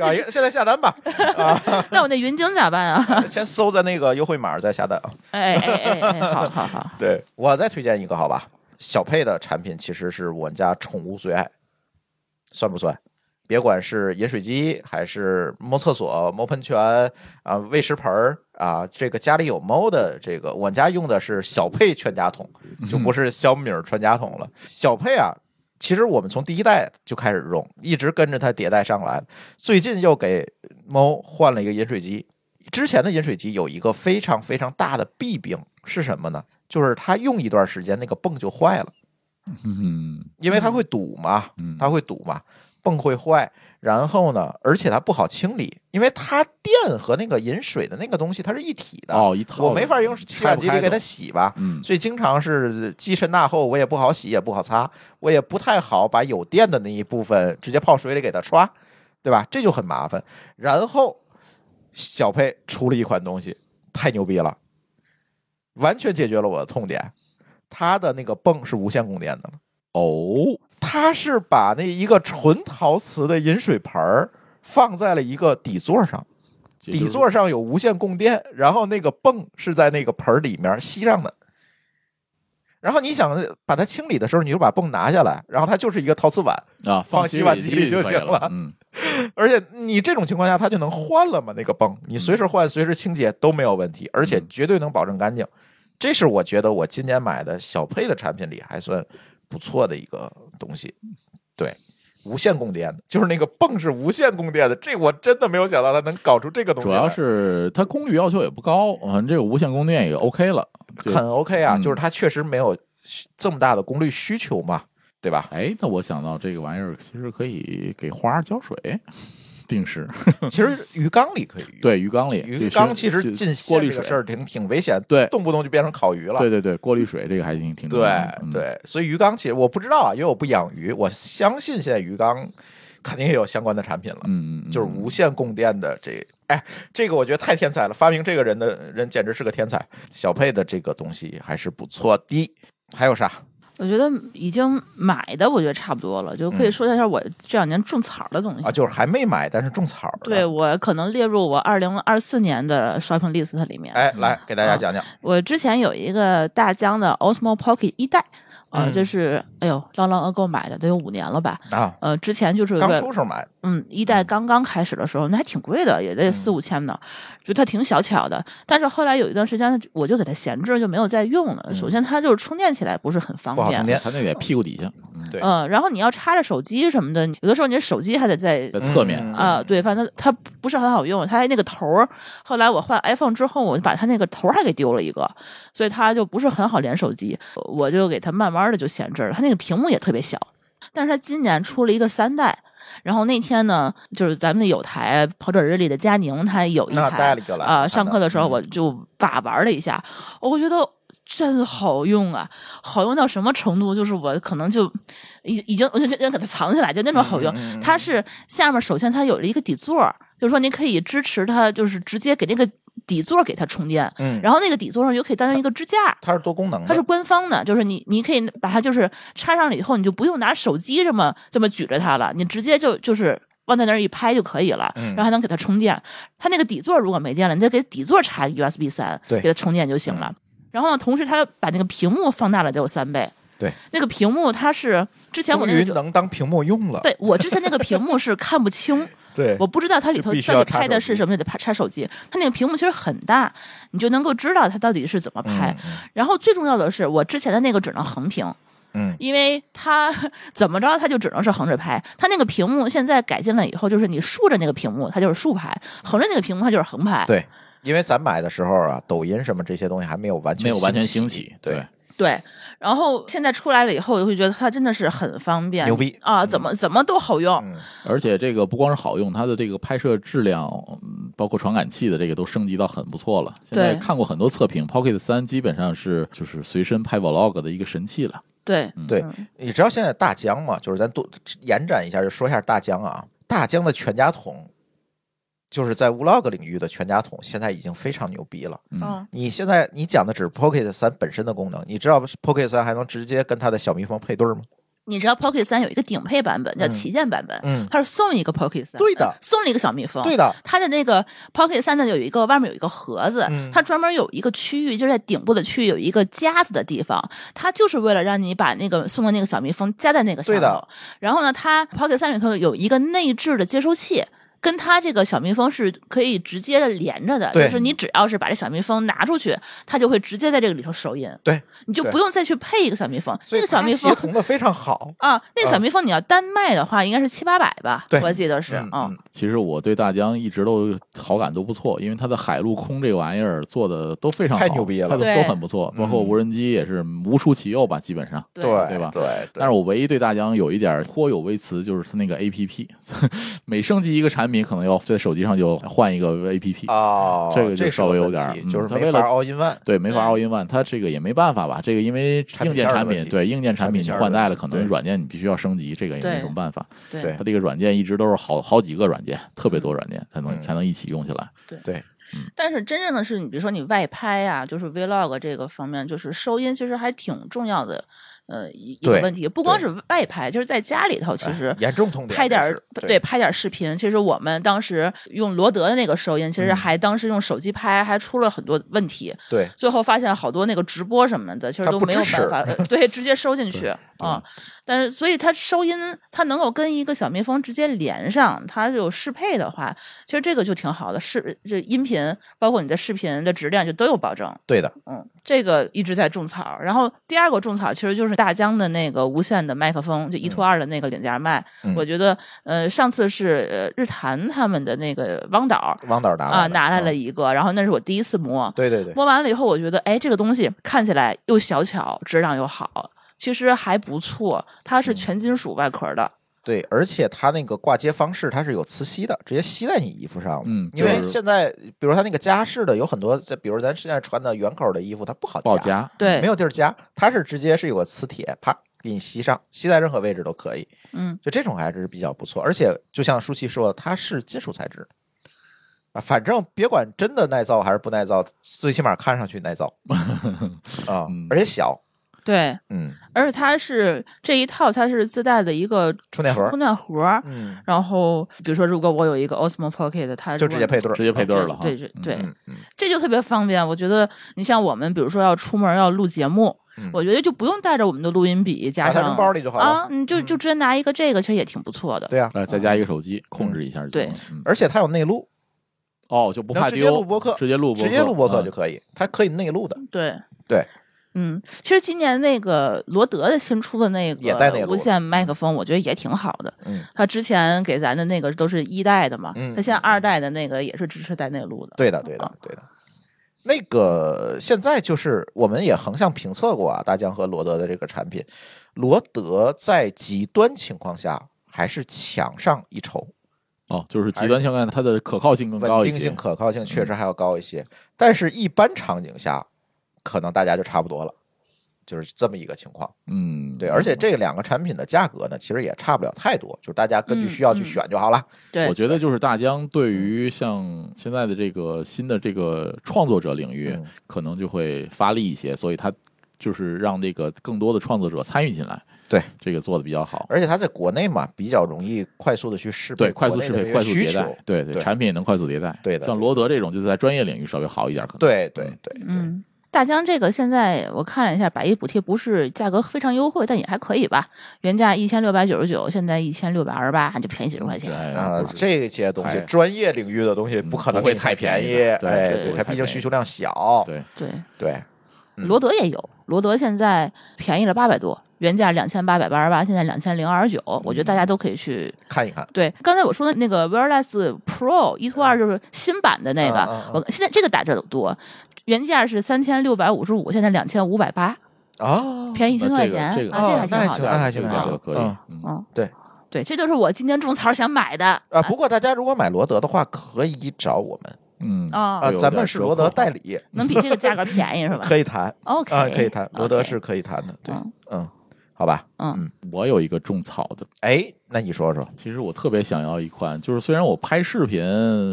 搞一个，现在下单吧。
那我那云鲸咋办啊？
先搜的那个优惠码再下单啊。
哎哎哎哎，好好好，
对我再推荐一个，好吧？小佩的产品其实是我们家宠物最爱，算不算？别管是饮水机，还是猫厕所、猫喷泉啊、喂食盆儿啊，这个家里有猫的这个，我们家用的是小佩全家桶，就不是小米儿全家桶了。小佩啊，其实我们从第一代就开始用，一直跟着它迭代上来。最近又给猫换了一个饮水机，之前的饮水机有一个非常非常大的弊病是什么呢？就是它用一段时间那个泵就坏了，
嗯
因为它会堵嘛，
嗯
它会堵嘛，泵会坏。然后呢，而且它不好清理，因为它电和那个饮水的那个东西它是一体的，
哦，一套
我没法用洗碗机里给它
它。
洗吧。
嗯
所以经常是积尘纳垢，我也不好洗，也不好擦，我也不太好把有电的那一部分直接泡水里给它刷，对吧？这就很麻烦。然后小佩出了一款东西，太牛逼了，完全解决了我的痛点。它的那个泵是无线供电的了，
哦，
它是把那一个纯陶瓷的饮水盆儿放在了一个底座上，
也就
底
是
座上有无线供电，然后那个泵是在那个盆儿里面吸上的。然后你想把它清理的时候，你就把泵拿下来，然后它就是一个陶瓷碗，
啊，
放
放
洗碗机里
里
就
可以
行了
了。嗯，
而且你这种情况下，它就能换了嘛？那个泵，你随时换、随时清洁都没有问题，而且绝对能保证干净。这是我觉得我今年买的小配的产品里还算不错的一个东西。对，无线供电的，就是那个泵是无线供电的，这我真的没有想到它能搞出这个东西
主
来。
要是它功率要求也不高，反正这个无线供电也 OK 了。就
很 OK 啊，
嗯
就是它确实没有这么大的功率需求嘛，对吧？
哎，那我想到这个玩意儿其实可以给花儿浇水，定时
其实鱼缸里可以用，
对鱼缸里，
鱼
这
缸
是
其实
这
进
过
线
滤
这
水
个事儿挺挺危险，
对
动不动就变成烤鱼了。
对对对，过滤水这个还挺挺重要
对
的嗯
对，所以鱼缸其实我不知道啊，因为我不养鱼，我相信现在鱼缸肯定也有相关的产品了，
嗯，嗯
就是
嗯
无线供电的这。哎，这个我觉得太天才了！发明这个人的人简直是个天才。小佩的这个东西还是不错的。还有啥？啊
我觉得已经买的，我觉得差不多了，就可以说一下我这两年种草的东西。
嗯啊，就是还没买，但是种草的。
嗯对，我可能列入我二零二四年的 shopping list 里面。
哎，来给大家讲讲。
我之前有一个大疆的 Osmo Pocket 一代，啊、
嗯
这是哎呦浪浪 ago 买的，得有五年了吧？
啊，
呃，之前就是为
刚
了
出时候买的，
嗯，一代刚刚开始的时候，那还挺贵的，也
嗯
得四五千呢，就它挺小巧的。但是后来有一段时间，我就给它闲置，就没有再用了。首先，它就是充电起来不是很方
嗯不好
便
充，电，
它那得屁股底下，嗯，
对
嗯，然后你要插着手机什么的，有的时候你的手机还得在
在侧面
嗯
啊、对，反正它不是很好用，它那个头儿。后来我换 iPhone 之后，我就把它那个头儿还给丢了一个，所以它就不是很好连手机。我就给它慢慢的就闲置了，它那个屏幕也特别小。但是它今年出了一个三代，然后那天呢，就是咱们的有台跑者日里的佳宁，他有一
那带
台
了一个来
啊、
看
上
到
课的时候
嗯
我就把玩了一下，我觉得。真好用啊！好用到什么程度？就是我可能就已已经我就就就给它藏起来，就那种好用。
嗯嗯嗯
它是下面首先它有了一个底座儿，就是说你可以支持它，就是直接给那个底座儿给它充电，
嗯，
然后那个底座上又可以当成一个支架。
它是多功能的，
它是官方的，就是你你可以把它就是插上了以后，你就不用拿手机这么这么举着它了，你直接就就是往在那儿一拍就可以了，
嗯
然后还能给它充电。它那个底座如果没电了，你再给底座插一个 USB 三，
对嗯
给它充电就行了。然后呢，同时它把那个屏幕放大了得有三倍，
对，
那个屏幕它是之前
终
我那个
于
就
能当屏幕用了。
对我之前那个屏幕是看不清，
对
我不知道它里头
就必须
到
要
底
插
拍
手
的是
机
什么，得拍插手机。它那个屏幕其实很大，你就能够知道它到底是怎么拍。然后最重要的是，我之前的那个只能横屏，
嗯
因为它 怎么着它就只能是横着拍。它那个屏幕现在改进了以后，就是你竖着那个屏幕它就是竖拍，横着那个屏幕它就是横拍。
对，因为咱买的时候啊，抖音什么这些东西还没有完全
没有完全
兴
兴
起
起，，
对，
对，然后现在出来了以后，我就会觉得它真的是很方便，
牛逼
啊！怎么怎么都好用，
嗯
而且这个不光是好用，它的这个拍摄质量，嗯包括传感器的这个都升级到很不错了。现在
对
看过很多测评，Pocket 三基本上是就是随身拍 vlog 的一个神器了。
对，嗯
对，你知道现在大疆嘛？就是咱多延展一下，就说一下大疆啊。大疆的全家桶，就是在 vlog 领域的全家桶，现在已经非常牛逼了。
嗯，
你现在你讲的只是 Pocket 三本身的功能，你知道 Pocket 三还能直接跟它的小蜜蜂配对吗？
你知道 Pocket 三有一个顶配版本叫旗舰版本，
嗯
它是送一个 Pocket 三，
对的
送了一个小蜜蜂，
对的，
啊它的那个 Pocket 三呢，有一个外面有一个盒子，
嗯
它专门有一个区域，就是在顶部的区域有一个夹子的地方，它就是为了让你把那个送的那个小蜜蜂夹在那个上
对的
头。然后呢，它 Pocket 三里头有一个内置的接收器。跟它这个小蜜蜂是可以直接的连着的，就
对
是你只要是把这小蜜蜂拿出去，它就会直接在这个里头手印，
对，
你就
对
不用再去配一个小蜜蜂。
所
那
以
个小
它
蜜
协
蜂
同的非常好。
啊，那个小
嗯
蜜蜂你要单卖的话，应该是七八百吧
对，
我记得是，
嗯
嗯，
其实我对大疆一直都好感都不错，因为它的海陆空这玩意儿做的都非常好，
太牛逼了
它的
对
都很不错，包括
嗯
无人机也是无出其右吧，基本上。
对
对吧
对，对
但是我唯一对大疆有一点颇有微词，就是它那个 A P P，每 升级一个产品，可能要在手机上就换一个 A P P。
哦，
这
这
个就是稍微
个
有
问
点儿
题
嗯
就是
它
没
为
法
了
all in one。
对，没法
对
all in one，它这个也没办法吧？这个因为
产品
硬件
线儿的
产
问
品，
题
对硬件
产
产
品
品你
线儿的
换代
问
了，
题
可能
对
软件你必须要升级，这个也
对
没什么办法。
对
对
它这个软件一直都是好好几个软件，特别多软件才能
嗯
才能一起用起来。
对，
但是真正的是，你比如说你外拍啊，就是 vlog 这个方面，就是收音其实还挺重要的，呃，一一个
对
问题，不光
对
是外拍，就是在家里头，其实
哎严重痛点
拍点
这
儿
是
对拍点儿视频。其实我们当时用罗德的那个收音，其
嗯
实还当时用手机拍，还出了很多问题。
对，
最后发现好多那个直播什么的，其实
它
都
不
没有
支
办
持 嗯
法，呃对，直接收进去
对
啊。但是，所以它收音，它能够跟一个小蜜蜂直接连上，它有适配的话，其实这个就挺好的。视这音频，包括你的视频的质量，就都有保证。
对的，
嗯，这个一直在种草。然后第二个种草其实就是大疆的那个无线的麦克风，就一拖二的那个领夹麦。
嗯
我觉得，呃，上次是呃日坛他们的那个汪导
汪导拿来
啊
的
拿来
嗯
了一个，然后那是我第一次摸。
对对对，
摸完了以后，我觉得，哎，这个东西看起来又小巧，质量又好，其实还不错。它
嗯
是全金属外壳的，
对，而且它那个挂接方式它是有磁吸的，直接吸在你衣服上的。
嗯
因
就
为
是
现在比如它那个夹式的有很多，在比如咱现在穿的圆口的衣服，它不好
不好夹，
对
没，有地儿夹，它是直接是有个磁铁，啪给你吸上，吸在任何位置都可以。
嗯，
就这种还是比较不错，而且就像舒淇说的，它是金属材质。啊，反正别管真的耐造还是不耐造，最起码看上去耐 造啊、
嗯
而且小，
对。
嗯，
而且它是这一套，它是自带的一个
充电盒儿
充电盒儿。
嗯，
然后，比如说，如果我有一个 Osmo Pocket，它
就
如
直
果
接配对儿，
直接配对儿了哈。
对对对
嗯嗯，
这就特别方便。我觉得，你像我们，比如说要出门要录节目，
嗯
我觉得就不用带着我们的录音笔，加
把它
上
扔包里就好了。
啊，你就
嗯
就直接拿一个这个，其实也挺不错的。
对啊，
呃，再加一个手机控制一下就行了。嗯，
而且它有内录，
哦，就不
然后
怕
直
丢，
接录播客
直接录播，
直接录播客就
嗯
可以，它可以内录的。
对
对，
嗯，其实今年那个罗德的新出的那
也带那
个
个
无线麦克风，我觉得也挺好的。
嗯，
他之前给咱的那个都是一代的嘛，
嗯
他现在二代的那个也是支持带内录的。
对的，对的，对的。那个现在就是我们也横向评测过啊，大疆和罗德的这个产品，罗德在极端情况下还是强上一筹，
哦，就是极端情况下它的可靠性更高
稳
一
定
些
性、。可靠性确实还要高一些，但是一般场景下，可能大家就差不多了。就是这么一个情况，
嗯，
对，而且这两个产品的价格呢，其实也差不了太多，就是大家根据
嗯
需要去
嗯
选就好了。
对
我，觉得就是大疆对
嗯
于像现在的这个新的这个创作者领域
嗯，
可能就会发力一些，所以它就是让这个更多的创作者参与进来。
对，
这个做的比较好。
而且它在国内嘛，比较容易快速的去适配
对，快速
国内
适
的
配、
这
快
个
速
需
迭
求
代，，对对，
对
产品也能快速迭代。
对的
像罗德这种，就是在专业领域稍微好一点，可能。
对对对，对
嗯。大疆这个现在我看了一下，百亿补贴不是价格非常优惠，但也还可以吧。原价一千六百九十九，现在一千六百二十八，就便宜几十块钱。
对
啊，
哎不是
这些东西
太
专业领域的东西不可能
不会
给你
太
便
便宜的对
哎，
对
对，
不会
它
太
毕竟
便宜
需求量小，
对，
对，
对，嗯
罗德也有，罗德现在便宜了八百多，原价两千八百八十八，现在两千零二十九。我觉得大家都可以去
看一看，
对，刚才我说的那个 Wireless Pro 一拖二就是新版的那个，
嗯嗯嗯嗯
我现在这个打折的多，原价是三千六百五十五，现在两千五百八，
哦，
便宜一
那
千块
这个
钱，
这个
啊，这
哦
还挺
那还
好
行
的。
那还
这
行
个价格可以。
嗯
嗯
嗯，
对
对，这就是我今年种草想买的
啊，不过大家如果买罗德的话，可以找我们
嗯
啊、
啊
会，有
咱
点
们是
折
罗德
扣
代理，
能比这个价格便宜是吧
可以谈
？OK，
啊，可以谈，罗德
OK
是可以谈的，对
嗯，
嗯，好吧，
嗯
我有一个种草的，
哎，那你说说，
其实我特别想要一款，就是虽然我拍视频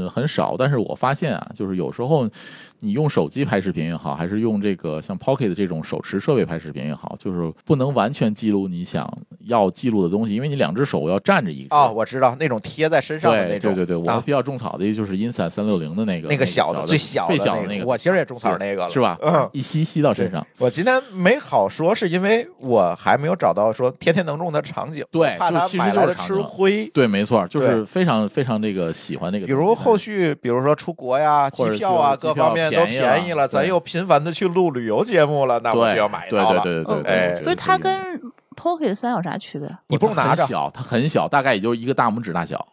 很少，但是我发现啊，就是有时候你用手机拍视频也好，还是用这个像 Pocket 这种手持设备拍视频也好，就是不能完全记录你想要记录的东西，因为你两只手要占着一个。
哦，我知道那种贴在身上的那
对
种，
对对对，我
啊
比较种草的就是 Insta 三六零的那个
那个
小
小
的
的最
小
小
最
的
的
那
那
个，
个，
我其实也种草那个了，
是吧？
嗯。
一吸吸到
对
身上，
我今天没好说，是因为我还没有找到说天天能用的场景，
对
怕
哎就
它
其实
买
就
来
是
了
场
吃
景
灰。
对，没错，就
对
是非常非常这个喜欢这个
比
东西。
如后
但是
续，比如说出国呀、机
或者
票啊，
是机
各
票
方面都
便宜了
便宜了，咱
对
又频繁的去录旅游节目了，那我就要买
对
到了。
对对对对
哎
对，我觉
不是
得
它
这个
跟 Pocket 三有啥区别？
你不用拿着
它很，小，它很小，大概也就一个大拇指大小，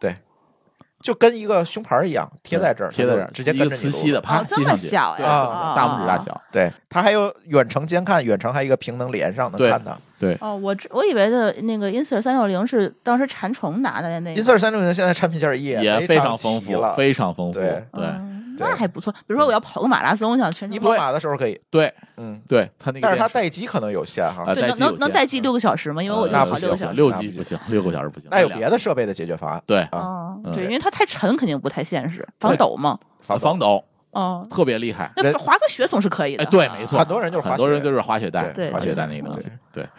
就跟一个胸牌儿一样贴在这儿，
贴在这
它
儿，
就直接
一
跟着
个磁
你
吸
录
的，
了。
啪
哦这
吸
么
上去，
小
对，
呀
啊
哦
大拇指大小，
对，它还有远程监看，远程还有一个屏能连上，能
对
看到。
哦，我知我以为的那个 Insert 三六零是当时馋虫拿的那个。
Insert 三六零现在产品线儿
也
非
常
常
丰
齐
富，
了。
非常丰富，
对
对
嗯
对
那还不错。比如说我要跑个马拉松，我想全
你
程
跑马的时候可以，
对
嗯，
对，它那个
但是它
电池
待机可能有限哈。
呃
对，
待
能
机有
能能
限
待机六个小时吗？因为我就
那
跑
不
六
行
个
嗯行
小时。
六
那
级
不
不行，六个小时不行，
那有
两
别的设备的解决方案，
对
啊
哦
嗯，
对，
对
因为它太沉，肯定不太现实。防
对
抖嘛，
防抖
防抖，
哦，
特别厉害。
那
人
滑个雪总是可以的。啊
哎，对，没错，
很多人就是滑
很多人
雪
就是滑雪带，
对
滑雪
对
带那个东西
对，
对，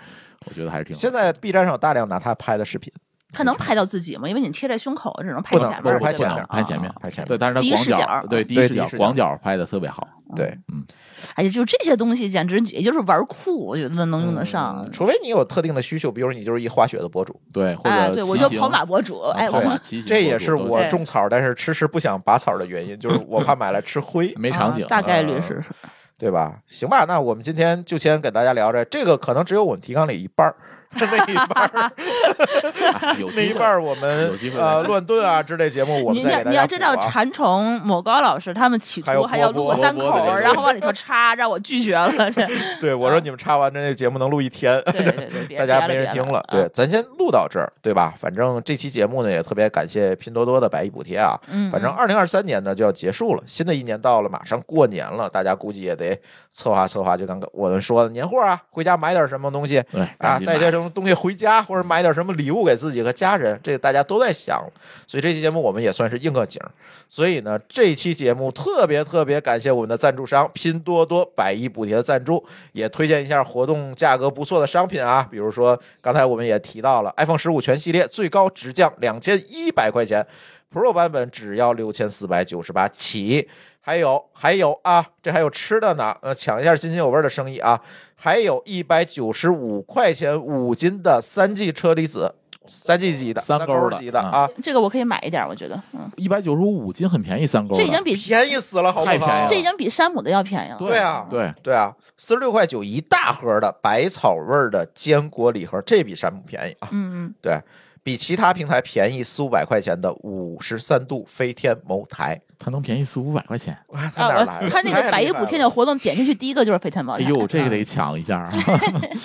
我觉得还是挺好。
现在 B 站上有大量拿它拍的视频，
他能拍到自己吗？因为你贴在胸口，只能拍
不能
前面，
不是拍
对
前
吧
面
拍前面
啊，
拍前面
对，但是它
第一
广
视
角
角，
对，第
对
一
第
视
一
角
视角
广角拍的特别好，
对，
哎呀，就这些东西，简直也就是玩酷，我觉得能用得上。
除非你有特定的需求，比如你就是一滑雪的博主，
对，或
哎，
者
对
骑
我就
行啊
跑马博主，哎，
跑
我
马骑行
这也
博主
是
都，
我
对
种草但是迟迟不想拔草的原因，就是我怕买来吃灰
没场景，
啊大概率
嗯
是
对吧？行吧，那我们今天就先给大家聊着这个，可能只有我们提纲里一半儿。 那一半 儿，
啊有
那
机
一
会
半儿，我们
有机会
呃乱炖啊之类节目，我
你
们再
要
给大
你
家
要
补
知道
啊
馋虫某高老师他们企
还有
图还要
波
录
波
个单
波波的
口，
这
然
个
后往里头插，让我拒绝了。这
对，我说你们插完这节目能录一天，
对对对，别
大家没人听了。，
别啊
对，咱先录到这儿，对吧？反正这期节目呢，也特别感谢拼多多的百亿补贴啊。
嗯
反正二零二三年呢就要结束了，新的一年到了，马上过年了，大家估计也得策划策划，就刚刚我们说的年货啊，回家买点什么东西
对
啊，带
家
些什么东西回家，或者买点什么礼物给自己和家人，这个大家都在想。所以这期节目我们也算是应个景儿。所以呢，这期节目特别特别感谢我们的赞助商拼多多百亿补贴的赞助，也推荐一下活动价格不错的商品啊，比如说刚才我们也提到了 iPhone 十五全系列最高直降两千一百块钱，Pro 版本只要六千四百九十八起。还有还有啊，这还有吃的呢，呃，抢一下津津有味的生意啊！还有一百九十五块钱五斤的三 G 车厘子，三 G 级的，
三
三
勾儿的
级的
嗯
啊，
这个我可以买一点，我觉得，嗯，
一百九十五斤很便宜，三勾
这已
的
经比
便宜死了，好不
太便宜
好？
了
这已经比山姆的要便宜了。
对啊
对，
对啊，四十六块九一大盒的百草味儿的坚果礼盒，这比山姆便宜啊，
嗯 嗯，
对，比其他平台便宜四五百块钱的五十三度飞天茅台，
它能便宜四五百块钱。
哇，它
啊
哪儿来
呃
的？
他那
太厉
个百亿
害
补贴
了
的活动点进去第一个就是飞天茅
哎
台。
呦，这个得抢一下啊！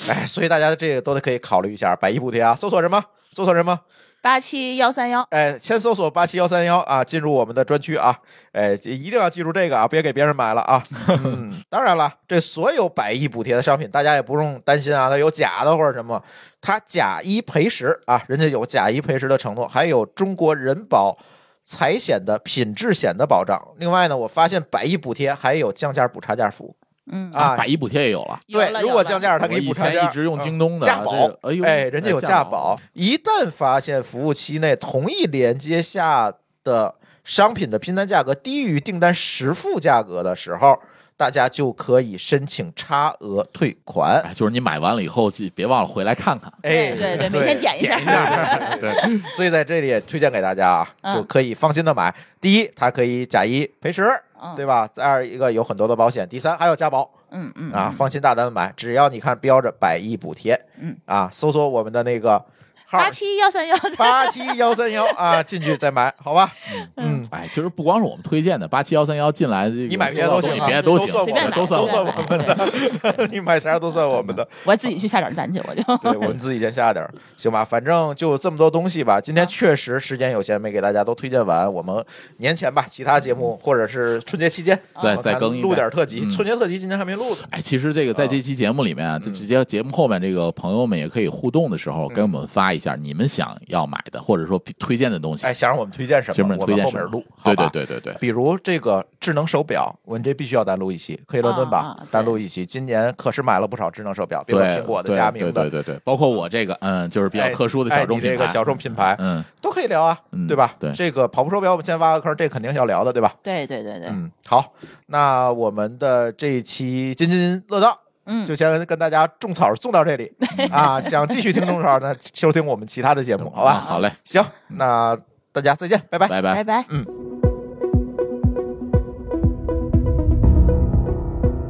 哎，所以大家这个都得可以考虑一下百亿补贴啊，搜索什么？搜索什么？
八七幺三幺，
哎，先搜索八七幺三幺啊，进入我们的专区啊，哎，一定要记住这个啊，别给别人买了 啊。嗯，当然了，这所有百亿补贴的商品，大家也不用担心啊，它有假的或者什么，它假一赔十啊，人家有假一赔十的承诺，还有中国人保。财险的品质险的保障，另外呢，我发现百亿补贴还有降价补差价服务
嗯，
啊，
百亿补贴也有了，
有
对，
了
如
有
果
了
降价，他
我
给你
以
补差
前
价。
一直用京东的
价
这
保
个，哎呦，
哎，人家有价
价
保，，一旦发现服务期内同一连接下的商品的拼单价格低于订单实付价格的时候，大家就可以申请差额退款。
哎，就是你买完了以后，记别忘了回来看看。
哎，
对对，每天点一下。
下。
对，
所以在这里也推荐给大家啊，
嗯
就可以放心的买。第一，它可以假一赔十，
嗯
对吧？再二一个有很多的保险，第三还有加保。
嗯嗯
啊，放心大胆地买，只要你看标着百亿补贴，
嗯
啊，搜索我们的那个号
八七幺三 幺，
八七幺三幺啊，进去再买，好吧？嗯，
哎，其实不光是我们推荐的，八七幺三幺进来这个，
你买别的都行
你
啊
别的
都
行，
算
随便
买
买，
都
算都
算我
算
们
我们的
的。
你买啥都算我们的，
我自己去下点单去，我就。
对我们自己先下点儿， 行吧？反正就这么多东西吧。今天确实时间有限，没给大家都推荐完。我们年前吧，其他节目或者是春节期间
再
我们
再
看
更一
录
遍
点儿特辑，
嗯
春节特辑今天还没录呢。
哎，其实这个
嗯
在这期节目里面啊，就直接节目后面这个朋友们也可以互动的时候，
嗯
跟我们发一下你们想要买的，或者说推荐的东西
哎，，想让我们推荐什
节
么
目，
我
推
们
荐
后
什
面
么
录，好
对
吧
对？对对对，
比如这个智能手表，我们这必须要单录一期，可以乱炖吧？
啊啊
单录一期。今年可是买了不少智能手表，别
对
管苹果的、
对
佳明的，
对对对对，包括我这个，嗯，就是比较
哎
特殊的
哎
小众
你
品
这
牌，
个小众品牌
嗯，
都可以聊啊，
嗯
对吧？
对
这个跑步手表我们先挖个坑，这肯定要聊的，对吧？
对对对对，
嗯，好，那我们的这一期津津乐道。
嗯
就先跟大家种草种到这 里啊！想继续听种草呢，收听我们其他的节目，好
啊
吧？
好嘞，
行，那大家再见，拜拜。
拜拜
拜。拜。